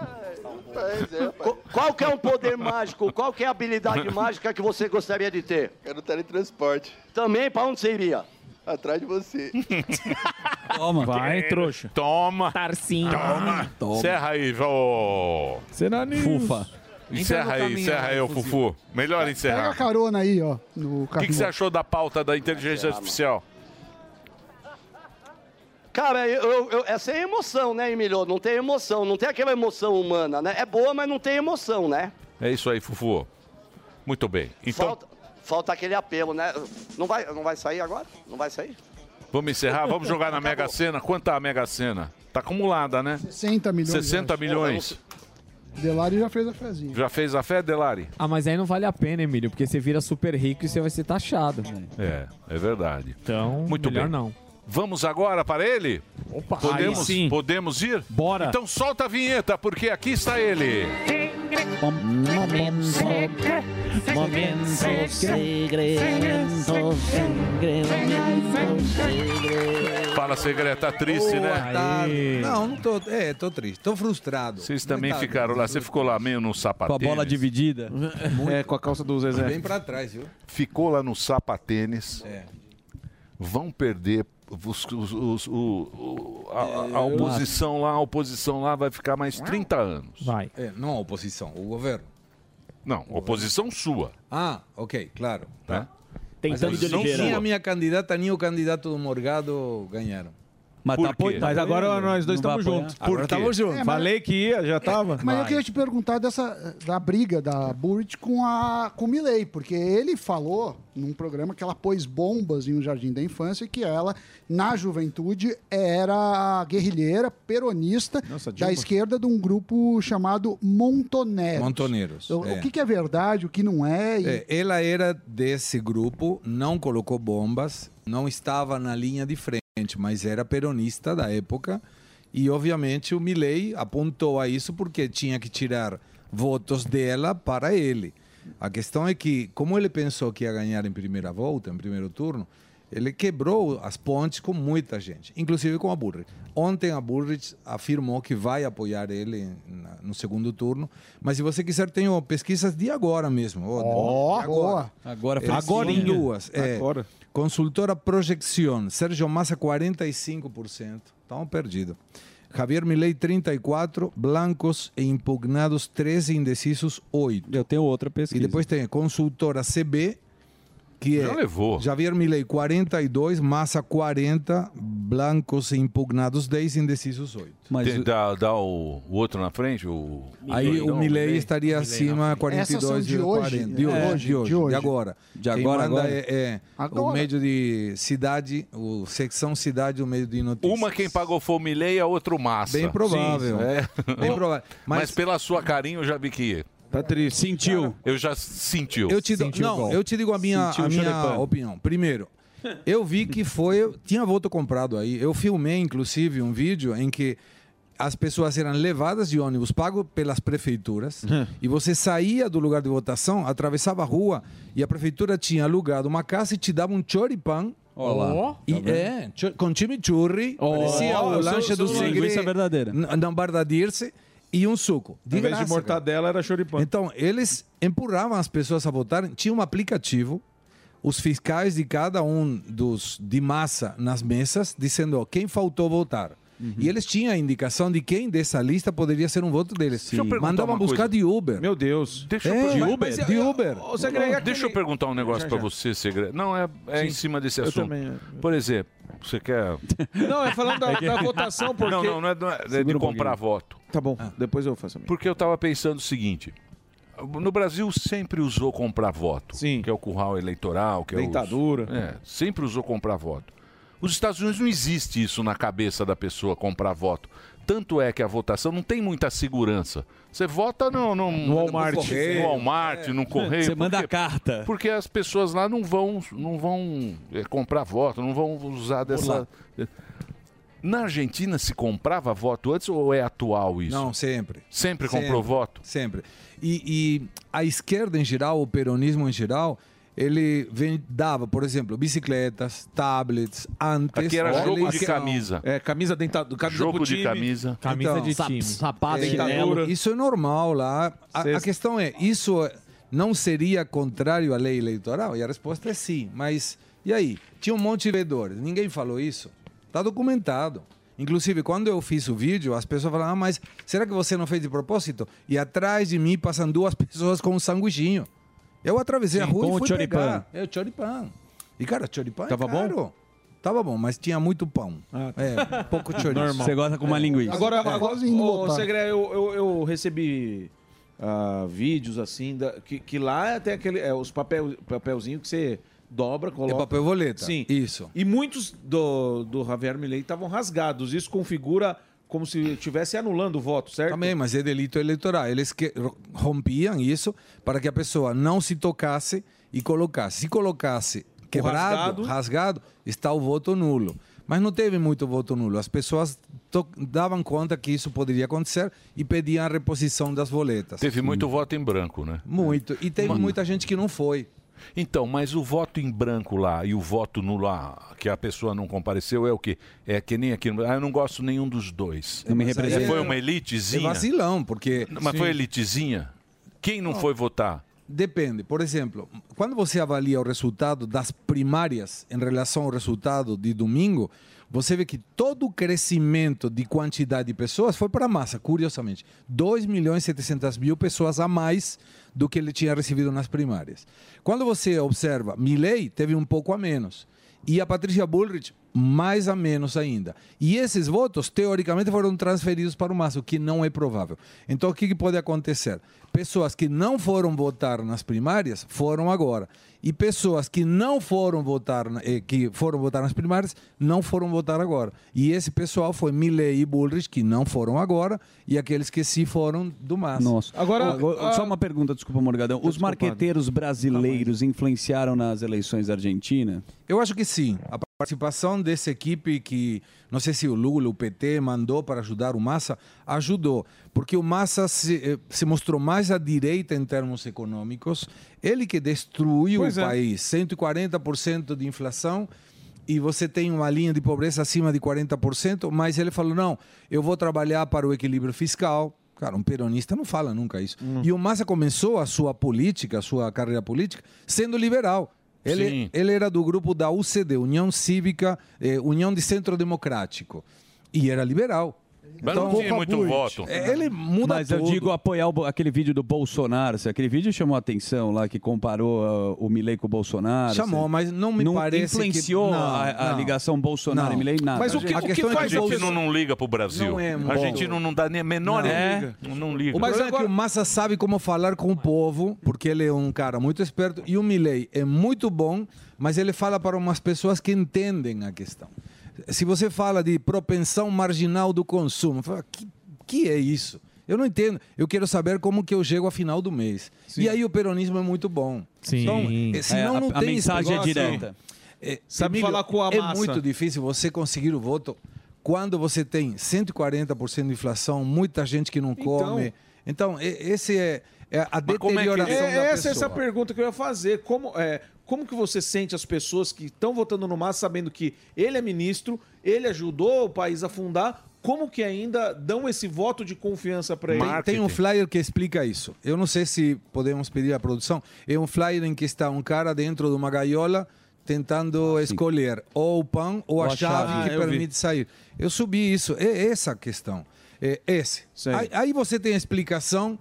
Malandro. Qual- Qual que é um poder mágico? Qual que é a habilidade mágica que você gostaria de ter? Quero É teletransporte. Também, pra onde você iria? Atrás de você. Toma. Vai, trouxa. Toma. Tarcinho. Toma. Toma. Encerra aí, vô. Seraninho. Fufa. Encerra Entra aí, no caminho, encerra aí, ô Fufu. Melhor Pega a encerrar. carona aí, ó. No O que, que você achou da pauta da inteligência artificial? Cara, eu, eu- eu- é sem emoção, né, Emilio? Não tem emoção, não tem aquela emoção humana, né? É boa, mas não tem emoção, né? É isso aí, Fufu. Muito bem. Então, Falta, falta aquele apelo, né? Não vai, não vai sair agora? Não vai sair? vamos encerrar. Vamos jogar na Mega Sena. Quanto tá a Mega Sena? Tá acumulada, né? 60 milhões. 60 milhões. Delari já fez a fezinha. Já fez a fé, Delari? Ah, mas aí não vale a pena, Emílio, porque você vira super rico e você vai ser taxado. É, é verdade. Então, Muito melhor bem. não. Vamos agora para ele? Opa, podemos, aí sim. podemos ir? Bora. Então solta a vinheta, porque aqui está ele. Momentos, momentos segredos, Fala, segredo, tá triste, né? Não, não tô. É, tô triste. Tô frustrado. Tá Vocês também ficaram lá, você ficou lá meio no sapatênis. dividida. É, com a calça do Bem pra trás, viu? Ficou lá no sapatênis. É. Vão perder os- os- os- o- o- a, É. a oposição lá, a oposição lá vai ficar mais 30 anos. Vai. É, não a oposição, o governo. Não, oposição sua. Ah, ok, claro. Tá? Mas eu- Nem a minha candidata, nem o candidato do Morgado ganharam. Mas, Por tá apo- quê? mas agora nós dois Não vai estamos apoiar? juntos. Agora estamos juntos. É, mas- Falei que ia, já tava. Mas é eu queria te perguntar dessa da briga da Burrit com a com o Milley, porque ele falou num programa que ela pôs bombas em um jardim da infância e que ela na juventude era guerrilheira peronista da Dilma. esquerda de um grupo chamado Montoneros. Montoneiros, Eu- é. O que, que é verdade, o que não é? e- É, ela era desse grupo, não colocou bombas, não estava na linha de frente, mas era peronista da época. E, obviamente, o Milley apontou a isso porque tinha que tirar votos dela para ele. A questão é que, como ele pensou que ia ganhar em primeira volta, em primeiro turno, ele quebrou as pontes com muita gente, inclusive com a Burrich. Ontem a Burrich afirmou que vai apoiar ele na- no segundo turno, mas se você quiser, tenho pesquisas de agora mesmo. Ó, de boa. Agora, fresquinha. Agora Agorinha. duas. É, Agora. Consultora Projeção, Sérgio Massa 45%, estão perdidos. Tá um Javier Milei 34, Blancos e impugnados 13, indecisos 8. Eu tenho outra pesquisa. E depois tem a Consultora CB, que Já é levou. Javier Milei 42, Massa 40, Blancos e impugnados 10, indecisos 8. Tem- dá, dá o, o outro na frente? O, Aí o doidão? Milley estaria acima 42 de de hoje? 40. De hoje, É, de hoje, de hoje. de agora. De Quem agora, manda agora. É, é o Agora. meio de cidade, o secção cidade, o meio de notícias. Uma quem pagou foi o Milley, a outra o Massa. Bem provável. Sim, é. Bem provável. Mas... Mas- pela sua carinha eu já vi que... Tá triste. Sentiu. Eu já sentiu. Eu te dou- não, eu te digo a minha, Sentiu a o minha chalepano. opinião. Primeiro, eu vi que foi. Tinha voto comprado aí. Eu filmei, inclusive, um vídeo em que as pessoas eram levadas de ônibus pago pelas prefeituras Hum. e você saía do lugar de votação, atravessava a rua e a prefeitura tinha alugado uma casa e te dava um choripan. Olá. Ó. E Tá vendo? é, cho- com chimichurri, Ó, parecia o o seu- lanche do sua segredo. linguiça verdadeira. Não, verdadeirse. E um suco. De Em vez de graça, cara. mortadela, era choripan. Então, eles empurravam as pessoas a votarem. Tinha um aplicativo, os fiscais de cada um dos de massa nas mesas, dizendo ó, quem faltou votar. Uhum. E eles tinham a indicação de quem dessa lista poderia ser um voto deles. eu perguntar Mandavam uma buscar coisa. Tá de Uber. Meu Deus. Deixa eu é, perguntar- de Uber? Mas, de ó, Uber. Ô, Segre, Deixa eu perguntar um negócio pra você, Segredo. Não, é, é em cima desse eu assunto. também, Por exemplo, você quer. Não, é falando da, da votação, porque. Não, não, não é, não é- é de Segura um comprar pouquinho. voto. Ah. Tá bom, depois eu faço a minha. Porque eu tava pensando o seguinte. No Brasil sempre usou comprar voto. Sim. Que é o curral eleitoral, que é os- Ditadura. É, sempre usou comprar voto. Os Estados Unidos não existe isso na cabeça da pessoa comprar voto. Tanto é que a votação não tem muita segurança. Você vota no, no, no Walmart. correio, no Walmart, É. no correio. Você por manda quê? carta. Porque as pessoas lá não vão, não vão é, comprar voto, não vão usar dessa. Na Argentina se comprava voto antes ou é atual isso? Não, sempre. Sempre comprou voto? Sempre. E, e a esquerda em geral, o peronismo em geral, ele vem- dava, por exemplo, bicicletas, tablets, antes... Aqui era jogo eleição. de camisa. É, camisa dentado, camisa Jogo pro de time. camisa. Então, Ditadura. Isso é normal lá. A, a Cês- questão é, isso é- não seria contrário à lei eleitoral? E a resposta é sim. Mas, e aí? Tinha um monte de vereadores. Ninguém falou isso. Está documentado. Inclusive, quando eu fiz o vídeo, as pessoas falaram, ah, mas será que você não fez de propósito? E atrás de mim passam duas pessoas com um sanguichinho. Eu atravessei a Sim, rua com e o fui choripan. pegar. É o choripan. E, cara, choripan Tava é bom? caro. bom? Tava bom, mas tinha muito pão. É, pouco chouriço. Normal. Você gosta com uma linguiça. Ah, tá. Agora, É. agora Igualzinho do ô, Botar. Segre, eu, eu, eu recebi ah, vídeos assim, da- que, que lá tem aquele, é, os papel, papelzinhos que você dobra, coloca. É papel boleta. Sim. Isso. E muitos do, do Javier Milei estavam rasgados. Isso configura como se estivesse anulando o voto, certo? Também, mas é delito eleitoral. Eles que ro- rompiam isso para que a pessoa não se tocasse e colocasse. Se colocasse quebrado, rasgado. rasgado, está o voto nulo. Mas não teve muito voto nulo. As pessoas to- davam conta que isso poderia acontecer e pediam a reposição das boletas. Hum. Teve muito voto em branco, né? Muito. E teve muita gente que não foi. Então, mas o voto em branco lá e o voto nulo lá, que a pessoa não compareceu, é o quê? É que nem aqui. no- Ah, eu não gosto nenhum dos dois. Não me Mas representa. aí Foi uma É elitezinha. vacilão, porque. Mas foi elitezinha? Quem não, Não. foi votar? Depende. Por exemplo, quando você avalia o resultado das primárias em relação ao resultado de domingo, você vê que todo o crescimento de quantidade de pessoas foi para a massa, curiosamente. 2 milhões e 700 mil pessoas a mais do que ele tinha recebido nas primárias. Quando você observa, Milley teve um pouco a menos. E a Patrícia Bullrich, mais a menos ainda. E esses votos, teoricamente, foram transferidos para o Massa, o que não é provável. Então, o que, que pode acontecer? Pessoas que não foram votar nas primárias foram agora. E pessoas que não foram votar, na- eh, que foram votar nas primárias não foram votar agora. E esse pessoal foi Milley e Bullrich, que não foram agora, e aqueles que se foram do Massa. Nossa. Agora, ah, só uma pergunta, desculpa, Morgadão. Os desculpado. marqueteiros brasileiros influenciaram nas eleições da Argentina? Eu acho que sim. A participação dessa equipe que, não sei se o Lula, o PT, mandou para ajudar o Massa, ajudou. Porque o Massa se, eh, se mostrou mais à direita em termos econômicos. Ele que destruiu Pois o é. país. 140% de inflação e você tem uma linha de pobreza acima de 40%, mas ele falou, não, eu vou trabalhar para o equilíbrio fiscal. Cara, um peronista não fala nunca isso. Hum. E o Massa começou a sua política, a sua carreira política, sendo liberal. Ele, Sim. ele era do grupo da UCD, União Cívica, eh, União de Centro Democrático. E era liberal. Mas não Então, tinha muito voto. É, Ele muda Mas eu tudo. digo apoiar o Bo- aquele vídeo do Bolsonaro. se Aquele vídeo chamou a atenção lá, que comparou ah, o Milei com o Bolsonaro. Chamou, se- mas não me parece que- influenciou Não, a, a não. ligação Bolsonaro Não. e Milei nada. Mas o que- A o que questão é A gente Bolsonaro- não, não liga pro Brasil. Não é um a gente não, não dá nem a menor Não. liga. Não, não um liga. O problema é que o Massa sabe como falar com o povo, porque ele é um cara muito esperto, e o Milley é muito bom, mas ele fala para umas pessoas que entendem a questão. Se você fala de propensão marginal do consumo, fala, que, que é isso? Eu não entendo. Eu quero saber como que eu chego ao final do mês. E aí o peronismo é muito bom. Sim. eh, senão É, a- não a tem esse mensagem é negócio. direta. É, Sabe falar com a é massa. muito difícil você conseguir o voto quando você tem 140% de inflação, muita gente que não come. Então, e- esse é, é a deterioração É, da essa pessoa. é essa pergunta que eu ia fazer. Como, é, como que você sente as pessoas que estão votando no Massa sabendo que ele é ministro, ele ajudou o país a fundar, como que ainda dão esse voto de confiança para ele? Tem, tem um flyer que explica isso. Eu não sei se podemos pedir à produção. É um flyer em que está um cara dentro de uma gaiola tentando Ah, escolher ou o pão ou, Ou a a chave, chave. que Ah, eu vi. permite sair. Eu subi isso. É essa a questão. É esse. Aí, aí você tem a explicação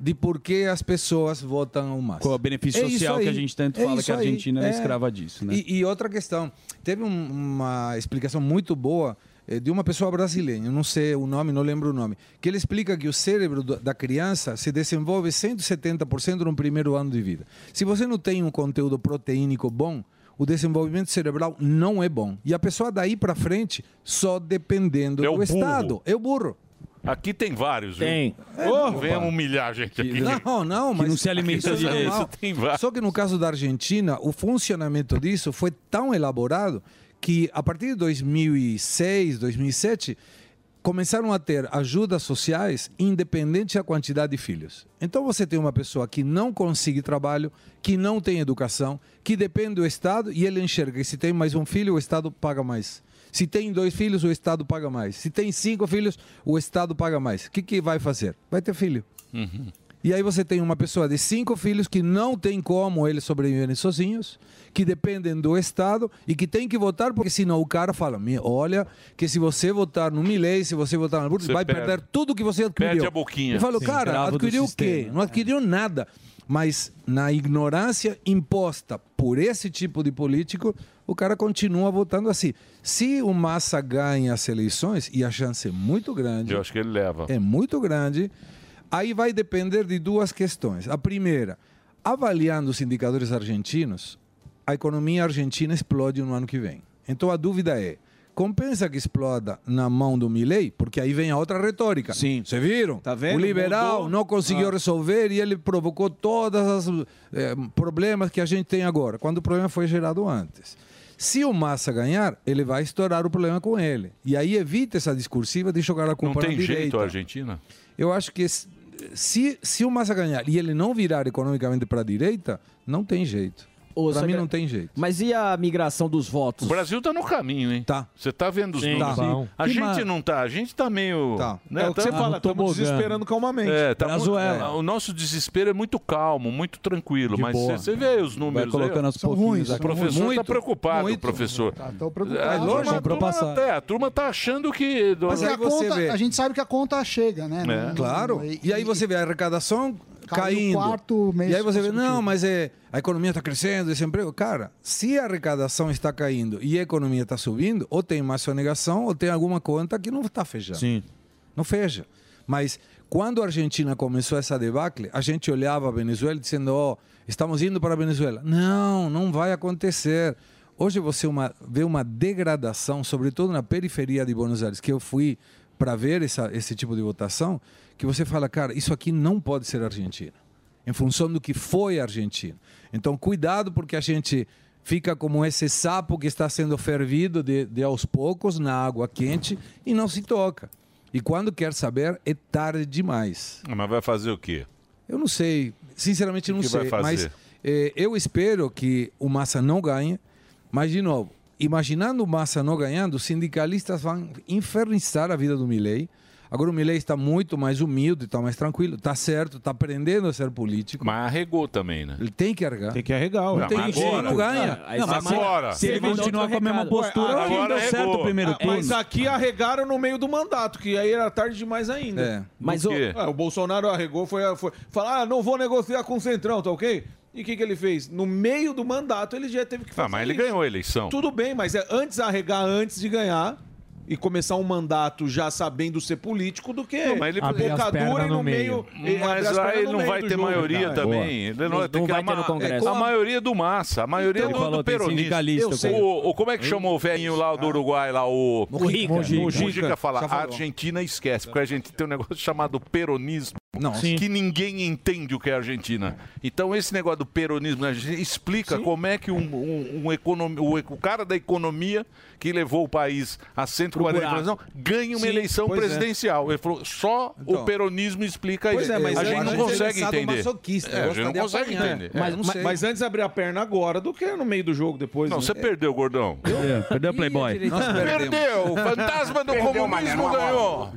de por que as pessoas votam ao máximo. Qual é o benefício isso social que a gente tanto fala que isso a Argentina é escrava disso, né? E- e outra questão, teve um- uma explicação muito boa eh, de uma pessoa brasileira, eu não sei o nome, não lembro o nome, que ele explica que o cérebro do- da criança se desenvolve 170% no primeiro ano de vida. Se você não tem um conteúdo proteínico bom, o desenvolvimento cerebral não é bom. E a pessoa daí para frente só dependendo É o do burro. estado. É o burro. Aqui tem vários, viu? Tem. É, Opa. não venha humilhar a gente aqui. Não, não, mas. Isso é normal. Isso tem vários. Só que no caso da Argentina, o funcionamento disso foi tão elaborado que a partir de 2006, 2007, começaram a ter ajudas sociais independente da quantidade de filhos. Então você tem uma pessoa que não consegue trabalho, que não tem educação, que depende do Estado e ele enxerga que se tem mais um filho, o Estado paga mais. Se tem dois filhos, o Estado paga mais. Se tem cinco filhos, o Estado paga mais. O que, que vai fazer? Vai ter filho. Uhum. E aí você tem uma pessoa de cinco filhos que não tem como eles sobreviverem sozinhos, que dependem do Estado e que tem que votar, porque senão o cara fala, "Me- olha, que se você votar no Milei, se você votar no Burgos, Você vai perde. perder tudo que você adquiriu. Perde a boquinha. Eu falo, Sim, cara, escravo do adquiriu o quê? sistema." é. Não adquiriu nada. Mas na ignorância imposta por esse tipo de político, o cara continua votando assim. Se o Massa ganha as eleições, e a chance é muito grande, Eu acho que ele leva. é muito grande. Aí vai depender de duas questões. A primeira, avaliando os indicadores argentinos, a economia argentina explode no ano que vem. Então a dúvida é compensa que exploda na mão do Milley, porque aí vem a outra retórica. Sim. Você viram? Tá vendo? O liberal Mudou. não conseguiu Ah. resolver e ele provocou todos os problemas que a gente tem agora, quando o problema foi gerado antes. Se o Massa ganhar, ele vai estourar o problema com ele. E aí evita essa discursiva de jogar a Não culpa na tem direita. jeito a Argentina? Eu acho que esse- se, se o Massa ganhar e ele não virar economicamente para a direita, não tem jeito. Ô, Para mim Sagra- não tem jeito. Mas e a migração dos votos? O Brasil tá no caminho, hein? Tá. Você tá vendo os Sim, números? tá. Sim. A Que gente mar- não tá, a gente tá meio. Tá. né, É o que você tá- fala, estamos tobogã. desesperando calmamente. É, tá muito- Brazuela. o nosso desespero é muito calmo, muito tranquilo, De mas boa. você vê os números. Vai colocando aí, ó. aos São pouquinhos ruins, O aqui. professor está Muito, preocupado, muito. professor. Estou Ah, É, Ah, A é preocupado. turma- mas- a turma, tá- a turma tá achando que. É. Mas é aí a, conta, a gente sabe que a conta chega, né? Não- É. Claro. E, aí você vê a arrecadação Caiu caindo. quarto mês e aí você vê, consecutivo. não, mas é, a economia está crescendo, desemprego. Cara, se a arrecadação está caindo e a economia está subindo, ou tem mais sonegação, ou tem alguma conta que não está fechando. Sim. Não fecha. Mas quando a Argentina começou essa debacle, a gente olhava a Venezuela dizendo, ó, estamos indo para a Venezuela. Não, não vai acontecer. Hoje você uma- vê uma degradação, sobretudo na periferia de Buenos Aires, que eu fui para ver essa- esse tipo de votação, que você fala, cara, isso aqui não pode ser Argentina, em função do que foi a Argentina. Então, cuidado, porque a gente fica como esse sapo que está sendo fervido de, de aos poucos na água quente e não se toca. E quando quer saber, é tarde demais. Mas vai fazer o quê? Eu não sei, sinceramente não que sei, vai fazer? mas eh, eu espero que o Massa não ganhe, mas de novo, imaginando o Massa não ganhando, os sindicalistas vão infernizar a vida do Milei. Agora o Milei está muito mais humilde, está mais tranquilo, está certo, está aprendendo a ser político. Mas arregou também, né? Ele tem que arregar. Tem que arregar. Não ué. tem Mas jeito, agora? não ganha. Aí você mas agora. se ele continuar com a mesma Ué, postura, aqui não deu certo o É, primeiro Ah, Mas turno. aqui arregaram no meio do mandato, que aí era tarde demais ainda. É. Mas o, o- quê? Ah, o Bolsonaro arregou, foi, foi falar, ah, não vou negociar com o Centrão, tá ok? E o que, que ele fez? No meio do mandato ele já teve que fazer Ah, mas ele isso. ganhou a eleição. Tudo bem, mas é antes arregar antes de ganhar e começar um mandato já sabendo ser político do que Não, mas ele- a Abrir as bocadura pernas e no no meio. meio. e abrir Mas as pernas no aí ele não meio vai do ter jogo. maioria Boa. também. Ele Não- tem não que- vai ter no ma- Congresso. É, A maioria do Massa, a maioria Então, do, falou, do tem peronista. sindicalista, Eu sei. O, o- como é que chamou o velhinho lá do Uruguai, lá, o Mujica. Mujica. Mujica fala, Já a falou. Argentina esquece, porque a gente tem um negócio chamado peronismo. Não. Sim. Que ninguém entende o que é a Argentina. Então, esse negócio do peronismo na Argentina explica como é que um, um- um economi- o, eco- o cara da economia que levou o país a 140 Pro anos, buraco. ganha uma Sim, eleição pois é. presidencial. Ele falou, só o Então. peronismo explica Pois isso. é, mas a gente antes não ele é consegue entender. sadomasoquista, É, a gosta gente não de consegue apanhar. entender. É, mas, mas antes abrir a perna agora do que no meio do jogo depois. Não, né? É, você perdeu, gordão. Perdeu o Playboy. Perdeu! O fantasma do comunismo ganhou!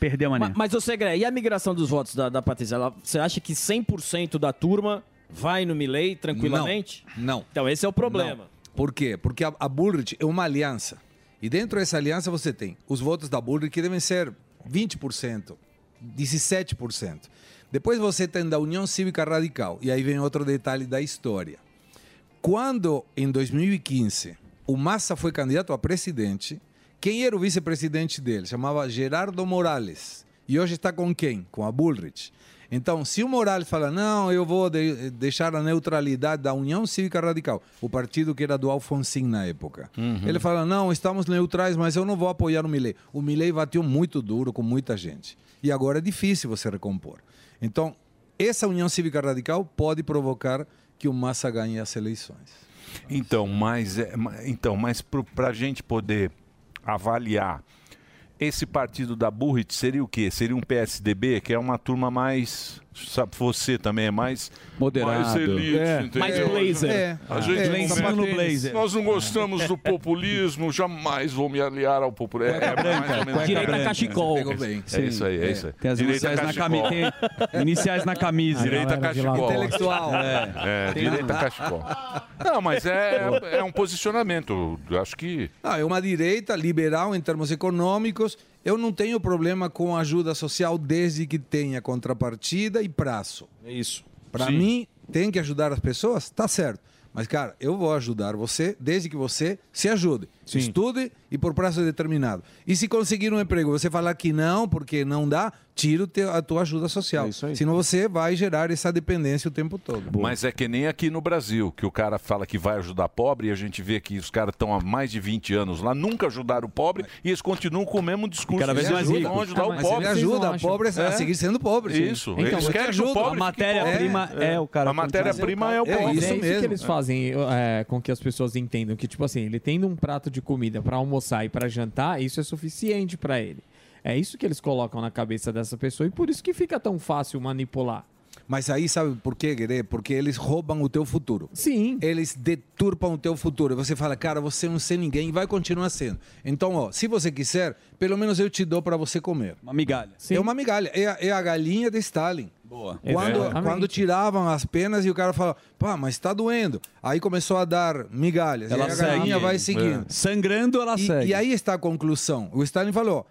Perdeu, mané. Ma- Mas, ô Segre, e a migração dos votos da, da Patrícia? Ela- Você acha que 100% da turma vai no Milley tranquilamente? Não. Então esse é o problema. Não. Por quê? Porque a, a Bullrich é uma aliança. E dentro dessa aliança você tem os votos da Bullrich que devem ser 20%, 17%. Depois você tem da União Cívica Radical. E aí vem outro detalhe da história. Quando, em 2015, o Massa foi candidato a presidente, quem era o vice-presidente dele? Chamava Gerardo Morales. E hoje está com quem? Com a Bullrich. Então, se o Morales fala, não, eu vou de- deixar a neutralidade da União Cívica Radical, o partido que era do Alfonsín na época. Uhum. Uhum. Ele fala, não, estamos neutrais, mas eu não vou apoiar o Milei. O Milei bateu muito duro com muita gente. E agora é difícil você recompor. Então, essa União Cívica Radical pode provocar que o Massa ganhe as eleições. Então, mas, é, ma- então, mas para a gente poder avaliar, esse partido da Burrit seria o quê? Seria um PSDB, que é uma turma mais. Sabe, você também é mais. Moderado. Mais elite, É. entendeu? Mais blazer. É. A É. gente É, não lencinho mete- no blazer. Nós não gostamos do populismo, jamais vou me aliar ao populismo. É, mais ou menos. É isso aí, é isso aí. Tem as Direita iniciais na cachecol. camisa. Tem iniciais na camisa. Direita cachecol. É, É. direita cachecol. Não, mas é, é um posicionamento. Eu Acho que. Ah, é uma direita liberal em termos econômicos. Eu não tenho problema com ajuda social desde que tenha contrapartida e prazo. É isso. Para Sim. mim, tem que ajudar as pessoas? Tá certo. Mas, cara, eu vou ajudar você desde que você se ajude. Estude e por prazo determinado. E se conseguir um emprego, você falar que não, porque não dá, tira o teu- a tua ajuda social. É Senão você vai gerar essa dependência o tempo todo. Mas é que nem aqui no Brasil, que o cara fala que vai ajudar pobre e a gente vê que os caras estão há mais de 20 anos lá, nunca ajudaram o pobre e eles continuam com o mesmo discurso. Cada vez Eles mais ajudam, ricos. Vão ajudar Ah, o mas eles pobre. É. ajudam Vocês não a pobre acham? a seguir sendo pobre, sim. Isso. Então, eles eu te querem que o ajudo. pobre A matéria-prima fique pobre. é o cara A matéria-prima é o pobre. É isso que eles fazem é, com que as pessoas entendam que, tipo assim, ele tendo um prato de comida pra almoçar e pra jantar, isso é suficiente pra ele. É isso que eles colocam na cabeça dessa pessoa e por isso que fica tão fácil manipular. Mas aí sabe por quê, Guerê? Porque eles roubam o teu futuro. Sim. Eles deturpam o teu futuro. Você fala, cara, você não ser ninguém e vai continuar sendo. Então, ó, se você quiser, pelo menos eu te dou para você comer. Uma migalha. É uma migalha. É, a- é a galinha de Stalin. Boa. Quando, quando tiravam as penas e o cara falava, pá, mas tá doendo. Aí começou a dar migalhas. Ela e aí a galinha segue. vai seguindo. É. Sangrando, ela e, segue. E aí está a conclusão. O Stalin falou: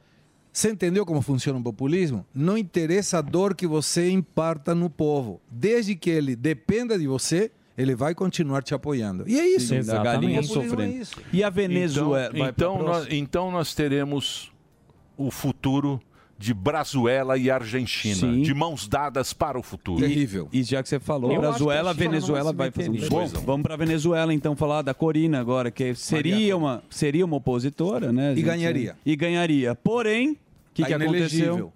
você entendeu como funciona o populismo? Não interessa a dor que você imparta no povo. Desde que ele dependa de você, ele vai continuar te apoiando. E é isso. Sim, da galinha O populismo sofrendo. é isso. E a Venezuela? Então, então, nós, então nós teremos o futuro de Brazuela e Argentina, de mãos dadas para o futuro. Terrível. E já que você falou, Eu acho Brazuela, que a China Venezuela não vai vai se fazer meter um nisso. Bom, Pois não. vamos para Venezuela então falar da Corina agora, que seria uma, seria uma opositora, né? gente? ganharia. E ganharia. Porém, o que, Tá que aconteceu? inelegível.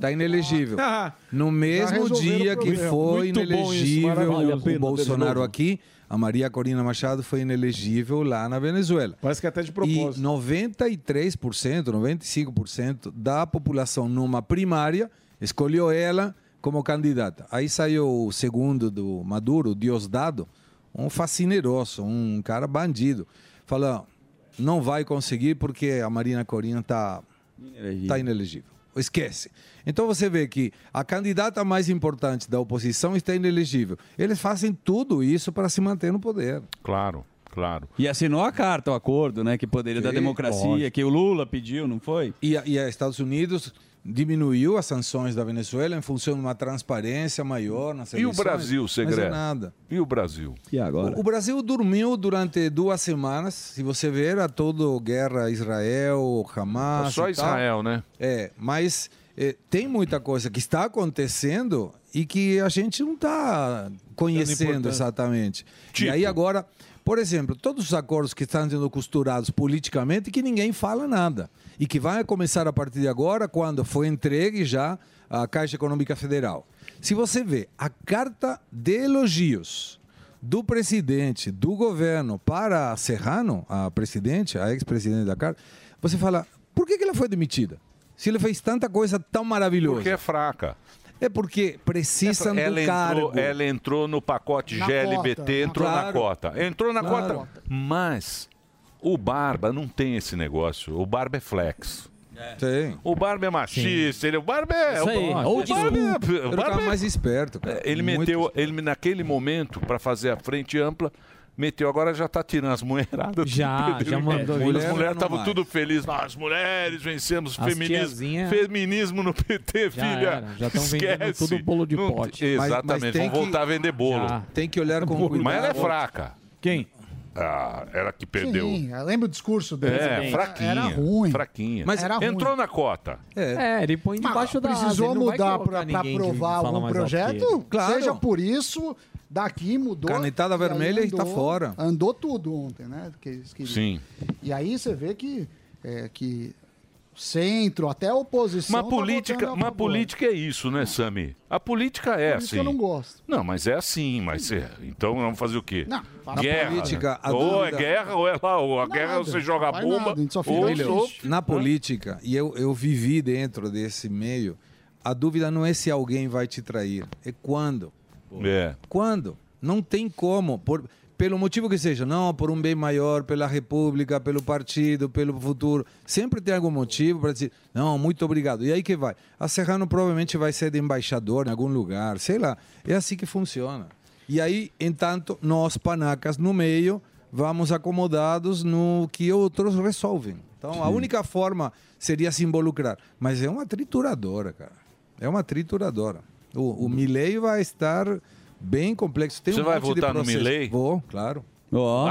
Tá inelegível. Ah. No Já mesmo resolveram dia o que problema. foi Muito bom isso, inelegível maravilhoso. o Bolsonaro aqui, a Maria Corina Machado foi inelegível lá na Venezuela. Parece que até de propósito. E 93%, 95% da população numa primária escolheu ela como candidata. Aí saiu o segundo do Maduro, Diosdado, um fascineroso, um cara bandido. Falando, não vai conseguir porque a Marina Corina tá está Está inelegível. Esquece. Então você vê que a candidata mais importante da oposição está inelegível. Eles fazem tudo isso para se manter no poder. Claro, claro. E assinou a carta, o acordo, né? Que poderia da Sim, democracia, lógico. que o Lula pediu, não foi? E, a- e a Estados Unidos diminuiu as sanções da Venezuela em função de uma transparência maior nas E o eleições. Brasil, Mas é segredo? nada. E o Brasil? E agora? O Brasil dormiu durante duas semanas. Se você ver, a todo guerra Israel, Hamas. Só Ah, e tal. Israel, né? É, mas é, tem muita coisa que está acontecendo e que a gente não está conhecendo importância. exatamente. E Tipo? aí agora, por exemplo, todos os acordos que estão sendo costurados politicamente que ninguém fala nada e que vai começar a partir de agora, quando foi entregue já a Caixa Econômica Federal. Se você vê a carta de elogios do presidente do governo para a Serrano, a presidente, a ex-presidente da Carta, você fala, por que, que ela foi demitida? Se ele fez tanta coisa tão maravilhosa. Porque é fraca. É porque precisa do Ela entrou, cargo. ela entrou no pacote Na GLBT, cota. entrou na Claro. cota. Entrou na Claro. cota. Mas o Barba não tem esse negócio. O Barba é flex. Tem. O Barba é machista, ele, o Barba é. Isso aí, o Barba, old o Barba é- school. Era o cara mais esperto, cara. Ele Muito meteu, ele naquele momento, para fazer a frente ampla, meteu. Agora já tá tirando as mulheradas. Já, Ah, tudo, já entendeu? mandou As isso. mulheres Mulher não estavam mais. tudo felizes. Nós, mulheres, vencemos As feminismo. tiazinha- Feminismo no Já PT, filha. era, já tão vendendo Esquece. tudo bolo de Não- pote. Mas- mas Exatamente, tem vão voltar que- a vender bolo. Já. Tem que olhar com Mas cuidado. ela é fraca. Quem? Ah, ela que perdeu. Sim, eu lembro o discurso dele. É, fraquinha. Era ruim. Fraquinha. Mas era ruim. entrou na cota. É, ele põe debaixo da asa, Precisou ele não vai mudar colocar para ninguém que aprovar fala algum mais alto que ele. projeto? Claro. Seja por isso, daqui mudou. Canetada e aí vermelha e andou- tá fora. Andou tudo ontem, né? Que- que- E aí você vê que, é, que centro, até a oposição. Mas tá política, votando a mas favor. política é isso, né, Sami? A política é Por isso assim. que eu não gosto. Não, mas é assim, mas é. Então vamos fazer o quê? Não, faz- guerra. Na política, a ou é dúvida- guerra ou é lá, ou a guerra você joga a bomba. ou Né? Emílio, sou- Na política, e eu, eu vivi dentro desse meio, a dúvida não é se alguém vai te trair, é quando. É. Quando? Não tem como. Por, pelo motivo que seja, não, por um bem maior, pela república, pelo partido, pelo futuro. Sempre tem algum motivo para dizer, não, muito obrigado. E aí que vai? A Serrano provavelmente vai ser de embaixador em algum lugar, sei lá. É assim que funciona. E aí, entanto, nós, panacas, no meio, vamos acomodados no que outros resolvem. Então, a Sim. única forma seria se involucrar. Mas é uma trituradora, cara. É uma trituradora. O, o Milei vai estar bem complexo. Tem Você um vai monte de votar no processo. Milei? Vou, claro.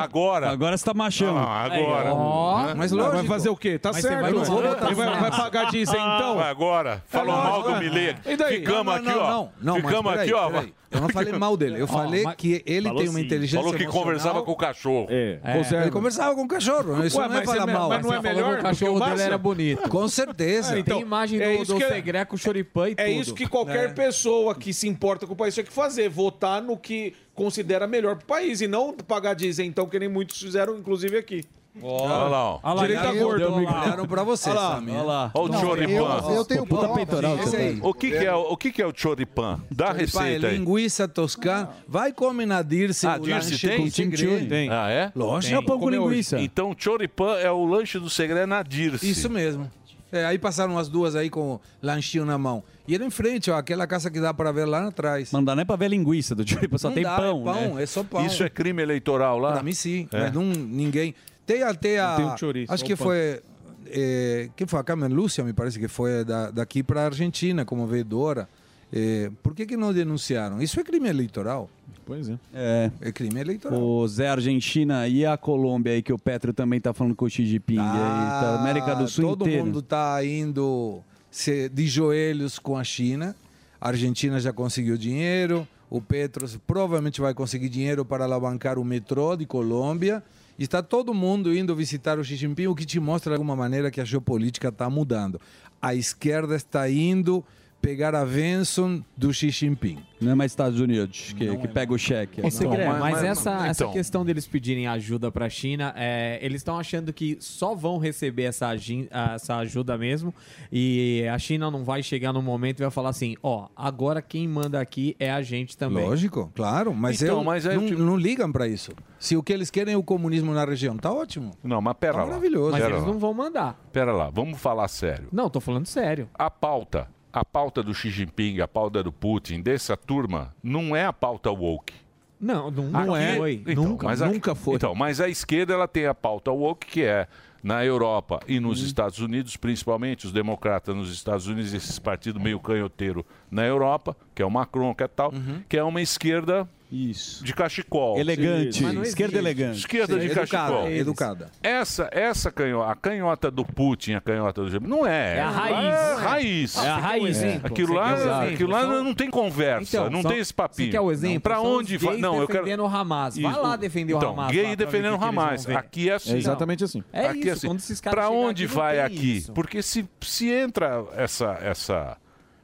Agora. Agora você tá machão. Ah, agora. Né? Mas lógico. Vai fazer o quê? Tá Mas você certo. vai Vai, botar- vai, vai pagar de Então, isentão? Vai agora. Falou Ah, mal do Milei. E daí? Ficamos Não, não, aqui, ó. não, não, mas Ficamos peraí, aqui, ó. peraí. Eu não falei mal dele, eu falei mas- que ele falou tem uma sim. inteligência Falou que emocional. conversava com o cachorro. É. Ele conversava com o cachorro. Isso Ué, não é mas falar você- mal. mas não é Você falou melhor que o cachorro Porque dele Márcio- era bonito. Com certeza. Ah, então, Tem é imagem do- do Segré com choripã e É tudo. isso que É. qualquer pessoa que se importa com o país tem que fazer, votar no que considera melhor pro país e não pagar de isentão, que nem muitos fizeram, inclusive aqui. Olha lá, ó. Direita gorda. Olharam pra você, Olha lá, Samir. olha Olha o choripan. eu tenho um Puta prova, peitoral gente. Esse aí. O que, que é, o o que, que é o choripan? Dá a Choripan é receita aí. linguiça toscana. Ah. Vai come na Dirce. Ah, o Dirce lanche tem? com tigre. Ah, é? Lógico. É o pão com Comeu hoje. linguiça. Então, choripan é o lanche do segredo na Dirce. Isso mesmo. É, aí passaram as duas aí com o lanchinho na mão. E era em frente, ó, aquela casa que dá pra ver lá atrás. Não dá nem pra ver linguiça do tipo, só Não tem dá, pão. é pão, né? é só pão. Isso é crime eleitoral lá? Pra mim sim, É. mas não, ninguém. Tem até a. Não tem um chouriço, acho que opa. foi. eh, quem foi? A Carmen Lúcia, me parece que foi da, daqui para a Argentina como veedora. Eh, por que, que não denunciaram? Isso é crime eleitoral. Pois é. É. É crime eleitoral. O Zé Argentina e a Colômbia aí, que o Petro também tá falando com o Xi Jinping. aí, tá América do Sul Ah, todo inteiro. mundo está indo se- de joelhos com a China. A Argentina já conseguiu dinheiro. O Petros provavelmente vai conseguir dinheiro para alavancar o metrô de Colômbia. E Está todo mundo indo visitar o Xi Jinping, o que te mostra de alguma maneira que a geopolítica está mudando. A esquerda está indo pegar a Venson do Xi Jinping. é Não é mais Estados Unidos que, que pega o cheque. Ô, Segré, É mas, é essa, essa Então. questão deles pedirem ajuda para a China, é, eles estão achando que só vão receber essa, agin- ah, essa ajuda mesmo e a China não vai chegar no momento e vai falar assim, ó, agora quem manda aqui é a gente também. Lógico, claro, mas, Então, eu, mas aí não, eu te- não ligam para isso. Se o que eles querem é o comunismo na região, tá ótimo. Não, mas pera Tá lá. maravilhoso. Mas Pera eles lá. não vão mandar. Pera lá, vamos falar sério. Não, tô falando sério. A pauta, a pauta do Xi Jinping, a pauta do Putin, dessa turma, não é a pauta woke. Não, não, não Aqui- é. Então, nunca, mas a- nunca foi. Então, mas a esquerda ela tem a pauta woke que é na Europa e Uhum. nos Estados Unidos, principalmente os democratas nos Estados Unidos, esses partidos meio canhoteiro na Europa, que é o Macron, que é tal, Uhum. que é uma esquerda de cachecol. Elegante, Mas não esquerda existe. elegante. Esquerda Sim, de educada, cachecol. é educada. Essa, essa canhota, a canhota do Putin, a canhota do... Não é. É a raiz. É a raiz. É a raiz. É. Aquilo lá, Exato. aquilo lá São- não tem conversa, Então, não são- tem esse papinho. Você quer o exemplo? Pra São onde... os vai- gays Não, eu quero... defendendo o Hamas. Vai Isso. lá defender então, o Hamas. lá Gay pra defendendo ver o o que que eles Hamas. vão ver. Aqui é assim. É exatamente assim. É aqui isso, quando esses caras Pra chegarem onde aqui, não vai tem aqui? isso. Porque se, se entra essa... essa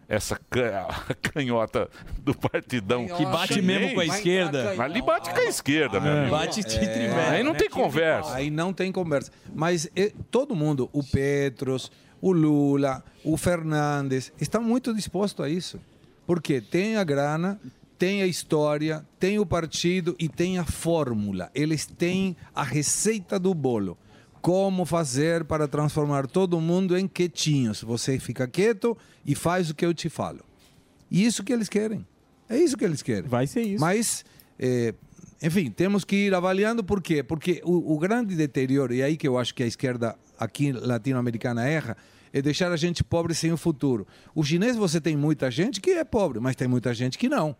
essa ca- canhota do partidão Que bate mesmo com a Vai esquerda. entrar canhota. ali bate com a esquerda meu amigo. Bate titre É, né? aí não tem conversa Aí não tem conversa. Mas eh, todo mundo, o Petros, o Lula, o Fernandes, está muito disposto a isso. Porque tem a grana, tem a história, tem o partido e tem a fórmula. Eles têm a receita do bolo. Como fazer para transformar todo mundo em quietinhos? Você fica quieto e faz o que eu te falo. E isso que eles querem. É isso que eles querem. Vai ser isso. Mas, eh, enfim, temos que ir avaliando por quê? Porque o, o grande deterioro, e é aí que eu acho que a esquerda aqui latino-americana erra, é deixar a gente pobre sem o futuro. O chinês, você tem muita gente que é pobre, mas tem muita gente que não.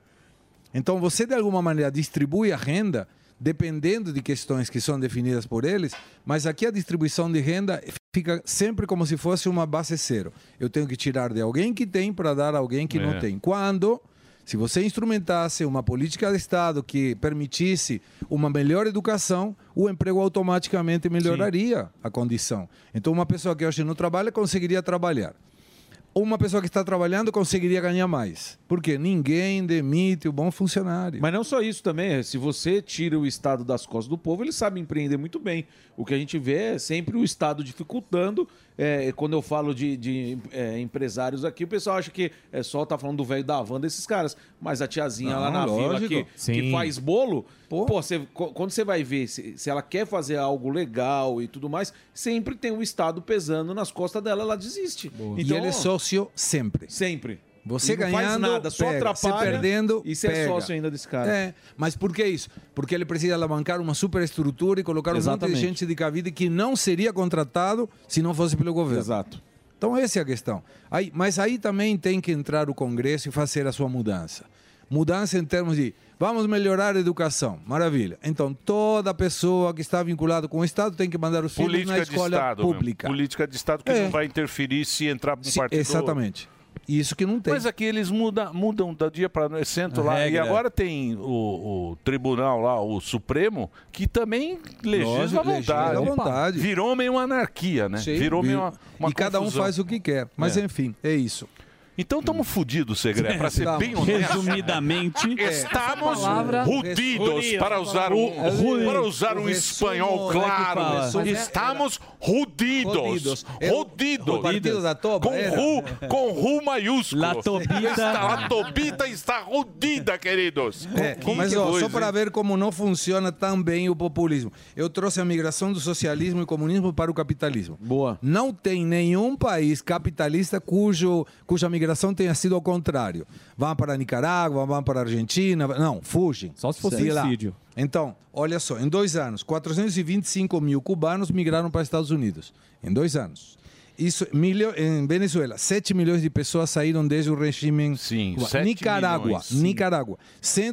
Então, você, de alguma maneira, distribui a renda dependendo de questões que são definidas por eles, mas aqui a distribuição de renda fica sempre como se fosse uma base zero. Eu tenho que tirar de alguém que tem para dar a alguém que É. não tem. Quando, se você instrumentasse uma política de Estado que permitisse uma melhor educação, o emprego automaticamente melhoraria a condição. Então, uma pessoa que hoje não trabalha conseguiria trabalhar uma pessoa que está trabalhando conseguiria ganhar mais. Porque ninguém demite o bom funcionário. Mas não só isso também, é, se você tira o Estado das costas do povo, ele sabe empreender muito bem. O que a gente vê é sempre o Estado dificultando. É, quando eu falo de, de, é, empresários aqui, o pessoal acha que é só tá falando do velho da van desses caras. Mas a tiazinha lá na Não, vila lógico. que, que Sim. faz bolo, pô, você- co- quando você vai ver se, se ela quer fazer algo legal e tudo mais, sempre tem o Estado pesando nas costas dela, ela desiste. e ele é sócio sempre. Então, Sempre. Você E não ganhando, faz nada, só pega. atrapalha Você perdendo, e você é sócio ainda desse cara. É, mas por que isso? Porque ele precisa alavancar uma superestrutura e colocar um monte de Exatamente. gente de cabide que não seria contratado se não fosse pelo governo. Exato. Então essa é a questão. Aí, mas aí também tem que entrar o Congresso e fazer a sua mudança. Mudança em termos de vamos melhorar a educação. Maravilha. Então, toda pessoa que está vinculada com o Estado tem que mandar os filhos Política na de escola Estado. meu. pública. Política de Estado que É. não vai interferir se entrar para um Se- partido. ou Exatamente. Isso que não tem. Mas aqui eles muda- mudam da dia para noite, sento lá. regra. E agora tem o, o tribunal lá, o Supremo, que também legisla Lógico, à vontade. legisla à vontade. Virou meio uma anarquia, né? Sim. Virou meio uma, uma E cada um confusão. faz o que quer. Mas, enfim, é isso. Hum. Então estamos fodidos, Segre, para ser Estamos. bem honesto. Resumidamente, é. estamos Essa palavra- rudidos, Rudidos, para usar o- um, É, Rudidos. para usar O um resumo espanhol é que fala. claro. Mas é- Estamos rudidos. Rudidos. Rudidos. É o- o partido da toba, com, era? ru, com ru maiúsculo. La Tobita. Está, a Tobita está rudida, queridos. É, Que mas ó, coisa, só para hein? ver como não funciona tão bem o populismo. Eu trouxe a migração do socialismo e comunismo para o capitalismo. Boa. Não tem nenhum país capitalista cujo, cuja migração tenha sido ao contrário. Vão para Nicarágua, vão para Argentina, não, fugem. Só se fosse suicídio. Então, olha só, em dois anos, 425 mil cubanos migraram para os Estados Unidos. Em dois anos. Isso, milho, em Venezuela, 7 milhões de pessoas saíram desde o regime Sim, sete Nicarágua, milhões, sim. Nicarágua,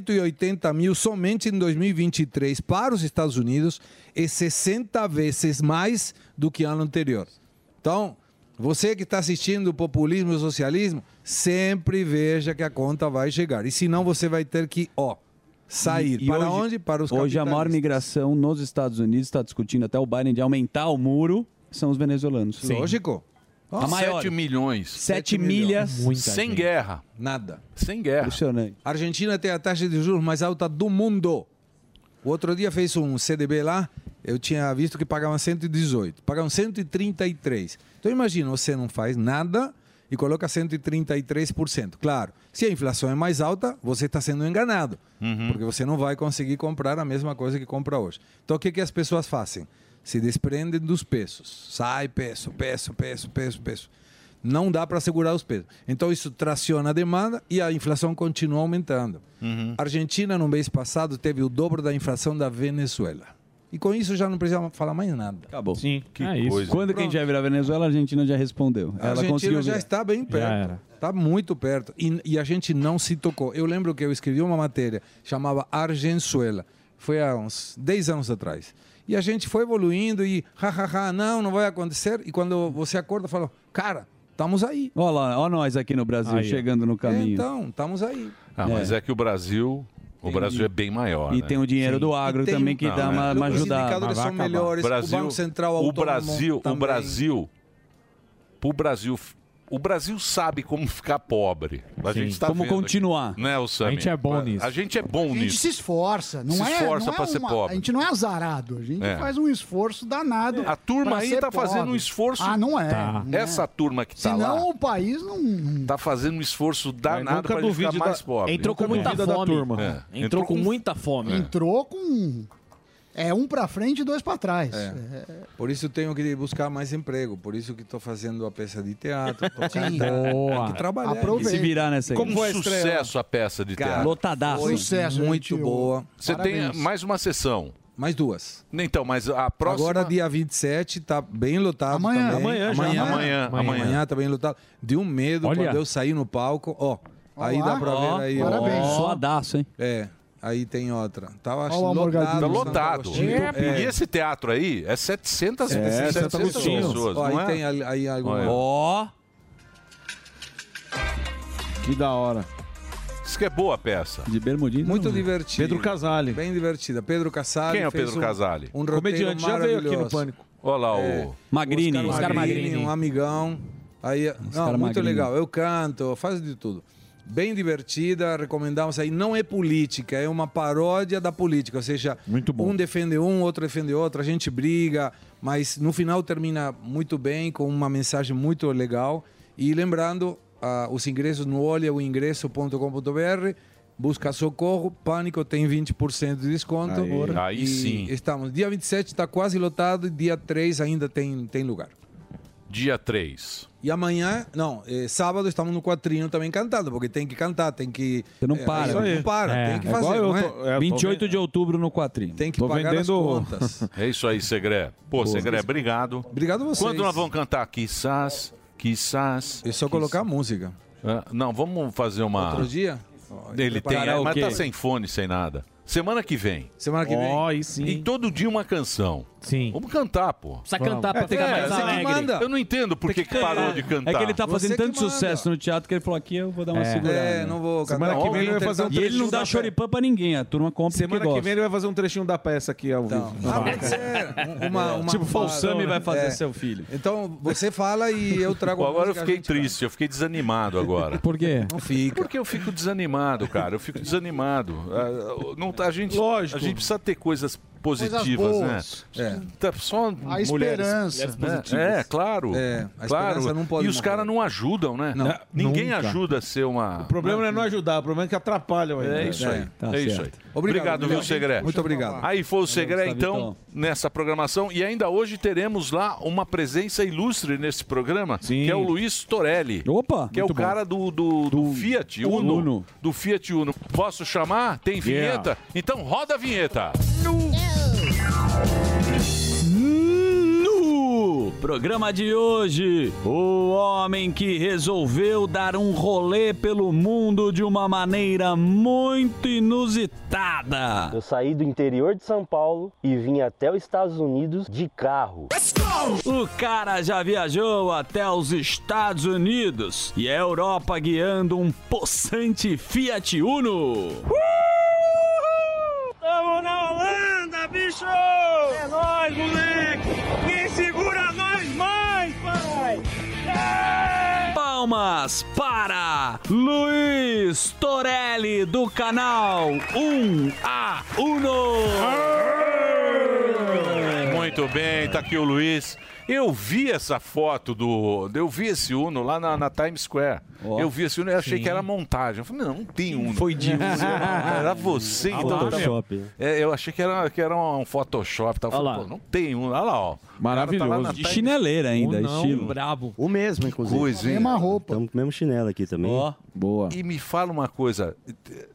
180 mil somente em 2023 para os Estados Unidos e 60 vezes mais do que ano anterior. Então, você que está assistindo o populismo e o socialismo, sempre veja que a conta vai chegar. E senão você vai ter que, ó, sair. E- e para hoje- onde? Para os Hoje a maior capitalistas. migração nos Estados Unidos está discutindo até o Biden de aumentar o muro são os venezuelanos. Lógico. A maior. 7 milhões. Sete milhas. Muita Sem gente. guerra. Nada. Sem guerra. Impressionante. A Argentina tem a taxa de juros mais alta do mundo. O outro dia fez um CDB lá, eu tinha visto que pagavam 118, pagavam 133. Então imagina, você não faz nada e coloca 133%. Claro, se a inflação é mais alta, você está sendo enganado, porque você não vai conseguir comprar a mesma coisa que compra hoje. Então o que, que as pessoas fazem? Se desprendem dos pesos. Sai peso, peso, peso, peso, peso. Não dá para segurar os pesos. Então isso traciona a demanda e a inflação continua aumentando. A Argentina, no mês passado, teve o dobro da inflação da Venezuela. E com isso já não precisa falar mais nada. Acabou. Sim, que coisa. Quando que a gente vai virar Venezuela, a Argentina já respondeu. A Ela conseguiu Argentina já virar. está bem perto. Está muito perto. E, e a gente não se tocou. Eu lembro que eu escrevi uma matéria, chamava Argenzuela. Foi há uns 10 anos atrás. E a gente foi evoluindo e, hahaha, não, não vai acontecer. E quando você acorda, fala, cara, estamos aí. Olha lá, olha nós aqui no Brasil Aí, ó. chegando no caminho. Então, estamos aí. Ah, mas é que o Brasil. O Brasil é bem maior. um E né? tem o dinheiro do agro tem- também que Não, dá né? uma, uma ajudada. Mas vai acabar. melhores, o Brasil, Banco Central o autônomo Brasil, o também. Brasil, o Brasil, o Brasil sabe como ficar pobre. A Sim. gente tá Como vendo aqui. continuar. né, o Sammy? A gente é bom nisso. A gente é bom A gente nisso. se esforça, não Se é? não esforça é pra ser uma- pobre. A gente não é azarado, a gente É. faz um esforço danado. A turma pra aí ser tá fazendo pobre. um esforço. Ah, não é. Tá. não é. Essa turma que tá Senão lá o país não. tá fazendo um esforço danado nunca para ele ficar duvide da- mais pobre. Entrou com muita duvida da fome. turma. É. Entrou com muita fome. Entrou com. É um pra frente e dois pra trás. É. É. Por isso tenho que buscar mais emprego. Por isso que estou fazendo a peça de teatro. Tô Sim. cantando. Boa. Tem que trabalhar. Aproveita. E se virar nessa aí. Como Como foi foi a estreia? Um sucesso a peça de Cara, teatro. lotadaço. Foi Sucesso, muito gente. boa. Você Parabéns. tem mais uma sessão. Mais duas. Então, mas a próxima... Agora, dia 27, tá bem lotado Amanhã. também. Amanhã já. amanhã, Amanhã, amanhã. Amanhã tá bem lotado. Deu um medo Olha. quando eu saí no palco. Ó, aí lá. dá pra Ó, ver aí. parabéns. Ó. Suadaço, hein? É, aí tem outra. Tava Olha lá, lotado. Tá Santo lotado. Agostinho. É. E esse teatro aí é 700, É, pessoas, 700 pessoas. Ó, não aí é? tem ali- aí alguma- Olha. Ó. Que da hora. Isso que é boa a peça. De Bermudinho. Muito divertido. Pedro Casale. Bem divertida. Pedro Casale. Quem é o fez Pedro um, Casale? Um roteiro Comediante, já veio aqui no maravilhoso. É. Pânico. Olha lá o... Magrini. Oscar Oscar Magrini, Magrini. um amigão. Aí, não, muito Magrini. legal. Eu canto, faz de tudo. Bem divertida, recomendamos aí. Não é política, é uma paródia da política. Ou seja, um defende um, outro defende outro, a gente briga, mas no final termina muito bem, com uma mensagem muito legal. E lembrando, ah, os ingressos no olhaoingresso.com.br, busca socorro, pânico tem 20% de desconto. Aí. Aí E sim. Estamos. Dia 27 está tá quase lotado e dia 3 ainda tem, tem lugar. Dia 3. E amanhã, não, eh, sábado estamos no quadrinho também cantando, porque tem que cantar, tem que. eh, Você Não para. É, não para, tem que fazer. igual não eu é? tô- é, eu tô 28 de outubro no Quatrinho. Tem que pagar as contas. É isso aí, Segré. Pô, Segré, obrigado. Obrigado a vocês. Quando nós vamos cantar? Quizás, quizás... É só colocar a música. Ah, Não, vamos fazer uma... Outro dia? Ele tem, Preparar o mas quê? tá sem fone, sem nada. Semana que vem. Semana que vem. Ó, e sim. E todo dia uma canção. Sim. Vamos cantar, pô. Precisa cantar pra ficar mais alegre. Eu não entendo por que, que parou de cantar. É que ele tá fazendo tanto sucesso no teatro que ele falou aqui, eu vou dar uma segurada. É. É, Semana que vem ele vai fazer um né? E ele não dá choripã pra ninguém, a turma compra Semana porque que gosta. Então, vem ele vai fazer um trechinho da peça aqui ao vivo. Ah, é, um, É. uma- uma- Tipo, Falsame vai fazer seu filho. né? Então, você fala e eu trago Pô, agora eu música, fiquei a gente- triste, eu fiquei desanimado agora. Por quê? Não fica. Porque eu fico desanimado, cara. Eu fico desanimado. Ah, Não, tá- a, gente, Lógico. a gente precisa ter coisas positivas, boas. né? Tá só mulheres, esperança. né? Positivas. É, claro. É, a claro. esperança não pode e os morrer. caras não ajudam, né? Não, Ninguém nunca. ajuda a ser uma. O problema não é não ajudar, o problema é que atrapalham aí. É isso aí. tá É, isso aí. Obrigado, viu, Segré? Muito obrigado. Aí foi o Segré, Gustavo, então, então. nessa programação. E ainda hoje teremos lá uma presença ilustre nesse programa, que é o Luiz Torelli. Opa! Que é o muito bom. cara do, do, do Fiat Uno, Uno. Do Fiat Uno. Posso chamar? Tem vinheta? Yeah. Então roda a vinheta. No programa de hoje, o homem que resolveu dar um rolê pelo mundo de uma maneira muito inusitada. Eu saí do interior de São Paulo e vim até os Estados Unidos de carro. O cara já viajou até os Estados Unidos e a Europa guiando um possante Fiat Uno. Tamo na Holanda, bicho! É nóis, moleque! Quem segura nós mais, pai! Palmas para Luiz Torelli do canal 1A Uno. Muito bem, tá aqui o Luiz. Eu vi essa foto do. Eu vi esse Uno lá na, na Times Square. eu vi esse Uno e achei sim. que era montagem. Eu falei, não, não tem Uno. Foi de Uno. era você, então. tá Photoshop. mesmo. É, eu achei que era, que era um Photoshop. Tava Olha falando, lá. pô, não tem Uno. Olha lá, ó. Maravilhoso. De chineleira ainda, Unão, estilo. Brabo. O mesmo, inclusive. É Coisinha. Mesma roupa. Estamos com o mesmo chinelo aqui também. Ó. Boa. E me fala uma coisa.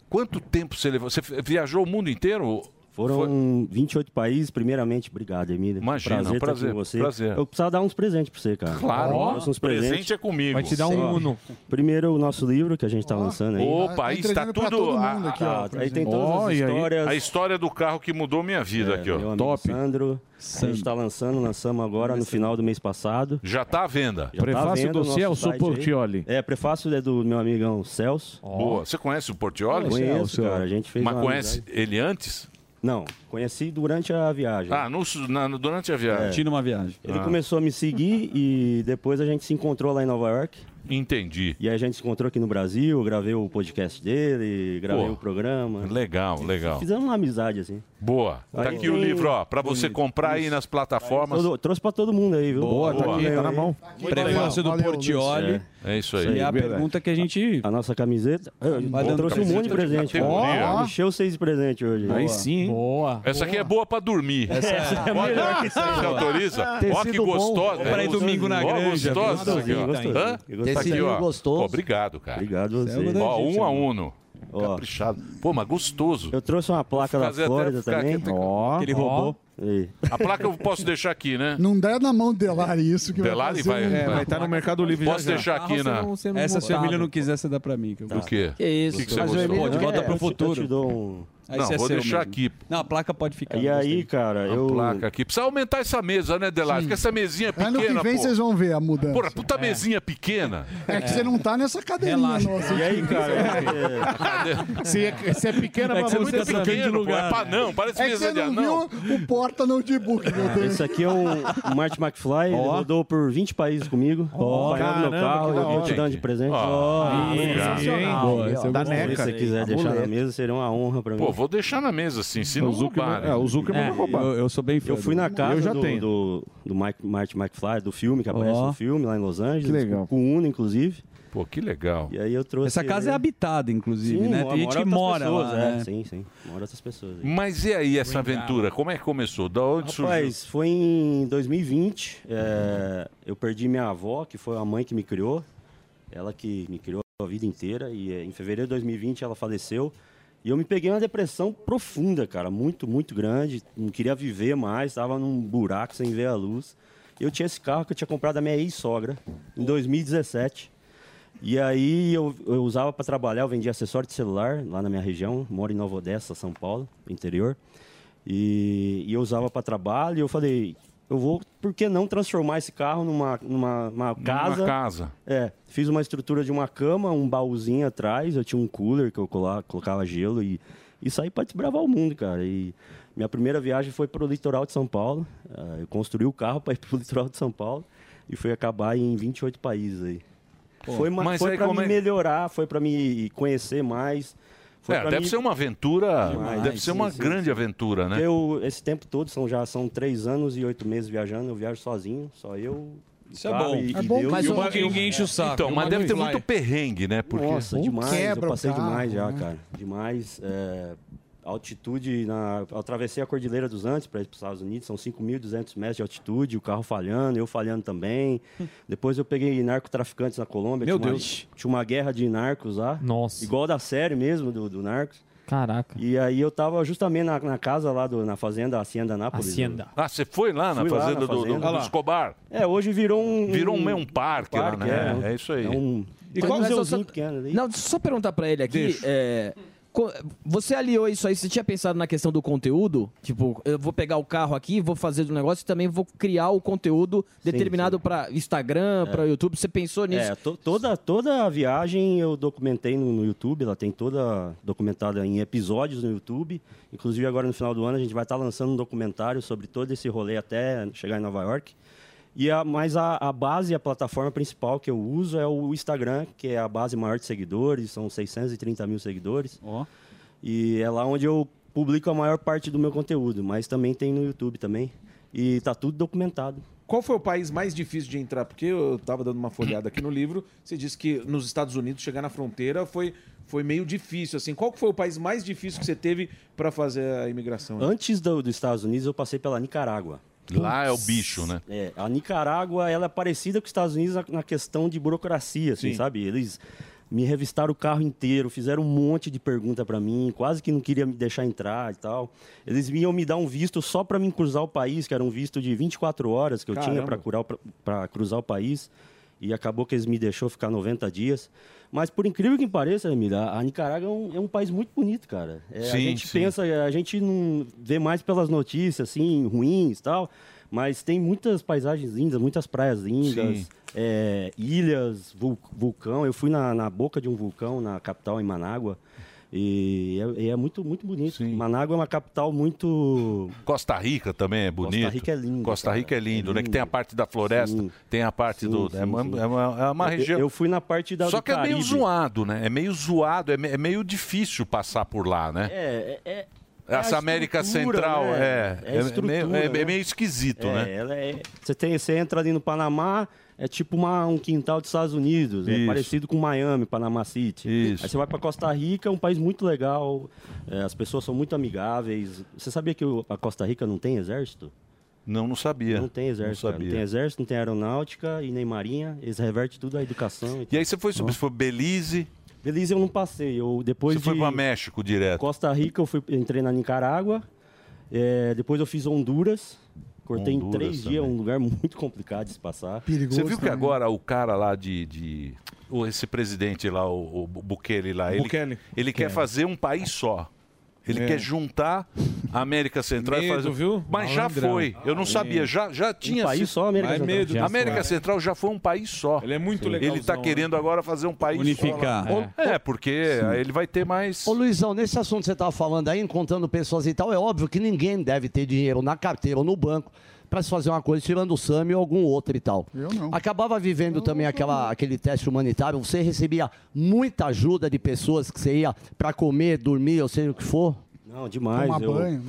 Quanto tempo você levou? Você viajou o mundo inteiro? Foram 28 países, primeiramente. Obrigado, Emílio. Imagina, um prazer, estar prazer, aqui com você. prazer. Eu precisava dar uns presentes pra você, cara. Claro, ó, Trouxe uns presente presentes. é comigo. Vai te dar um Sim. Uno. Primeiro, o nosso livro que a gente tá lançando aí. Opa, aí está tudo. ó, a- Ah, a- por Aí tem exemplo. todas as Olha aí. histórias. A história do carro que mudou minha É. vida aqui, ó. Top. Sandro. A gente tá lançando, lançamos agora no final do mês passado. Já tá à venda. Já tá à venda no nosso site aí. É, prefácio é do meu amigão Celso. Boa. Você conhece o Portioli? Conheço, cara. A gente fez Mas uma conhece amizade. ele antes? Não, conheci durante a viagem. Ah, no, na- no- durante a viagem. É. Tira uma viagem. Ele Ah. começou a me seguir e depois a gente se encontrou lá em Nova York. Entendi. E aí a gente se encontrou aqui no Brasil, gravei o podcast dele, gravei Pô, o programa. Legal, legal. Fizemos uma amizade, assim. Boa. Tá Aí aqui o tem- livro, ó, pra você comprar aí nas plataformas. Todo- trouxe pra todo mundo aí, viu? Boa, tá aqui, tá na mão. Muito Prefácio legal. do Portioli. Luiz. É. É isso aí. E a Verdade. pergunta que a gente... A nossa camiseta. Eu, eu dando trouxe um camiseta monte de de presente. categoria. cara. Ó. Encheu seis de presente hoje. Aí sim, hein? Boa. Essa aqui é boa pra dormir. Essa é a Ó, melhor que você tem. autoriza? Ó, que Tecido bom. gostosa. Compra aí domingo na Ó, granja, viu? gostosa essa aqui, ó. Gostosinho, Hã? gostosinho. Tá aqui, ó. Tecido gostoso. Pô, Obrigado, cara. Obrigado a é você. Ó, um a um. Caprichado. Pô, mas é gostoso. Eu trouxe uma placa da Fazer até Flórida ficar também. aqui, Ó, que ele ó. roubou. Aí. A placa eu posso deixar aqui, né? Não der na mão do Delari isso que Delari vai fazer. um- vai- É, vai tá no Mercado Livre Posso já, já. deixar aqui na. Essa se a Emília não multado. quiser, você dá pra mim. Que eu O quê? Que isso? Tá, O que, que você Mas o gostou? Emílio Pô, de quer- volta pro É, eu te- eu futuro. te dou um- Aí não, você é vou seu deixar mesmo. aqui. Não, a placa pode ficar. E aí, cara, A eu. placa aqui. Precisa aumentar essa mesa, né, Delari? Porque essa mesinha é Ano pequena, que vem pô. vocês vão ver a mudança. Porra, puta É. mesinha pequena. É que você não tá nessa cadeirinha assim, tipo, nossa. É. E aí, é. cara? Se é, se é pequena, é mas que você você é tá pequeno, trocando de lugar, lugar, é panão, parece É que mesa você de não anão. viu o porta notebook que eu tenho. Esse aqui é o Marty McFly, ele rodou por 20 países comigo. Ó, acompanhando meu caramba, carro, que eu da vou te hora. dando de presente. Ó, Ah, hein? sensacional. Boa, esse eu Da gostei. Neca. Se você quiser deixar na mesa, seria uma honra pra mim. Pô, vou deixar na mesa assim, se não roubar. É, Eu, É, sou bem fã Eu fui do- na casa Eu já do, tenho. do, do Mike, Marty McFly, do filme, que aparece Ó. no filme lá em Los Angeles. Que legal. Com o Uno, inclusive. Pô, que legal. E aí eu trouxe... Essa casa é aí- habitada, inclusive, Sim, né? Tem gente mora que outras mora pessoas, lá, é, né? Sim, sim. Mora outras pessoas. aí. Mas e aí essa aventura? Como é que começou? Da onde surgiu? Rapaz, foi em 2020. é, eu perdi minha avó, que foi a mãe que me criou. Ela que me criou a vida inteira. E é, em fevereiro de 2020 ela faleceu. E eu me peguei uma depressão profunda, cara. Muito, muito grande. Não queria viver mais. Estava num buraco sem ver a luz. Eu tinha esse carro que eu tinha comprado da minha ex-sogra em 2017. E aí eu, eu usava para trabalhar, eu vendia acessório de celular lá na minha região, moro em Nova Odessa, São Paulo, interior. E, e eu usava para trabalho e eu falei, eu vou, por que não transformar esse carro numa, numa uma casa? casa. É, fiz uma estrutura de uma cama, um baúzinho atrás, eu tinha um cooler que eu cola- colocava gelo e, e saí para desbravar o mundo, cara. E minha primeira viagem foi pro litoral de São Paulo. Ah, Eu construí o carro para ir pro litoral de São Paulo e foi acabar em 28 países aí. Pô, foi uma- mas foi aí para como me é- melhorar, foi para me conhecer mais. Foi É, pra deve me- ser uma aventura, Demais, deve sim, ser uma sim, grande sim. aventura, né? Eu, esse tempo todo, são, já são três anos e oito meses viajando, eu viajo sozinho, só eu. Isso é o carro E, e Deus. E uma- Então, mas deve ter muito perrengue, né? Porque... Nossa, demais, eu passei um demais já, né? cara. Demais. é, altitude, na, eu atravessei a Cordilheira dos Andes para ir para os Estados Unidos, são 5.200 metros de altitude, o carro falhando, eu falhando também. Depois eu peguei narcotraficantes na Colômbia. Meu tinha uma- Deus. tinha uma guerra de narcos lá. Nossa. Igual da série mesmo, do, do Narcos. Caraca. E aí eu tava justamente na, na casa lá, do, na fazenda Hacienda Nápoles. Hacienda. Ah, você foi lá na Fui lá fazenda, na do- Do, fazenda. do Ah lá. Escobar? É, hoje virou um... Virou um, um parque, lá, né? É, isso aí. E qual é Mas eu museuzinho só- pequeno ali? Não, deixa eu só perguntar pra ele aqui. Deixa. é, co- você aliou isso aí, você tinha pensado na questão do conteúdo? Tipo, eu vou pegar o carro aqui, vou fazer do negócio e também vou criar o conteúdo determinado pra Instagram, pra YouTube. Você pensou nisso? É, to- toda, toda a viagem eu documentei no, no YouTube, ela tem toda documentada em episódios no YouTube. Inclusive agora no final do ano a gente vai estar lançando um documentário sobre todo esse rolê até chegar em Nova York. E a, mas a, a base, a plataforma principal que eu uso é o Instagram, que é a base maior de seguidores, são 630 mil seguidores. E é lá onde eu publico a maior parte do meu conteúdo, mas também tem no YouTube também. E tá tudo documentado. Qual foi o país mais difícil de entrar? Porque eu tava dando uma folhada aqui no livro. Você disse que nos Estados Unidos chegar na fronteira foi, foi meio difícil. Assim, qual que foi o país mais difícil que você teve para fazer a imigração? Antes do- dos Estados Unidos, eu passei pela Nicarágua. Lá é o bicho, né? É, a Nicarágua, ela é parecida com os Estados Unidos na, na questão de burocracia, assim, Sim. sabe? Eles me revistaram o carro inteiro, fizeram um monte de pergunta para mim, quase que não queria me deixar entrar e tal. Eles iam me dar um visto só para me cruzar o país, que era um visto de 24 horas que eu tinha Caramba. para procurar para cruzar o país e acabou que eles me deixou ficar 90 dias. Mas por incrível que pareça, Emília, a Nicarágua é um, é um país muito bonito, cara. É, a Sim, gente sim. pensa, a gente não vê mais pelas notícias assim ruins, e tal, mas tem muitas paisagens lindas, muitas praias Sim. lindas. é, ilhas, vul- vulcão. Eu fui na, na boca de um vulcão na capital, em Manágua, e é, e é muito, muito bonito. Manágua é uma capital muito Costa Rica também é bonito. Rica é lindo, Costa Rica é lindo, né? Que tem a parte da floresta, Sim. tem a parte Sim, do. é, sim, uma, sim. é uma- é uma Eu- região. eu fui na parte da- Só do que é meio Caribe. zoado, né? É meio zoado, é, me- é meio difícil passar por lá, né? É, é, é- é Essa a América estrutura, Central né? é, é, meio, é- é né? meio esquisito, É, né? ela é- Você, tem, você entra ali no Panamá, é tipo uma- um quintal dos Estados Unidos, Isso. é parecido com Miami, Panama City. Isso. Aí você vai para Costa Rica, é um país muito legal, é, as pessoas são muito amigáveis. Você sabia que o- a Costa Rica não tem exército? Não, não sabia. Não tem exército, Não cara. sabia. Não tem exército, não tem aeronáutica e nem marinha. Eles revertem tudo à educação. E aí você foi, você foi Belize, Belize eu não passei. Eu, depois você foi de- para México direto. Costa Rica, eu fui, entrei na Nicarágua. É, depois eu fiz Honduras. Cortei em Honduras três dias, também. um lugar muito complicado de se passar. Você viu que agora o cara lá de. de- o- esse presidente lá, o, o Bukele lá, ele, Bukele. ele quer É. fazer um país só. Ele É. quer juntar a América Central e Medo, fazer. um viu? Mas já Malandrão. foi. Eu não Ah, sabia. é. Já, já tinha. Um país sido- só, a América Mas Central? medo A disso, América é. Central já foi um país só. Ele é muito Ele está legalzão, né? querendo agora fazer um país Unificar. só. lá. É, porque aí ele vai ter mais. Ô Luizão, nesse assunto que você estava falando aí, encontrando pessoas e tal, é óbvio que ninguém deve ter dinheiro na carteira ou no banco para se fazer uma coisa, tirando o SAMI ou algum outro e tal. Eu não. Acabava vivendo também aquela, aquele teste humanitário, você recebia muita ajuda de pessoas que você ia para comer, dormir, ou seja o que for. Não, demais. Tomar eu- banho.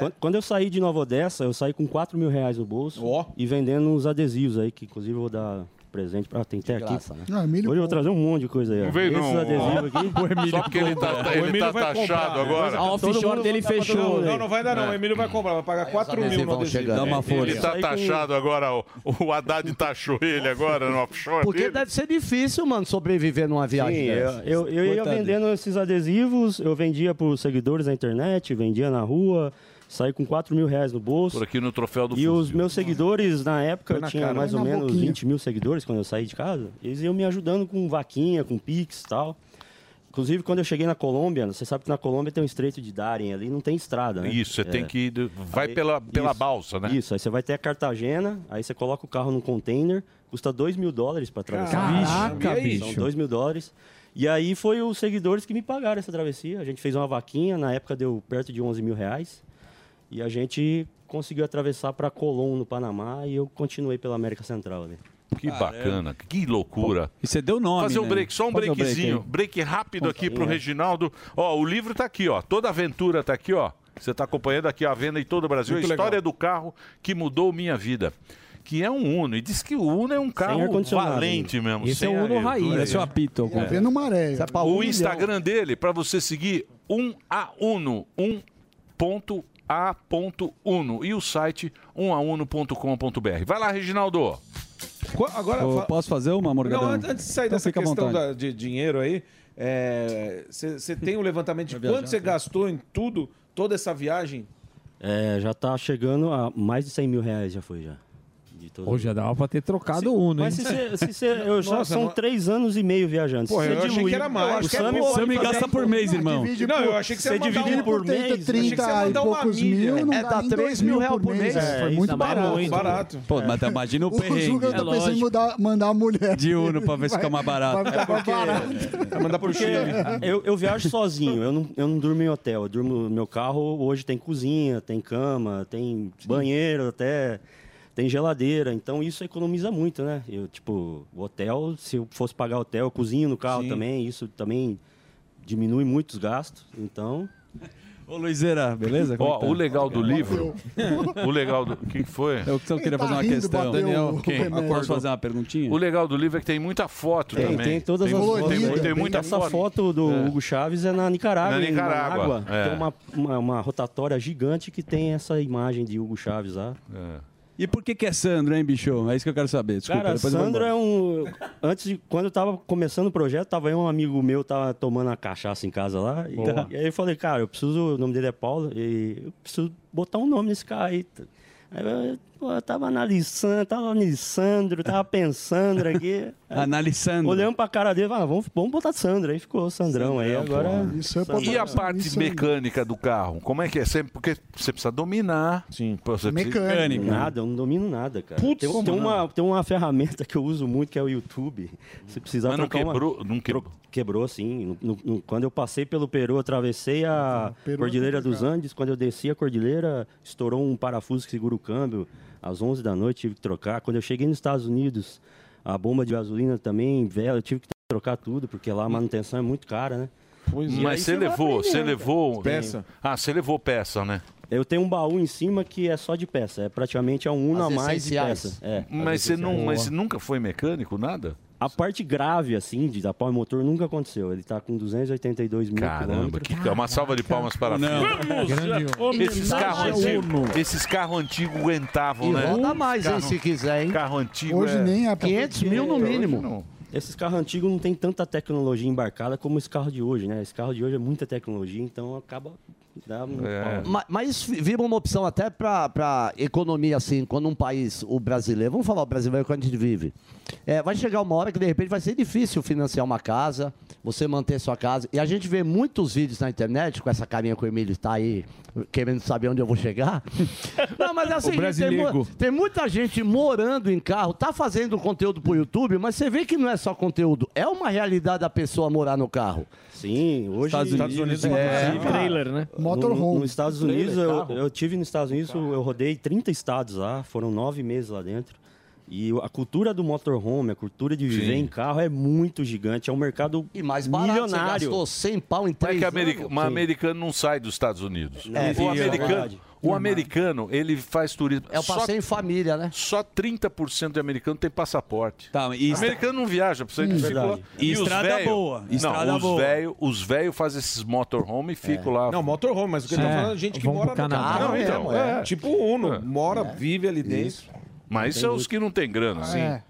Quan- Quando eu saí de Nova Odessa, eu saí com 4 mil reais no bolso e vendendo uns adesivos aí, que inclusive eu vou dar presente pra. Tem até aqui. graça, né? Não, Hoje eu vou trazer um monte de coisa aí. ó. Não veio, Esses não. adesivos aqui. O Emílio Só porque ele tá- compra. ele O Emílio tá vai taxado Ah, é comprar. agora. A offshore Todo mundo dele vai comprar fechou. todo mundo. tá Não, não vai dar não. O Emílio vai comprar, vai pagar 4 mil no adesivo. Ele tá taxado agora, o, o Haddad taxou ele agora no offshore Porque é dele. deve ser difícil, mano, sobreviver numa viagem Sim, dessa. eu, eu, eu ia vendendo esses adesivos, eu vendia para os seguidores na internet, vendia na rua, Saí com 4 mil reais no bolso. Por aqui no troféu do E os meus seguidores, na época, Foi eu na tinha cara, mais foi ou na menos boquinha. 20 mil seguidores quando eu saí de casa. Eles iam me ajudando com vaquinha, com pix e tal. Inclusive, quando eu cheguei na Colômbia, você sabe que na Colômbia tem um estreito de Darien ali, não tem estrada, né? Isso, você É. tem que ir. do- Vai Aí- pela, pela isso, balsa, né? Isso, aí você vai até a Cartagena, aí você coloca o carro num container, custa 2 mil dólares pra atravessar. Caraca, Vixe, bicho. São 2 mil dólares. E aí foi os seguidores que me pagaram essa travessia. A gente fez uma vaquinha, na época deu perto de 11 mil reais. E a gente conseguiu atravessar pra Colón, no Panamá, e eu continuei pela América Central ali. Que bacana, que loucura. E você deu nome, né? Fazer um break, só um Fazer o break breakzinho. aí. break, rápido aqui pro Sim, é. Reginaldo. Ó, o livro tá aqui, ó. Toda aventura tá aqui, ó. Você tá acompanhando aqui a venda em todo o Brasil. Muito a história do carro que mudou minha vida. Que é um Uno. E diz que o Uno é um carro ar-condicionado, valente né? mesmo. Esse sem é o Uno ar-condicionado. raiz, Parece um apito. Tá vendo uma areia. O Instagram dele, para você seguir, 1A1, 1.A.1 e o site 1a1.com.br. Vai lá, Reginaldo. Qu- Agora, Ô, fa- Posso fazer uma, Morgadão? Não, antes antes de sair Então dessa fica à questão vontade. da- de dinheiro aí, você tem um levantamento de Vai viajar, quanto você sim. gastou em tudo, toda essa viagem? É, já tá chegando a mais de 100 mil reais, já foi, já. De todo Pô, já dava pra ter trocado o Uno, hein? Mas se você. Se você eu já um, né? Nossa, são não- três anos e meio viajando. Se Porra, você eu achei diluir- que era mais. O Acho que é Sammy, pouco, Sammy hein? gasta por mês, irmão. Não, eu achei que você ia Você mandar divide um por por mês. achei 30, que você ia 30 e mandar uma poucos milha. mil, não É, dá dá nem três 2 mil mil real por por mês. mês. Foi É, isso muito dá mais barato. muito. Barato. Pô, mas tá- imagina o O perrengue. Juca tá pensando em mudar, mandar a mulher. De Uno pra ver se fica mais barato. Vai ficar mais barato. mandar pro Chile. Eu, eu viajo sozinho, eu não, eu não durmo em hotel. Eu durmo no meu carro, hoje tem cozinha, tem cama, tem banheiro até, tem geladeira. Então isso economiza muito, né? Eu, tipo, o hotel, se eu fosse pagar hotel, eu cozinho no carro Sim. também, isso também diminui muito os gastos. Então. Ô, Luizeira, beleza? Como Ó, que tá? o legal do livro. o legal do. O que que foi? Eu só queria fazer uma questão. Daniel, Quem? eu posso fazer uma perguntinha? O legal do livro é que tem muita foto Tem, também. tem todas tem, as mu- fotos. Tem, tem muita Essa foto. foto, do Hugo Chaves é na Nicarágua. Na em Nicarágua, Managua. é. Tem uma, uma, uma rotatória gigante que tem essa imagem de Hugo Chaves lá. E por que que é Sandro, hein, bicho? É isso que eu quero saber. Desculpa, Cara, depois eu vou Sandro é embora. um. Antes de. Quando eu tava começando o projeto, tava aí um amigo meu, tava tomando uma cachaça em casa lá. E, Boa. e aí eu falei, cara, eu preciso. O nome dele é Paulo, e eu preciso botar um nome nesse cara aí. Aí eu, pô, eu tava analisando, tava analisando, tava pensando aqui. Analisando. Olhando pra cara dele, ah, vamos, vamos botar Sandro. Aí ficou Sandrão aí. Agora. e a parte mecânica do carro? Como é que é? Você- porque você precisa dominar. Sim. Você precisa- Nada, eu não domino nada, cara. Putz, tem, como tem não? uma, tem uma ferramenta que eu uso muito que é o YouTube. Você precisar Mas não trocar uma- quebrou- não quebrou. tro- Quebrou, sim. No- no- no- quando eu passei pelo Peru, eu atravessei a Peru é Cordilheira dos Andes. Quando eu desci a cordilheira, estourou um parafuso que segura o câmbio. Às 11 da noite tive que trocar. Quando eu cheguei nos Estados Unidos, a bomba de gasolina também, vela, eu tive que trocar tudo, porque lá a manutenção é muito cara, né? E aí Mas você vai levou, você aprendendo, cara. levou. Ah, você levou peça, né? Eu tenho um baú em cima que é só de peça. É praticamente é um Uno As a mais de essenciais. peça. É, as Mas você não- essenciais. mas você nunca foi mecânico, nada? A parte grave, assim, de dar pau em motor nunca aconteceu. Ele tá com 282 mil Caramba, quilômetros. que, é uma salva de palmas para a Não. Fiat. Vamos Grande homem. esses carros homenagear o antigos, esses carros antigos aguentavam, E né? roda mais, hein, Carro- se quiser, hein? Carro antigo Hoje é... nem é pra 500 mil no Hoje mínimo. não. Esses carros antigos não tem tanta tecnologia embarcada como esse carro de hoje, né? Esse carro de hoje é muita tecnologia, então acaba dá um É. pau. Ma- Mas, isso vira uma opção até para economia, assim, quando um país, o brasileiro, vamos falar o brasileiro quando a gente vive, É, vai chegar uma hora que de repente vai ser difícil financiar uma casa, você manter sua casa. E a gente vê muitos vídeos na internet, com essa carinha que o Emílio está aí, querendo saber onde eu vou chegar. Não, mas é o seguinte, tem, brasileiro. mu- tem muita gente morando em carro, tá fazendo conteúdo pro YouTube, mas você vê que não é só conteúdo, é uma realidade da pessoa morar no carro. Sim, hoje Estados Estados Unidos, Unidos, é, inclusive. Trailer, né? Motorhome. No- no- Nos Estados Trailer, Unidos, eu, carro. eu tive nos Estados Unidos, eu rodei 30 estados lá, foram nove meses lá dentro. E a cultura do motorhome, a cultura de viver Sim. em carro é muito gigante. É um mercado e mais barato, milionário. Você gastou 100 pau em três três É Que america- anos. mas Sim. americano não sai dos Estados Unidos. É, o isso, é americano, verdade. o americano, ele faz turismo. É o passeio em família, né? Só 30% de americano tem passaporte. Tá, e o esta- americano não viaja, precisa de Hum. circular. Verdade. E os estrada é véio- boa, estrada não, os boa. É. velho, os velho fazem esses motorhome e ficam lá. Não, motorhome, mas o que eu tô É. falando é gente que Vamos mora pro Canadá. Canadá. Não, então, é. É. Tipo o Uno, mora, vive ali dentro. Ah, Mas são os que não têm grana. Sim. É.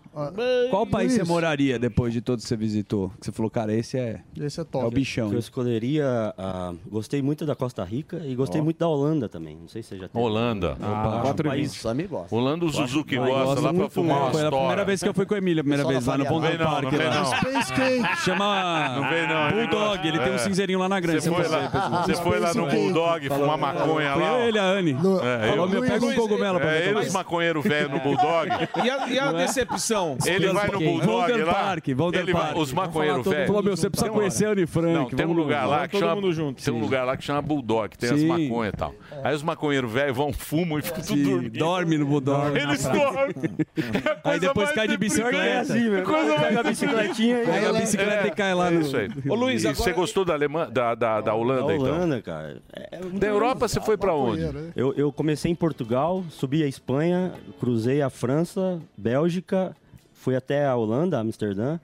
Qual país Luiz. você moraria depois de todos que você visitou? Que você falou, cara, esse é. Esse é É o bichão. Eu escolheria. ah, gostei muito da Costa Rica e gostei Ó. muito da Holanda também. Não sei se você já teve. Holanda. Ah, Quatro um país- vezes. Holanda, o Suzuki Quatro- gosta lá pra muito fumar bom. umas Foi a toras. primeira vez que eu fui com o Emília, a primeira Só vez na lá no Faria Bom Lima. Não, não Parque. vem lá. não. Space Cake. Chama. Não vem não. ele Bulldog, ele tem um cinzeirinho lá na grande. É. Você foi lá, você foi lá no Bulldog fumar maconha Foi lá. eu e ó. ele, a Anne. É, Falou, eu- meu, pega um cogumelo pra mim. É ele, os maconheiros velhos no Bulldog. E a- e a Não é? decepção? Ele vai no Quem? Bulldog Volder lá. Park, Volder ele vai- Park. Os maconheiros Vamos falar todo velhos. mundo Falou, meu, você precisa conhecer a Anne Frank, Não, tem um vamos lugar junto. lá Vamos que todo chama... mundo junto, Tem um sim. lugar lá que chama Bulldog, que tem as Sim. maconhas e tal. Aí os maconheiros velhos vão, fumam e ficam tudo Dorme, dormindo. dorme no Bulldog. né? Eles dormem. Aí depois cai de É bicicleta. assim, Pega a bicicletinha e- Pega a bicicleta e cai lá no- É Isso aí. Ô, Luiz, e agora- você gostou da, Alemanha, da, da, da Holanda, Da Holanda, então? cara. é Da Europa, você foi pra onde? Eu, eu comecei em Portugal, subi a Espanha, cruzei a França, Bélgica, fui até a Holanda, Amsterdã.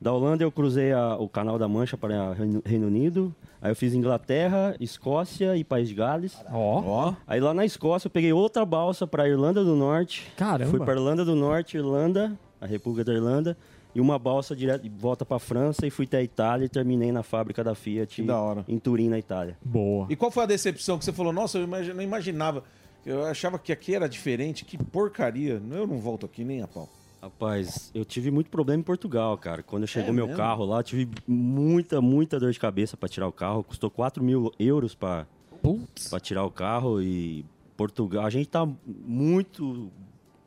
Da Holanda eu cruzei a- o Canal da Mancha para Reino, Reino Unido. Aí eu fiz Inglaterra, Escócia e País de Gales. Ó. Aí lá na Escócia eu peguei outra balsa para Irlanda do Norte. Caramba. Fui para Irlanda do Norte, Irlanda, a República da Irlanda. E uma balsa direto de volta para França e fui até a Itália e terminei na fábrica da Fiat em Turim, na Itália. Boa. E qual foi a decepção que você falou? Nossa, eu imagi- não imaginava. Eu achava que aqui era diferente. Que porcaria. Eu não volto aqui nem a pau. Rapaz, eu tive muito problema em Portugal, cara. É Quando chegou meu mesmo? carro lá, eu tive muita, muita dor de cabeça pra tirar o carro. Custou 4 mil euros pra, pra tirar o carro. E Portugal, a gente tá muito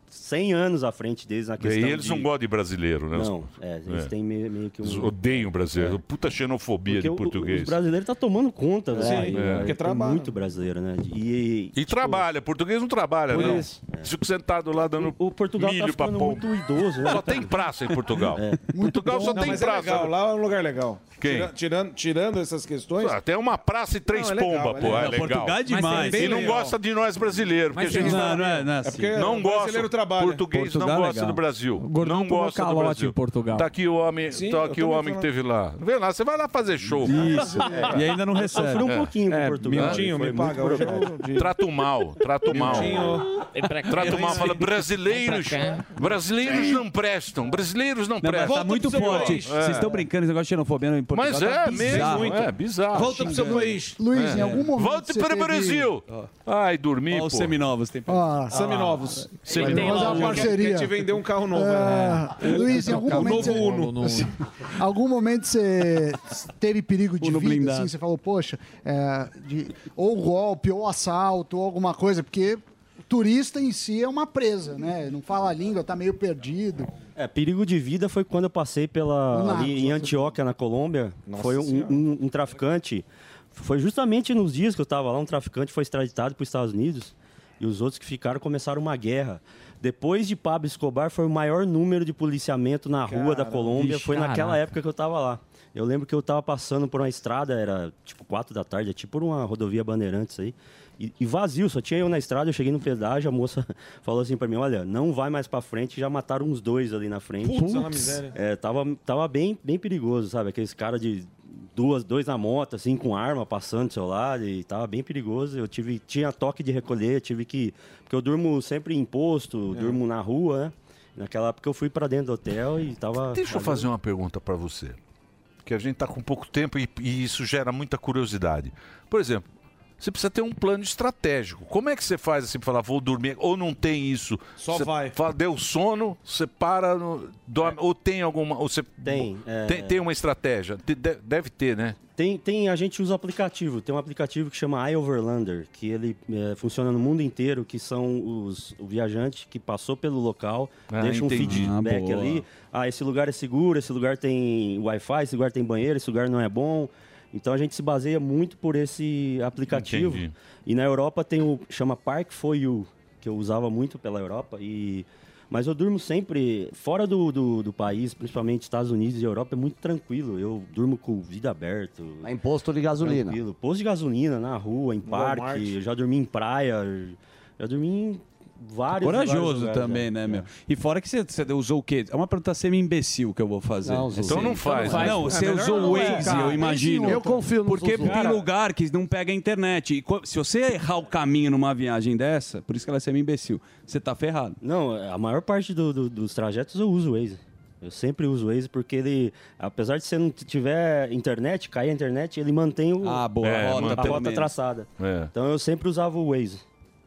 100 anos à frente deles na E questão. eles de... não gostam de brasileiro, né? Não, é, eles têm meio, meio que um. É. Eles odeiam brasileiro. Puta xenofobia Porque de o- português. Os brasileiros tá tomando conta, né? Sim, Aí, é. né? porque Tem trabalha. Muito brasileiro, né? E, E trabalha, português não trabalha, Por não. É. isso. Fico sentado lá tá dando Portugal milho tá pra ficando pombo. muito idoso, né? É. Só tem praça em Portugal. Portugal só tem mas praça. É legal. Lá é um lugar legal. Quem? Tira- Tirando, tirando essas questões. Ah, Tem uma praça e três Não, é legal, pomba, é pô. legal. É legal. Portugal é demais. E Bem não legal. gosta de nós brasileiros. Porque Mas a gente tem- não, não é- não é assim. porque não o gosta. brasileiro trabalha. Português Portugal é não gosta legal. é do Brasil. Gordão não tomou gosta do calote Brasil. em Portugal. Tá aqui o homem, Sim, tá eu aqui o também homem que falando. teve lá. Vem lá, você vai lá fazer show. cara. Isso, é. E ainda não Eu recebe. sofri um É. É, Miltinho, Foi me muito paga, hoje é burocrático. o dia. Trato mal, trato mal. Miltinho. Vem pra cá. Trato mal, fala brasileiros. Vem pra cá. Brasileiros não prestam, brasileiros não Não, mas prestam. É. tá muito forte. Vocês É. estão brincando, esse negócio de xenofobia em Portugal. Mas tá é mesmo, bizarro. é bizarro. Luiz, É. em algum momento. Volte você para o teve- Brasil. Ai, dormi, Ó, pô. os seminovos tem Ah, Seminovos. Seminovos. Fazer uma parceria. Quer te vender um carro novo. Ah, né? Luiz, em algum Um momento novo você- Uno. Algum momento você teve perigo de Uno vida, blindado. assim? Você falou, poxa, é, de- ou golpe, ou assalto, ou alguma coisa, porque o turista em si é uma presa, né? Não fala a língua, tá meio perdido. É, perigo de vida foi quando eu passei pela Nossa. ali em Antioquia, na Colômbia. Nossa foi um, Senhora. um- um traficante. Foi justamente nos dias que eu estava lá, um traficante foi extraditado para os Estados Unidos e os outros que ficaram começaram uma guerra. Depois de Pablo Escobar, foi o maior número de policiamento na rua da Colômbia. Vixe, foi naquela caraca. época que eu estava lá. Eu lembro que eu estava passando por uma estrada, era tipo 4 da tarde, é tipo uma rodovia Bandeirantes aí. E, e vazio, só tinha eu na estrada, eu cheguei no pedágio, a moça falou assim para mim, olha, não vai mais para frente, já mataram uns dois ali na frente. Putz, na miséria. É, tava, tava bem, bem perigoso, sabe? Aqueles cara de duas, dois na moto, assim, com arma passando do seu lado, e tava bem perigoso. Eu tive, tinha toque de recolher, tive que. Porque eu durmo sempre em posto, É. durmo na rua, né? Naquela época eu fui pra dentro do hotel e tava. Deixa eu fazer uma pergunta para você. Porque a gente está com pouco tempo e, e isso gera muita curiosidade. Por exemplo, você precisa ter um plano estratégico. Como é que você faz assim para falar, vou dormir? Ou não tem isso? Só Você vai. Fala, deu sono, você para, no- dorme. Ou tem alguma. Ou você, Tem, é. tem. tem uma estratégia. Te- de- Deve ter, né? Tem, tem, a gente usa aplicativo. Tem um aplicativo que chama iOverlander, que ele é, funciona no mundo inteiro, que são os o viajante que passou pelo local, Ah, deixa entendi. um Ah, feedback boa. ali. Ah, esse lugar é seguro, esse lugar tem Wi-Fi, esse lugar tem banheiro, esse lugar não é bom. Então a gente se baseia muito por esse aplicativo. Entendi. E na Europa tem o chama Park for You, que eu usava muito pela Europa e mas eu durmo sempre fora do, do, do país, principalmente Estados Unidos e Europa, é muito tranquilo. Eu durmo com o vidro aberto. Tá Em posto de gasolina. Tranquilo. Posto de gasolina, na rua, em parque. Walmart. Eu já dormi em praia. Já dormi em vários e vários Corajoso lugares, também, é. né, meu? E fora que você, você usou o quê? É uma pergunta semi-imbecil que eu vou fazer. Não, Zuzu. Então não faz, né? Não, É você melhor usou não o Waze, usar. eu imagino. Eu confio no Porque Zuzu. tem Cara. lugar que não pega a internet. E co- se você errar o caminho numa viagem dessa, por isso que ela é semi-imbecil, você tá ferrado. Não, a maior parte do- do- dos trajetos eu uso o Waze. Eu sempre uso o Waze porque ele, apesar de você não t- tiver internet, cair a internet, ele mantém o, Ah, boa, a É, rota, mantém. pelo menos. traçada. É. Então eu sempre usava o Waze.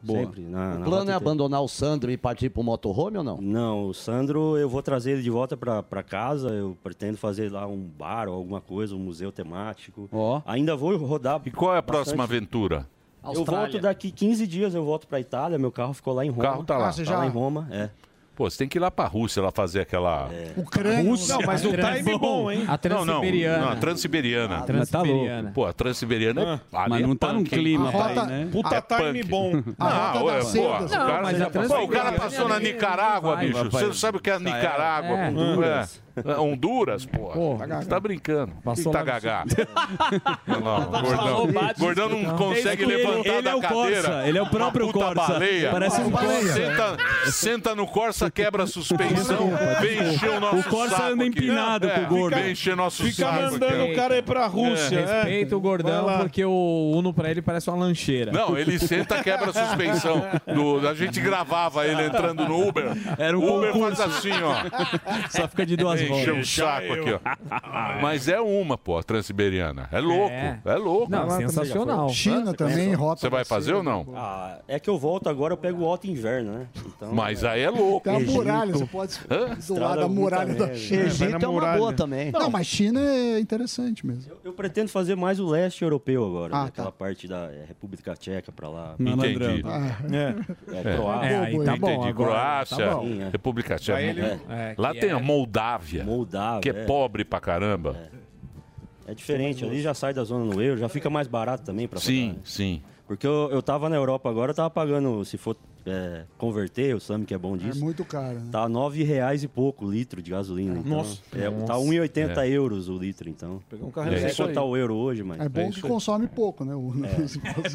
Sempre. o Na, na plano rota é inteira. abandonar o Sandro e partir pro motorhome ou não? Não, o Sandro, eu vou trazer ele de volta pra pra casa. Eu pretendo fazer lá um bar ou alguma coisa, um museu temático. Ainda vou rodar. E qual é a próxima aventura? Eu volto daqui 15 dias, eu volto pra Itália. Meu carro ficou lá em O Roma. carro tá Ah, lá. Tá lá em Roma, é. Pô, você tem que ir lá pra Rússia, lá fazer aquela... Ucrânia. Rússia. Não, mas o Trans- é time bom, hein? A Transiberiana. Não, não, a Transiberiana. tá Transiberiana. Pô, a Transiberiana Ah. é. ali mas é não tá punk, num hein? clima pra ir, né? é tá punk. Ah, rota ué, das pô, sedas. o cara, tá- Não, mas a pô, o cara Transiberiana passou na ali Nicarágua, vai, bicho. vai, Você vai. não sabe o que é Já era. Nicarágua? É, É, Honduras. É, Honduras, pô. Você tá brincando. Passou Passou que tá lá no gagá. Não, não, gordão. roubado. Gordão não consegue Ele- levantar ele da é o cadeira. Corsa, ele é o Uma próprio puta Corsa. baleia. tá- Parece um Corsa. Senta, senta no Corsa, quebra a suspensão, Desculpa, vem desculpa. encher o nosso O Corsa saco anda aqui. É, empinado com o gordo. Vem encher nosso Fica saco. mandando aqui, ó. o cara ir pra É. né? Respeita o gordão, porque o Uno pra ele parece uma lancheira. Não, ele senta, quebra a suspensão. Do- a gente gravava ele entrando no Uber. Era um o Uber concurso. faz assim, ó. Só fica de duas Enche o voltas. saco Já aqui, eu. ó. Mas é uma, pô, a transiberiana. É louco, é, É. louco. Não, Ela sensacional. também já foi. China Hã? também, rota Você vai da seda. fazer ou não? Ah, é que eu volto agora, eu pego o alto inverno, né? Então, Mas aí é louco. Tem a muralha, Egito. você pode Hã? do lado da Estrada muralha muita da merda. China. É, vai na muralha. Não, Não, mas China é interessante mesmo. Eu pretendo fazer mais o leste europeu agora, Ah, né? aquela parte da eh, República Tcheca pra lá. Malandrão. Entendi. É, Croácia. Entendi. tá Croácia, Sim, é. República Tcheca. Aí ele- É. tá É, Lá que tem a é- Moldávia. Moldávia, Que é, é. pobre pra caramba. É diferente, ali já sai da zona do euro, já fica mais barato também para Sim, sim. Porque eu, eu tava na Europa agora, eu tava pagando, se for é, converter, o Sam que é bom É disso, muito caro. Né? tá R$ 9 reais e pouco o litro de gasolina. Então, Nossa. É, Nossa. Tá 1,80 É. euros o litro, então. um carro não elétrico sei quanto aí. tá o euro hoje, mas... É bom que consome pouco, né? O Uno.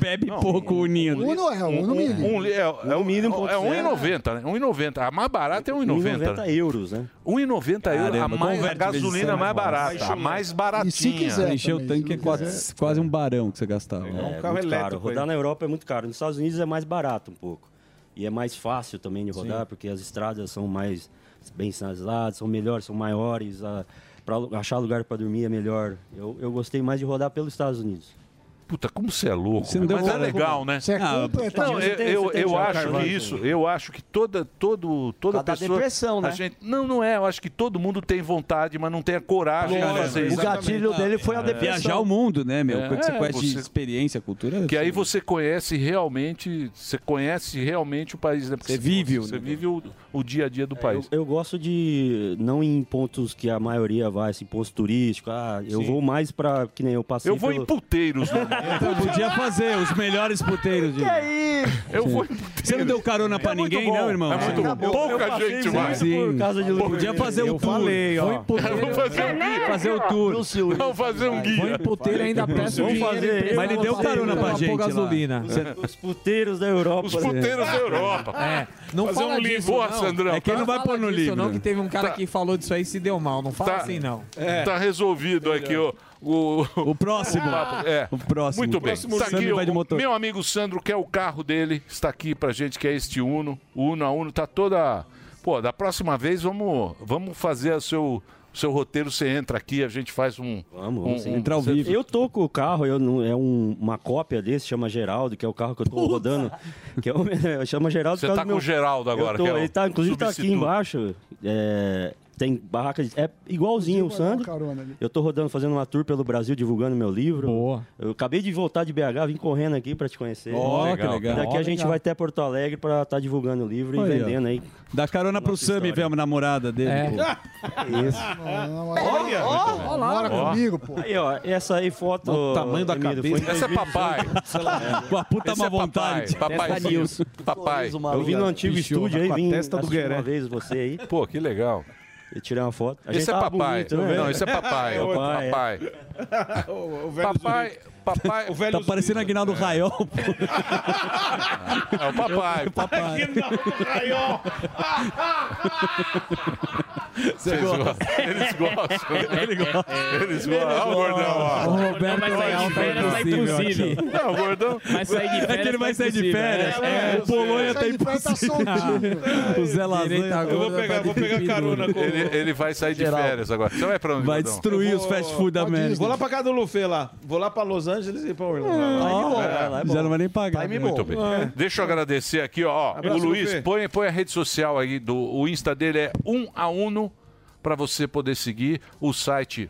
Bebe pouco o Nino. Uno é, Uno mínimo. Um, li- é, é, um, é 1,90, né? 1,90. A mais barata é 1,90. 1,90 euros, né? 1,90 euros. A, Caramba, mais, a converte vezes gasolina é cem, mais mais barata. barato. A mais baratinha. Encher o tanque é quase, quase um barão que você gastava. É, um carro caro. Rodar na Europa é muito caro. Nos Estados Unidos é mais barato um pouco. E é mais fácil também de rodar, Sim. porque as estradas são mais bem sinalizadas, são melhores, são maiores. Para achar lugar para dormir é melhor. Eu, eu gostei mais de rodar pelos Estados Unidos. Puta, como você é louco. Você não Mas deu é bola. legal, né? Você é Ah, completamente- Não, Você eu, tem- eu, você tem eu que achar acho que carvão isso, eu acho que toda, todo, toda Cada pessoa. depressão, né? a gente- não, não é. Eu acho que todo mundo tem vontade, mas não tem a coragem de Lógico, fazer isso. o gatilho dele foi a depressão. É, Viajar o mundo, né, meu? Quando você conhece experiência, cultura. Que aí você conhece realmente, você conhece realmente o país, né? Porque Você vive o Você negócio. vive o, o dia a dia do Eu, um país. eu gosto de não ir em pontos que a maioria vai, assim, pontos turísticos. Ah, eu Sim. vou mais para que nem eu passei. Eu vou em puteiros. né? podia fazer os melhores puteiros. Que é aí? Eu vou Você não deu carona pra ninguém, não, irmão? tá É muito bom. Pouca gente vai. Sim. Podia fazer o Eu tour. falei, ó. Vou em puteiro. Vamos fazer um guia. Fazer o tour. Lúcio Wilson. Vamos fazer um guia. Vou em puteiro ainda peço Vamos dinheiro fazer. emprestado Mas ele deu pra você, carona pra pra pôr gente lá. gasolina. Os puteiros da Europa. Os puteiros da Europa. um É, não fala disso, Boa, não. Sandrão. É que ele não vai Fala pôr no disso, livro. não, Não, que que tem- teve um cara que falou disso aí e se deu mal. Não fala Tá. assim, não. Tá resolvido aqui o, o, o próximo. papo. É. O próximo. Muito O bem. próximo Está Sandro aqui vai de o- motor. meu amigo Sandro, que é o carro dele, está aqui pra gente, que é este Uno. O Uno a Uno tá toda. Pô, da próxima vez vamos, vamos fazer o seu, seu roteiro. Você entra aqui, a gente faz um. Vamos, um, vamos sim. Eu tô com o carro, eu não, é um- uma cópia desse, chama Geraldo, que é o carro que eu tô rodando. Que é o, chama Geraldo. por Você causa tá do com o Geraldo Eu agora, tô, que é o ele tá, inclusive tá aqui substituto. embaixo. é, tem barraca de. É igualzinho o Sandro. Eu tô rodando, fazendo uma tour pelo Brasil, divulgando meu livro. Boa. Eu acabei de voltar de BH, vim correndo aqui pra te conhecer. Ó, que legal. E Daqui Ó, a gente legal. vai até Porto Alegre pra estar divulgando o livro Aí, ó. e vendendo aí. Dá carona pro Sami ver a namorada dele. É. pô. Isso. Olha, ó, Bora mora comigo, pô. Aí, ó, essa aí foto. Olha o tamanho da Emílio, cabeça. foi em Essa é 2018. papai. Sei lá. Com a puta Esse má é papai. vontade. Papai Testa News. News. Papai. Eu vim no antigo Bicho, estúdio aí, com a vim testa do assistir Gueré. uma vez você aí. Pô, que legal. Eu tirei uma foto. A Esse gente é tava papai. bonito, né? Não, esse é papai. Papai. papai. O, o velho Papai, Zurique. Papai, o velho tá parecendo Aguinaldo Raiol. pô. É o papai. papai. Aguinaldo Raiol. Ah! Você gosta? Eles gostam. Ele gosta. Eles gostam. Olha o gordão, ó. O Roberto é vai sair de férias, tá impossível. Não, o gordão. É, Vai sair de É que ele vai sair de né? férias. É, O Polônia tá Ah, impossível. O Zé Lazanha. Eu vou tá pegar, vou pegar carona com ele. Ele vai sair de férias agora. Você vai pra onde, Vai gordão? destruir os fast food da América. Vou lá pra casa do Lufê lá. Vou lá pra Los Angeles e pra Orlando. Ah, É. Ó, Já não vai nem Tá pagar. né? Muito bem. Deixa eu agradecer aqui, ó. Abraço, o Luiz, Lupe. põe, põe a rede social aí do. O Insta dele é 1 a 1 para você poder seguir o site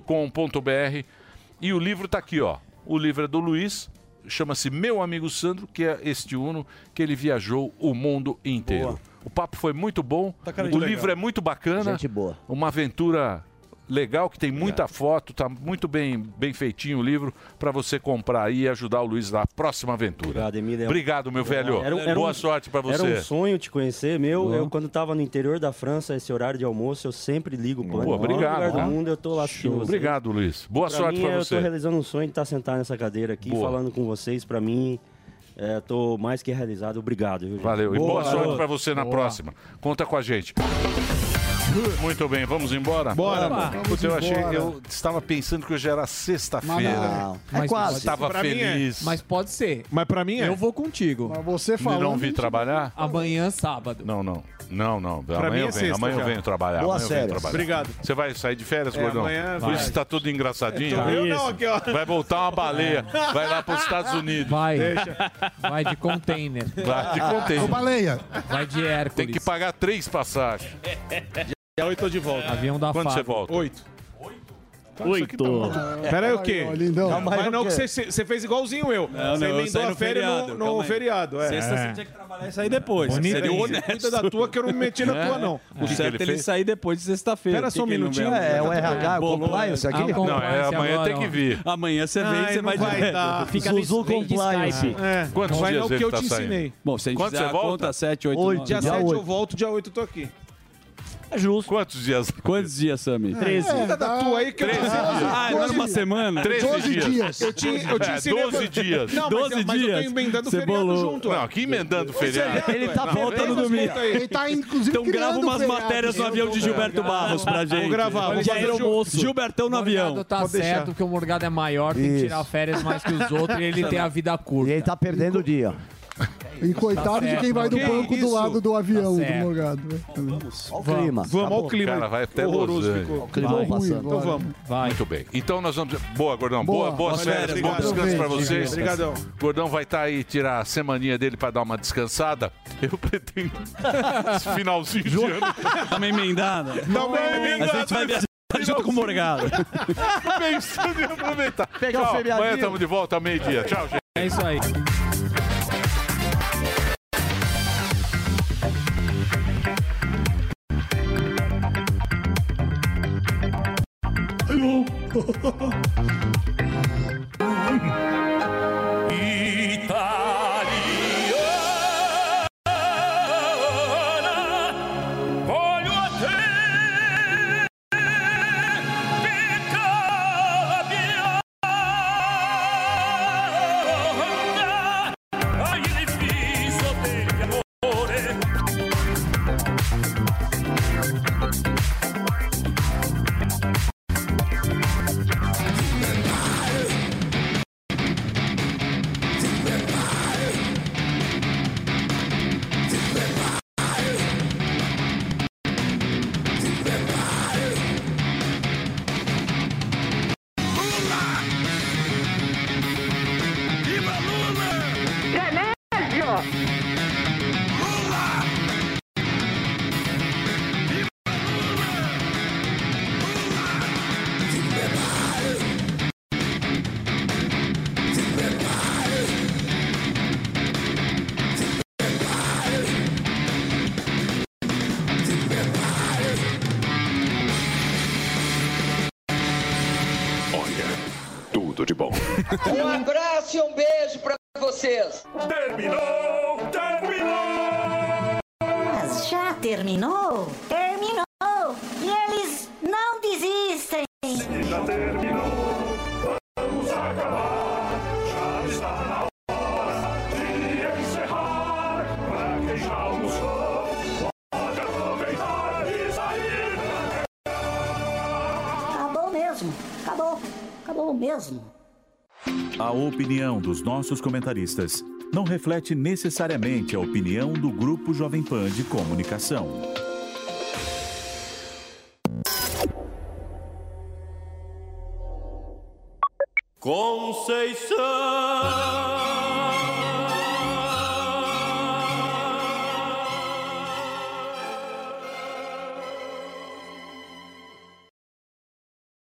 1a1.com.br. E o livro tá aqui, ó. O livro é do Luiz. Chama-se Meu Amigo Sandro, que é este Uno, que ele viajou o mundo inteiro. O papo foi muito bom. Tá cara o de livro legal. é muito bacana. Gente boa. Uma aventura legal que tem muita foto, tá muito bem, bem feitinho o livro para você comprar aí e ajudar o Luiz na próxima aventura. Obrigado, Emílio. meu velho. É um- Era um- era Boa um- sorte para você. Uhum. Era um sonho te conhecer, meu. Boa. Eu, quando tava no interior da França, esse horário de almoço, eu sempre ligo o pânico. Pô, obrigado, Em qualquer lugar né? cara. do mundo, eu tô lá assistindo vocês. Obrigado, Luiz. Boa Pra sorte mim, para Eu tô você. realizando um sonho de estar sentado nessa cadeira aqui, Boa. falando com vocês. Pra mim, é, tô mais que realizado. Obrigado. Viu, gente? Valeu. E boa sorte garoto. para você na Boa. próxima. Conta com a gente. Muito bem, vamos embora? Bora, Opa. vamos Puta, eu achei, embora. eu estava pensando que hoje era Mas sexta-feira. não, é quase. Estava Pra mim é. feliz. Mas pode ser. Mas pra mim é. Eu vou contigo. Mas você E não vir trabalhar? Amanhã, sábado. Não, não. Não, não. Pra mim é amanhã eu venho, sexta amanhã eu já. venho trabalhar. Boas amanhã eu venho férias. trabalhar. Obrigado. Você vai sair de férias, É, gordão? amanhã Por vai. isso tá tudo engraçadinho. Eu tô- eu não, aqui, ó. É. Vai voltar uma baleia. Vai lá pros Estados Unidos. Vai. Vai de container. Vai de container. Ô, baleia. Vai de Hércules. Tem que pagar três passagens. Dia 8 eu de volta. Avião da Quando FAB. você volta? Oito. Oito. Pera aí tá o quê? Ó, lindão. Calma aí, Mas mas não o que quê? você- você fez igualzinho Não, eu. Você não, eu emendou saí a no férias feriado, no, no calma aí. feriado. É. Sexta você tinha que trabalhar e sair depois. Bonito. Seria Você honesto. cuida da tua que eu não me meti na tua, não. O certo é ele sair depois de sexta-feira. Espera Por que só um que ele não vem minutinho. amanhã? É, o RH, o Bolou, compliance né? aqui? Ah, o Não, é compliance amanhã agora, tem que ó. vir. Amanhã você vem, Ai, você não vai É. vai direto. dar. Fica Zuzu vem de compliance. Skype. Tá. É. Quantos Vai dias não, que ele eu tá te saindo? ensinei. Bom, se a gente Quanto fizer você a volta? conta, 7, 8, 9. Dia 7 eu volto, dia 8 eu tô aqui. É justo. Quantos dias? Quantos dias, Sami? É, Cuida da tua aí que eu Treze eu dias. Ah, não era uma semana? Treze dias. Eu te, eu te É, ensinei. doze dias. Não, mas, Doze mas eu tô dias. emendando o Você feriado bolou. junto. Não, que emendando o feriado. Ele tá Não, faltando vem, mas domingo. conta aí. Ele tá, inclusive, Então um grava criando umas feriado. matérias no Eu avião vou de gravar. Gilberto Barros pra gente. vamos Já era almoço. Gilbertão no avião. Morgado tá certo porque o Morgado é maior, tem que Isso. tirar férias mais que os outros e ele tem a vida curta. E ele tá perdendo o dia. E coitado de quem vai do Que banco do isso? lado do avião, Tá do certo. Morgado. né? Olha o clima. Vamos ao clima. Cara, vai até Los Horroroso Angeles. ficou. Vai. passando. Então vamos. Vai. Muito bem. Então nós vamos. Boa, Gordão. Boa, Boa. boas Boas férias, férias, bom obrigado. descanso pra vocês. Obrigadão. Gordão vai estar aí tirar a semaninha dele pra dar uma descansada. Eu pretendo. esse Finalzinho de ano. Tá meio emendada. Tá meio Mas emendada. a gente vai viajar junto com o Morgado. Pensando em aproveitar. Pegar o um Tchau. feriadinho. Amanhã estamos de volta, meio-dia. Tchau, gente. É isso aí. Voglio a te Picca bianca Hai il viso dell'amore Viva Lula! Genésio! Lula! Viva Lula! Lula! Se prepare! Se prepare! Se prepare! Se prepare! Olha, tudo de bom. Um abraço e um beijo pra vocês. Terminou! Terminou! Mas já terminou? Terminou! E eles não desistem! Já terminou, vamos acabar. acabou mesmo. A opinião dos nossos comentaristas não reflete necessariamente a opinião do Grupo Jovem Pan de Comunicação. Conceição.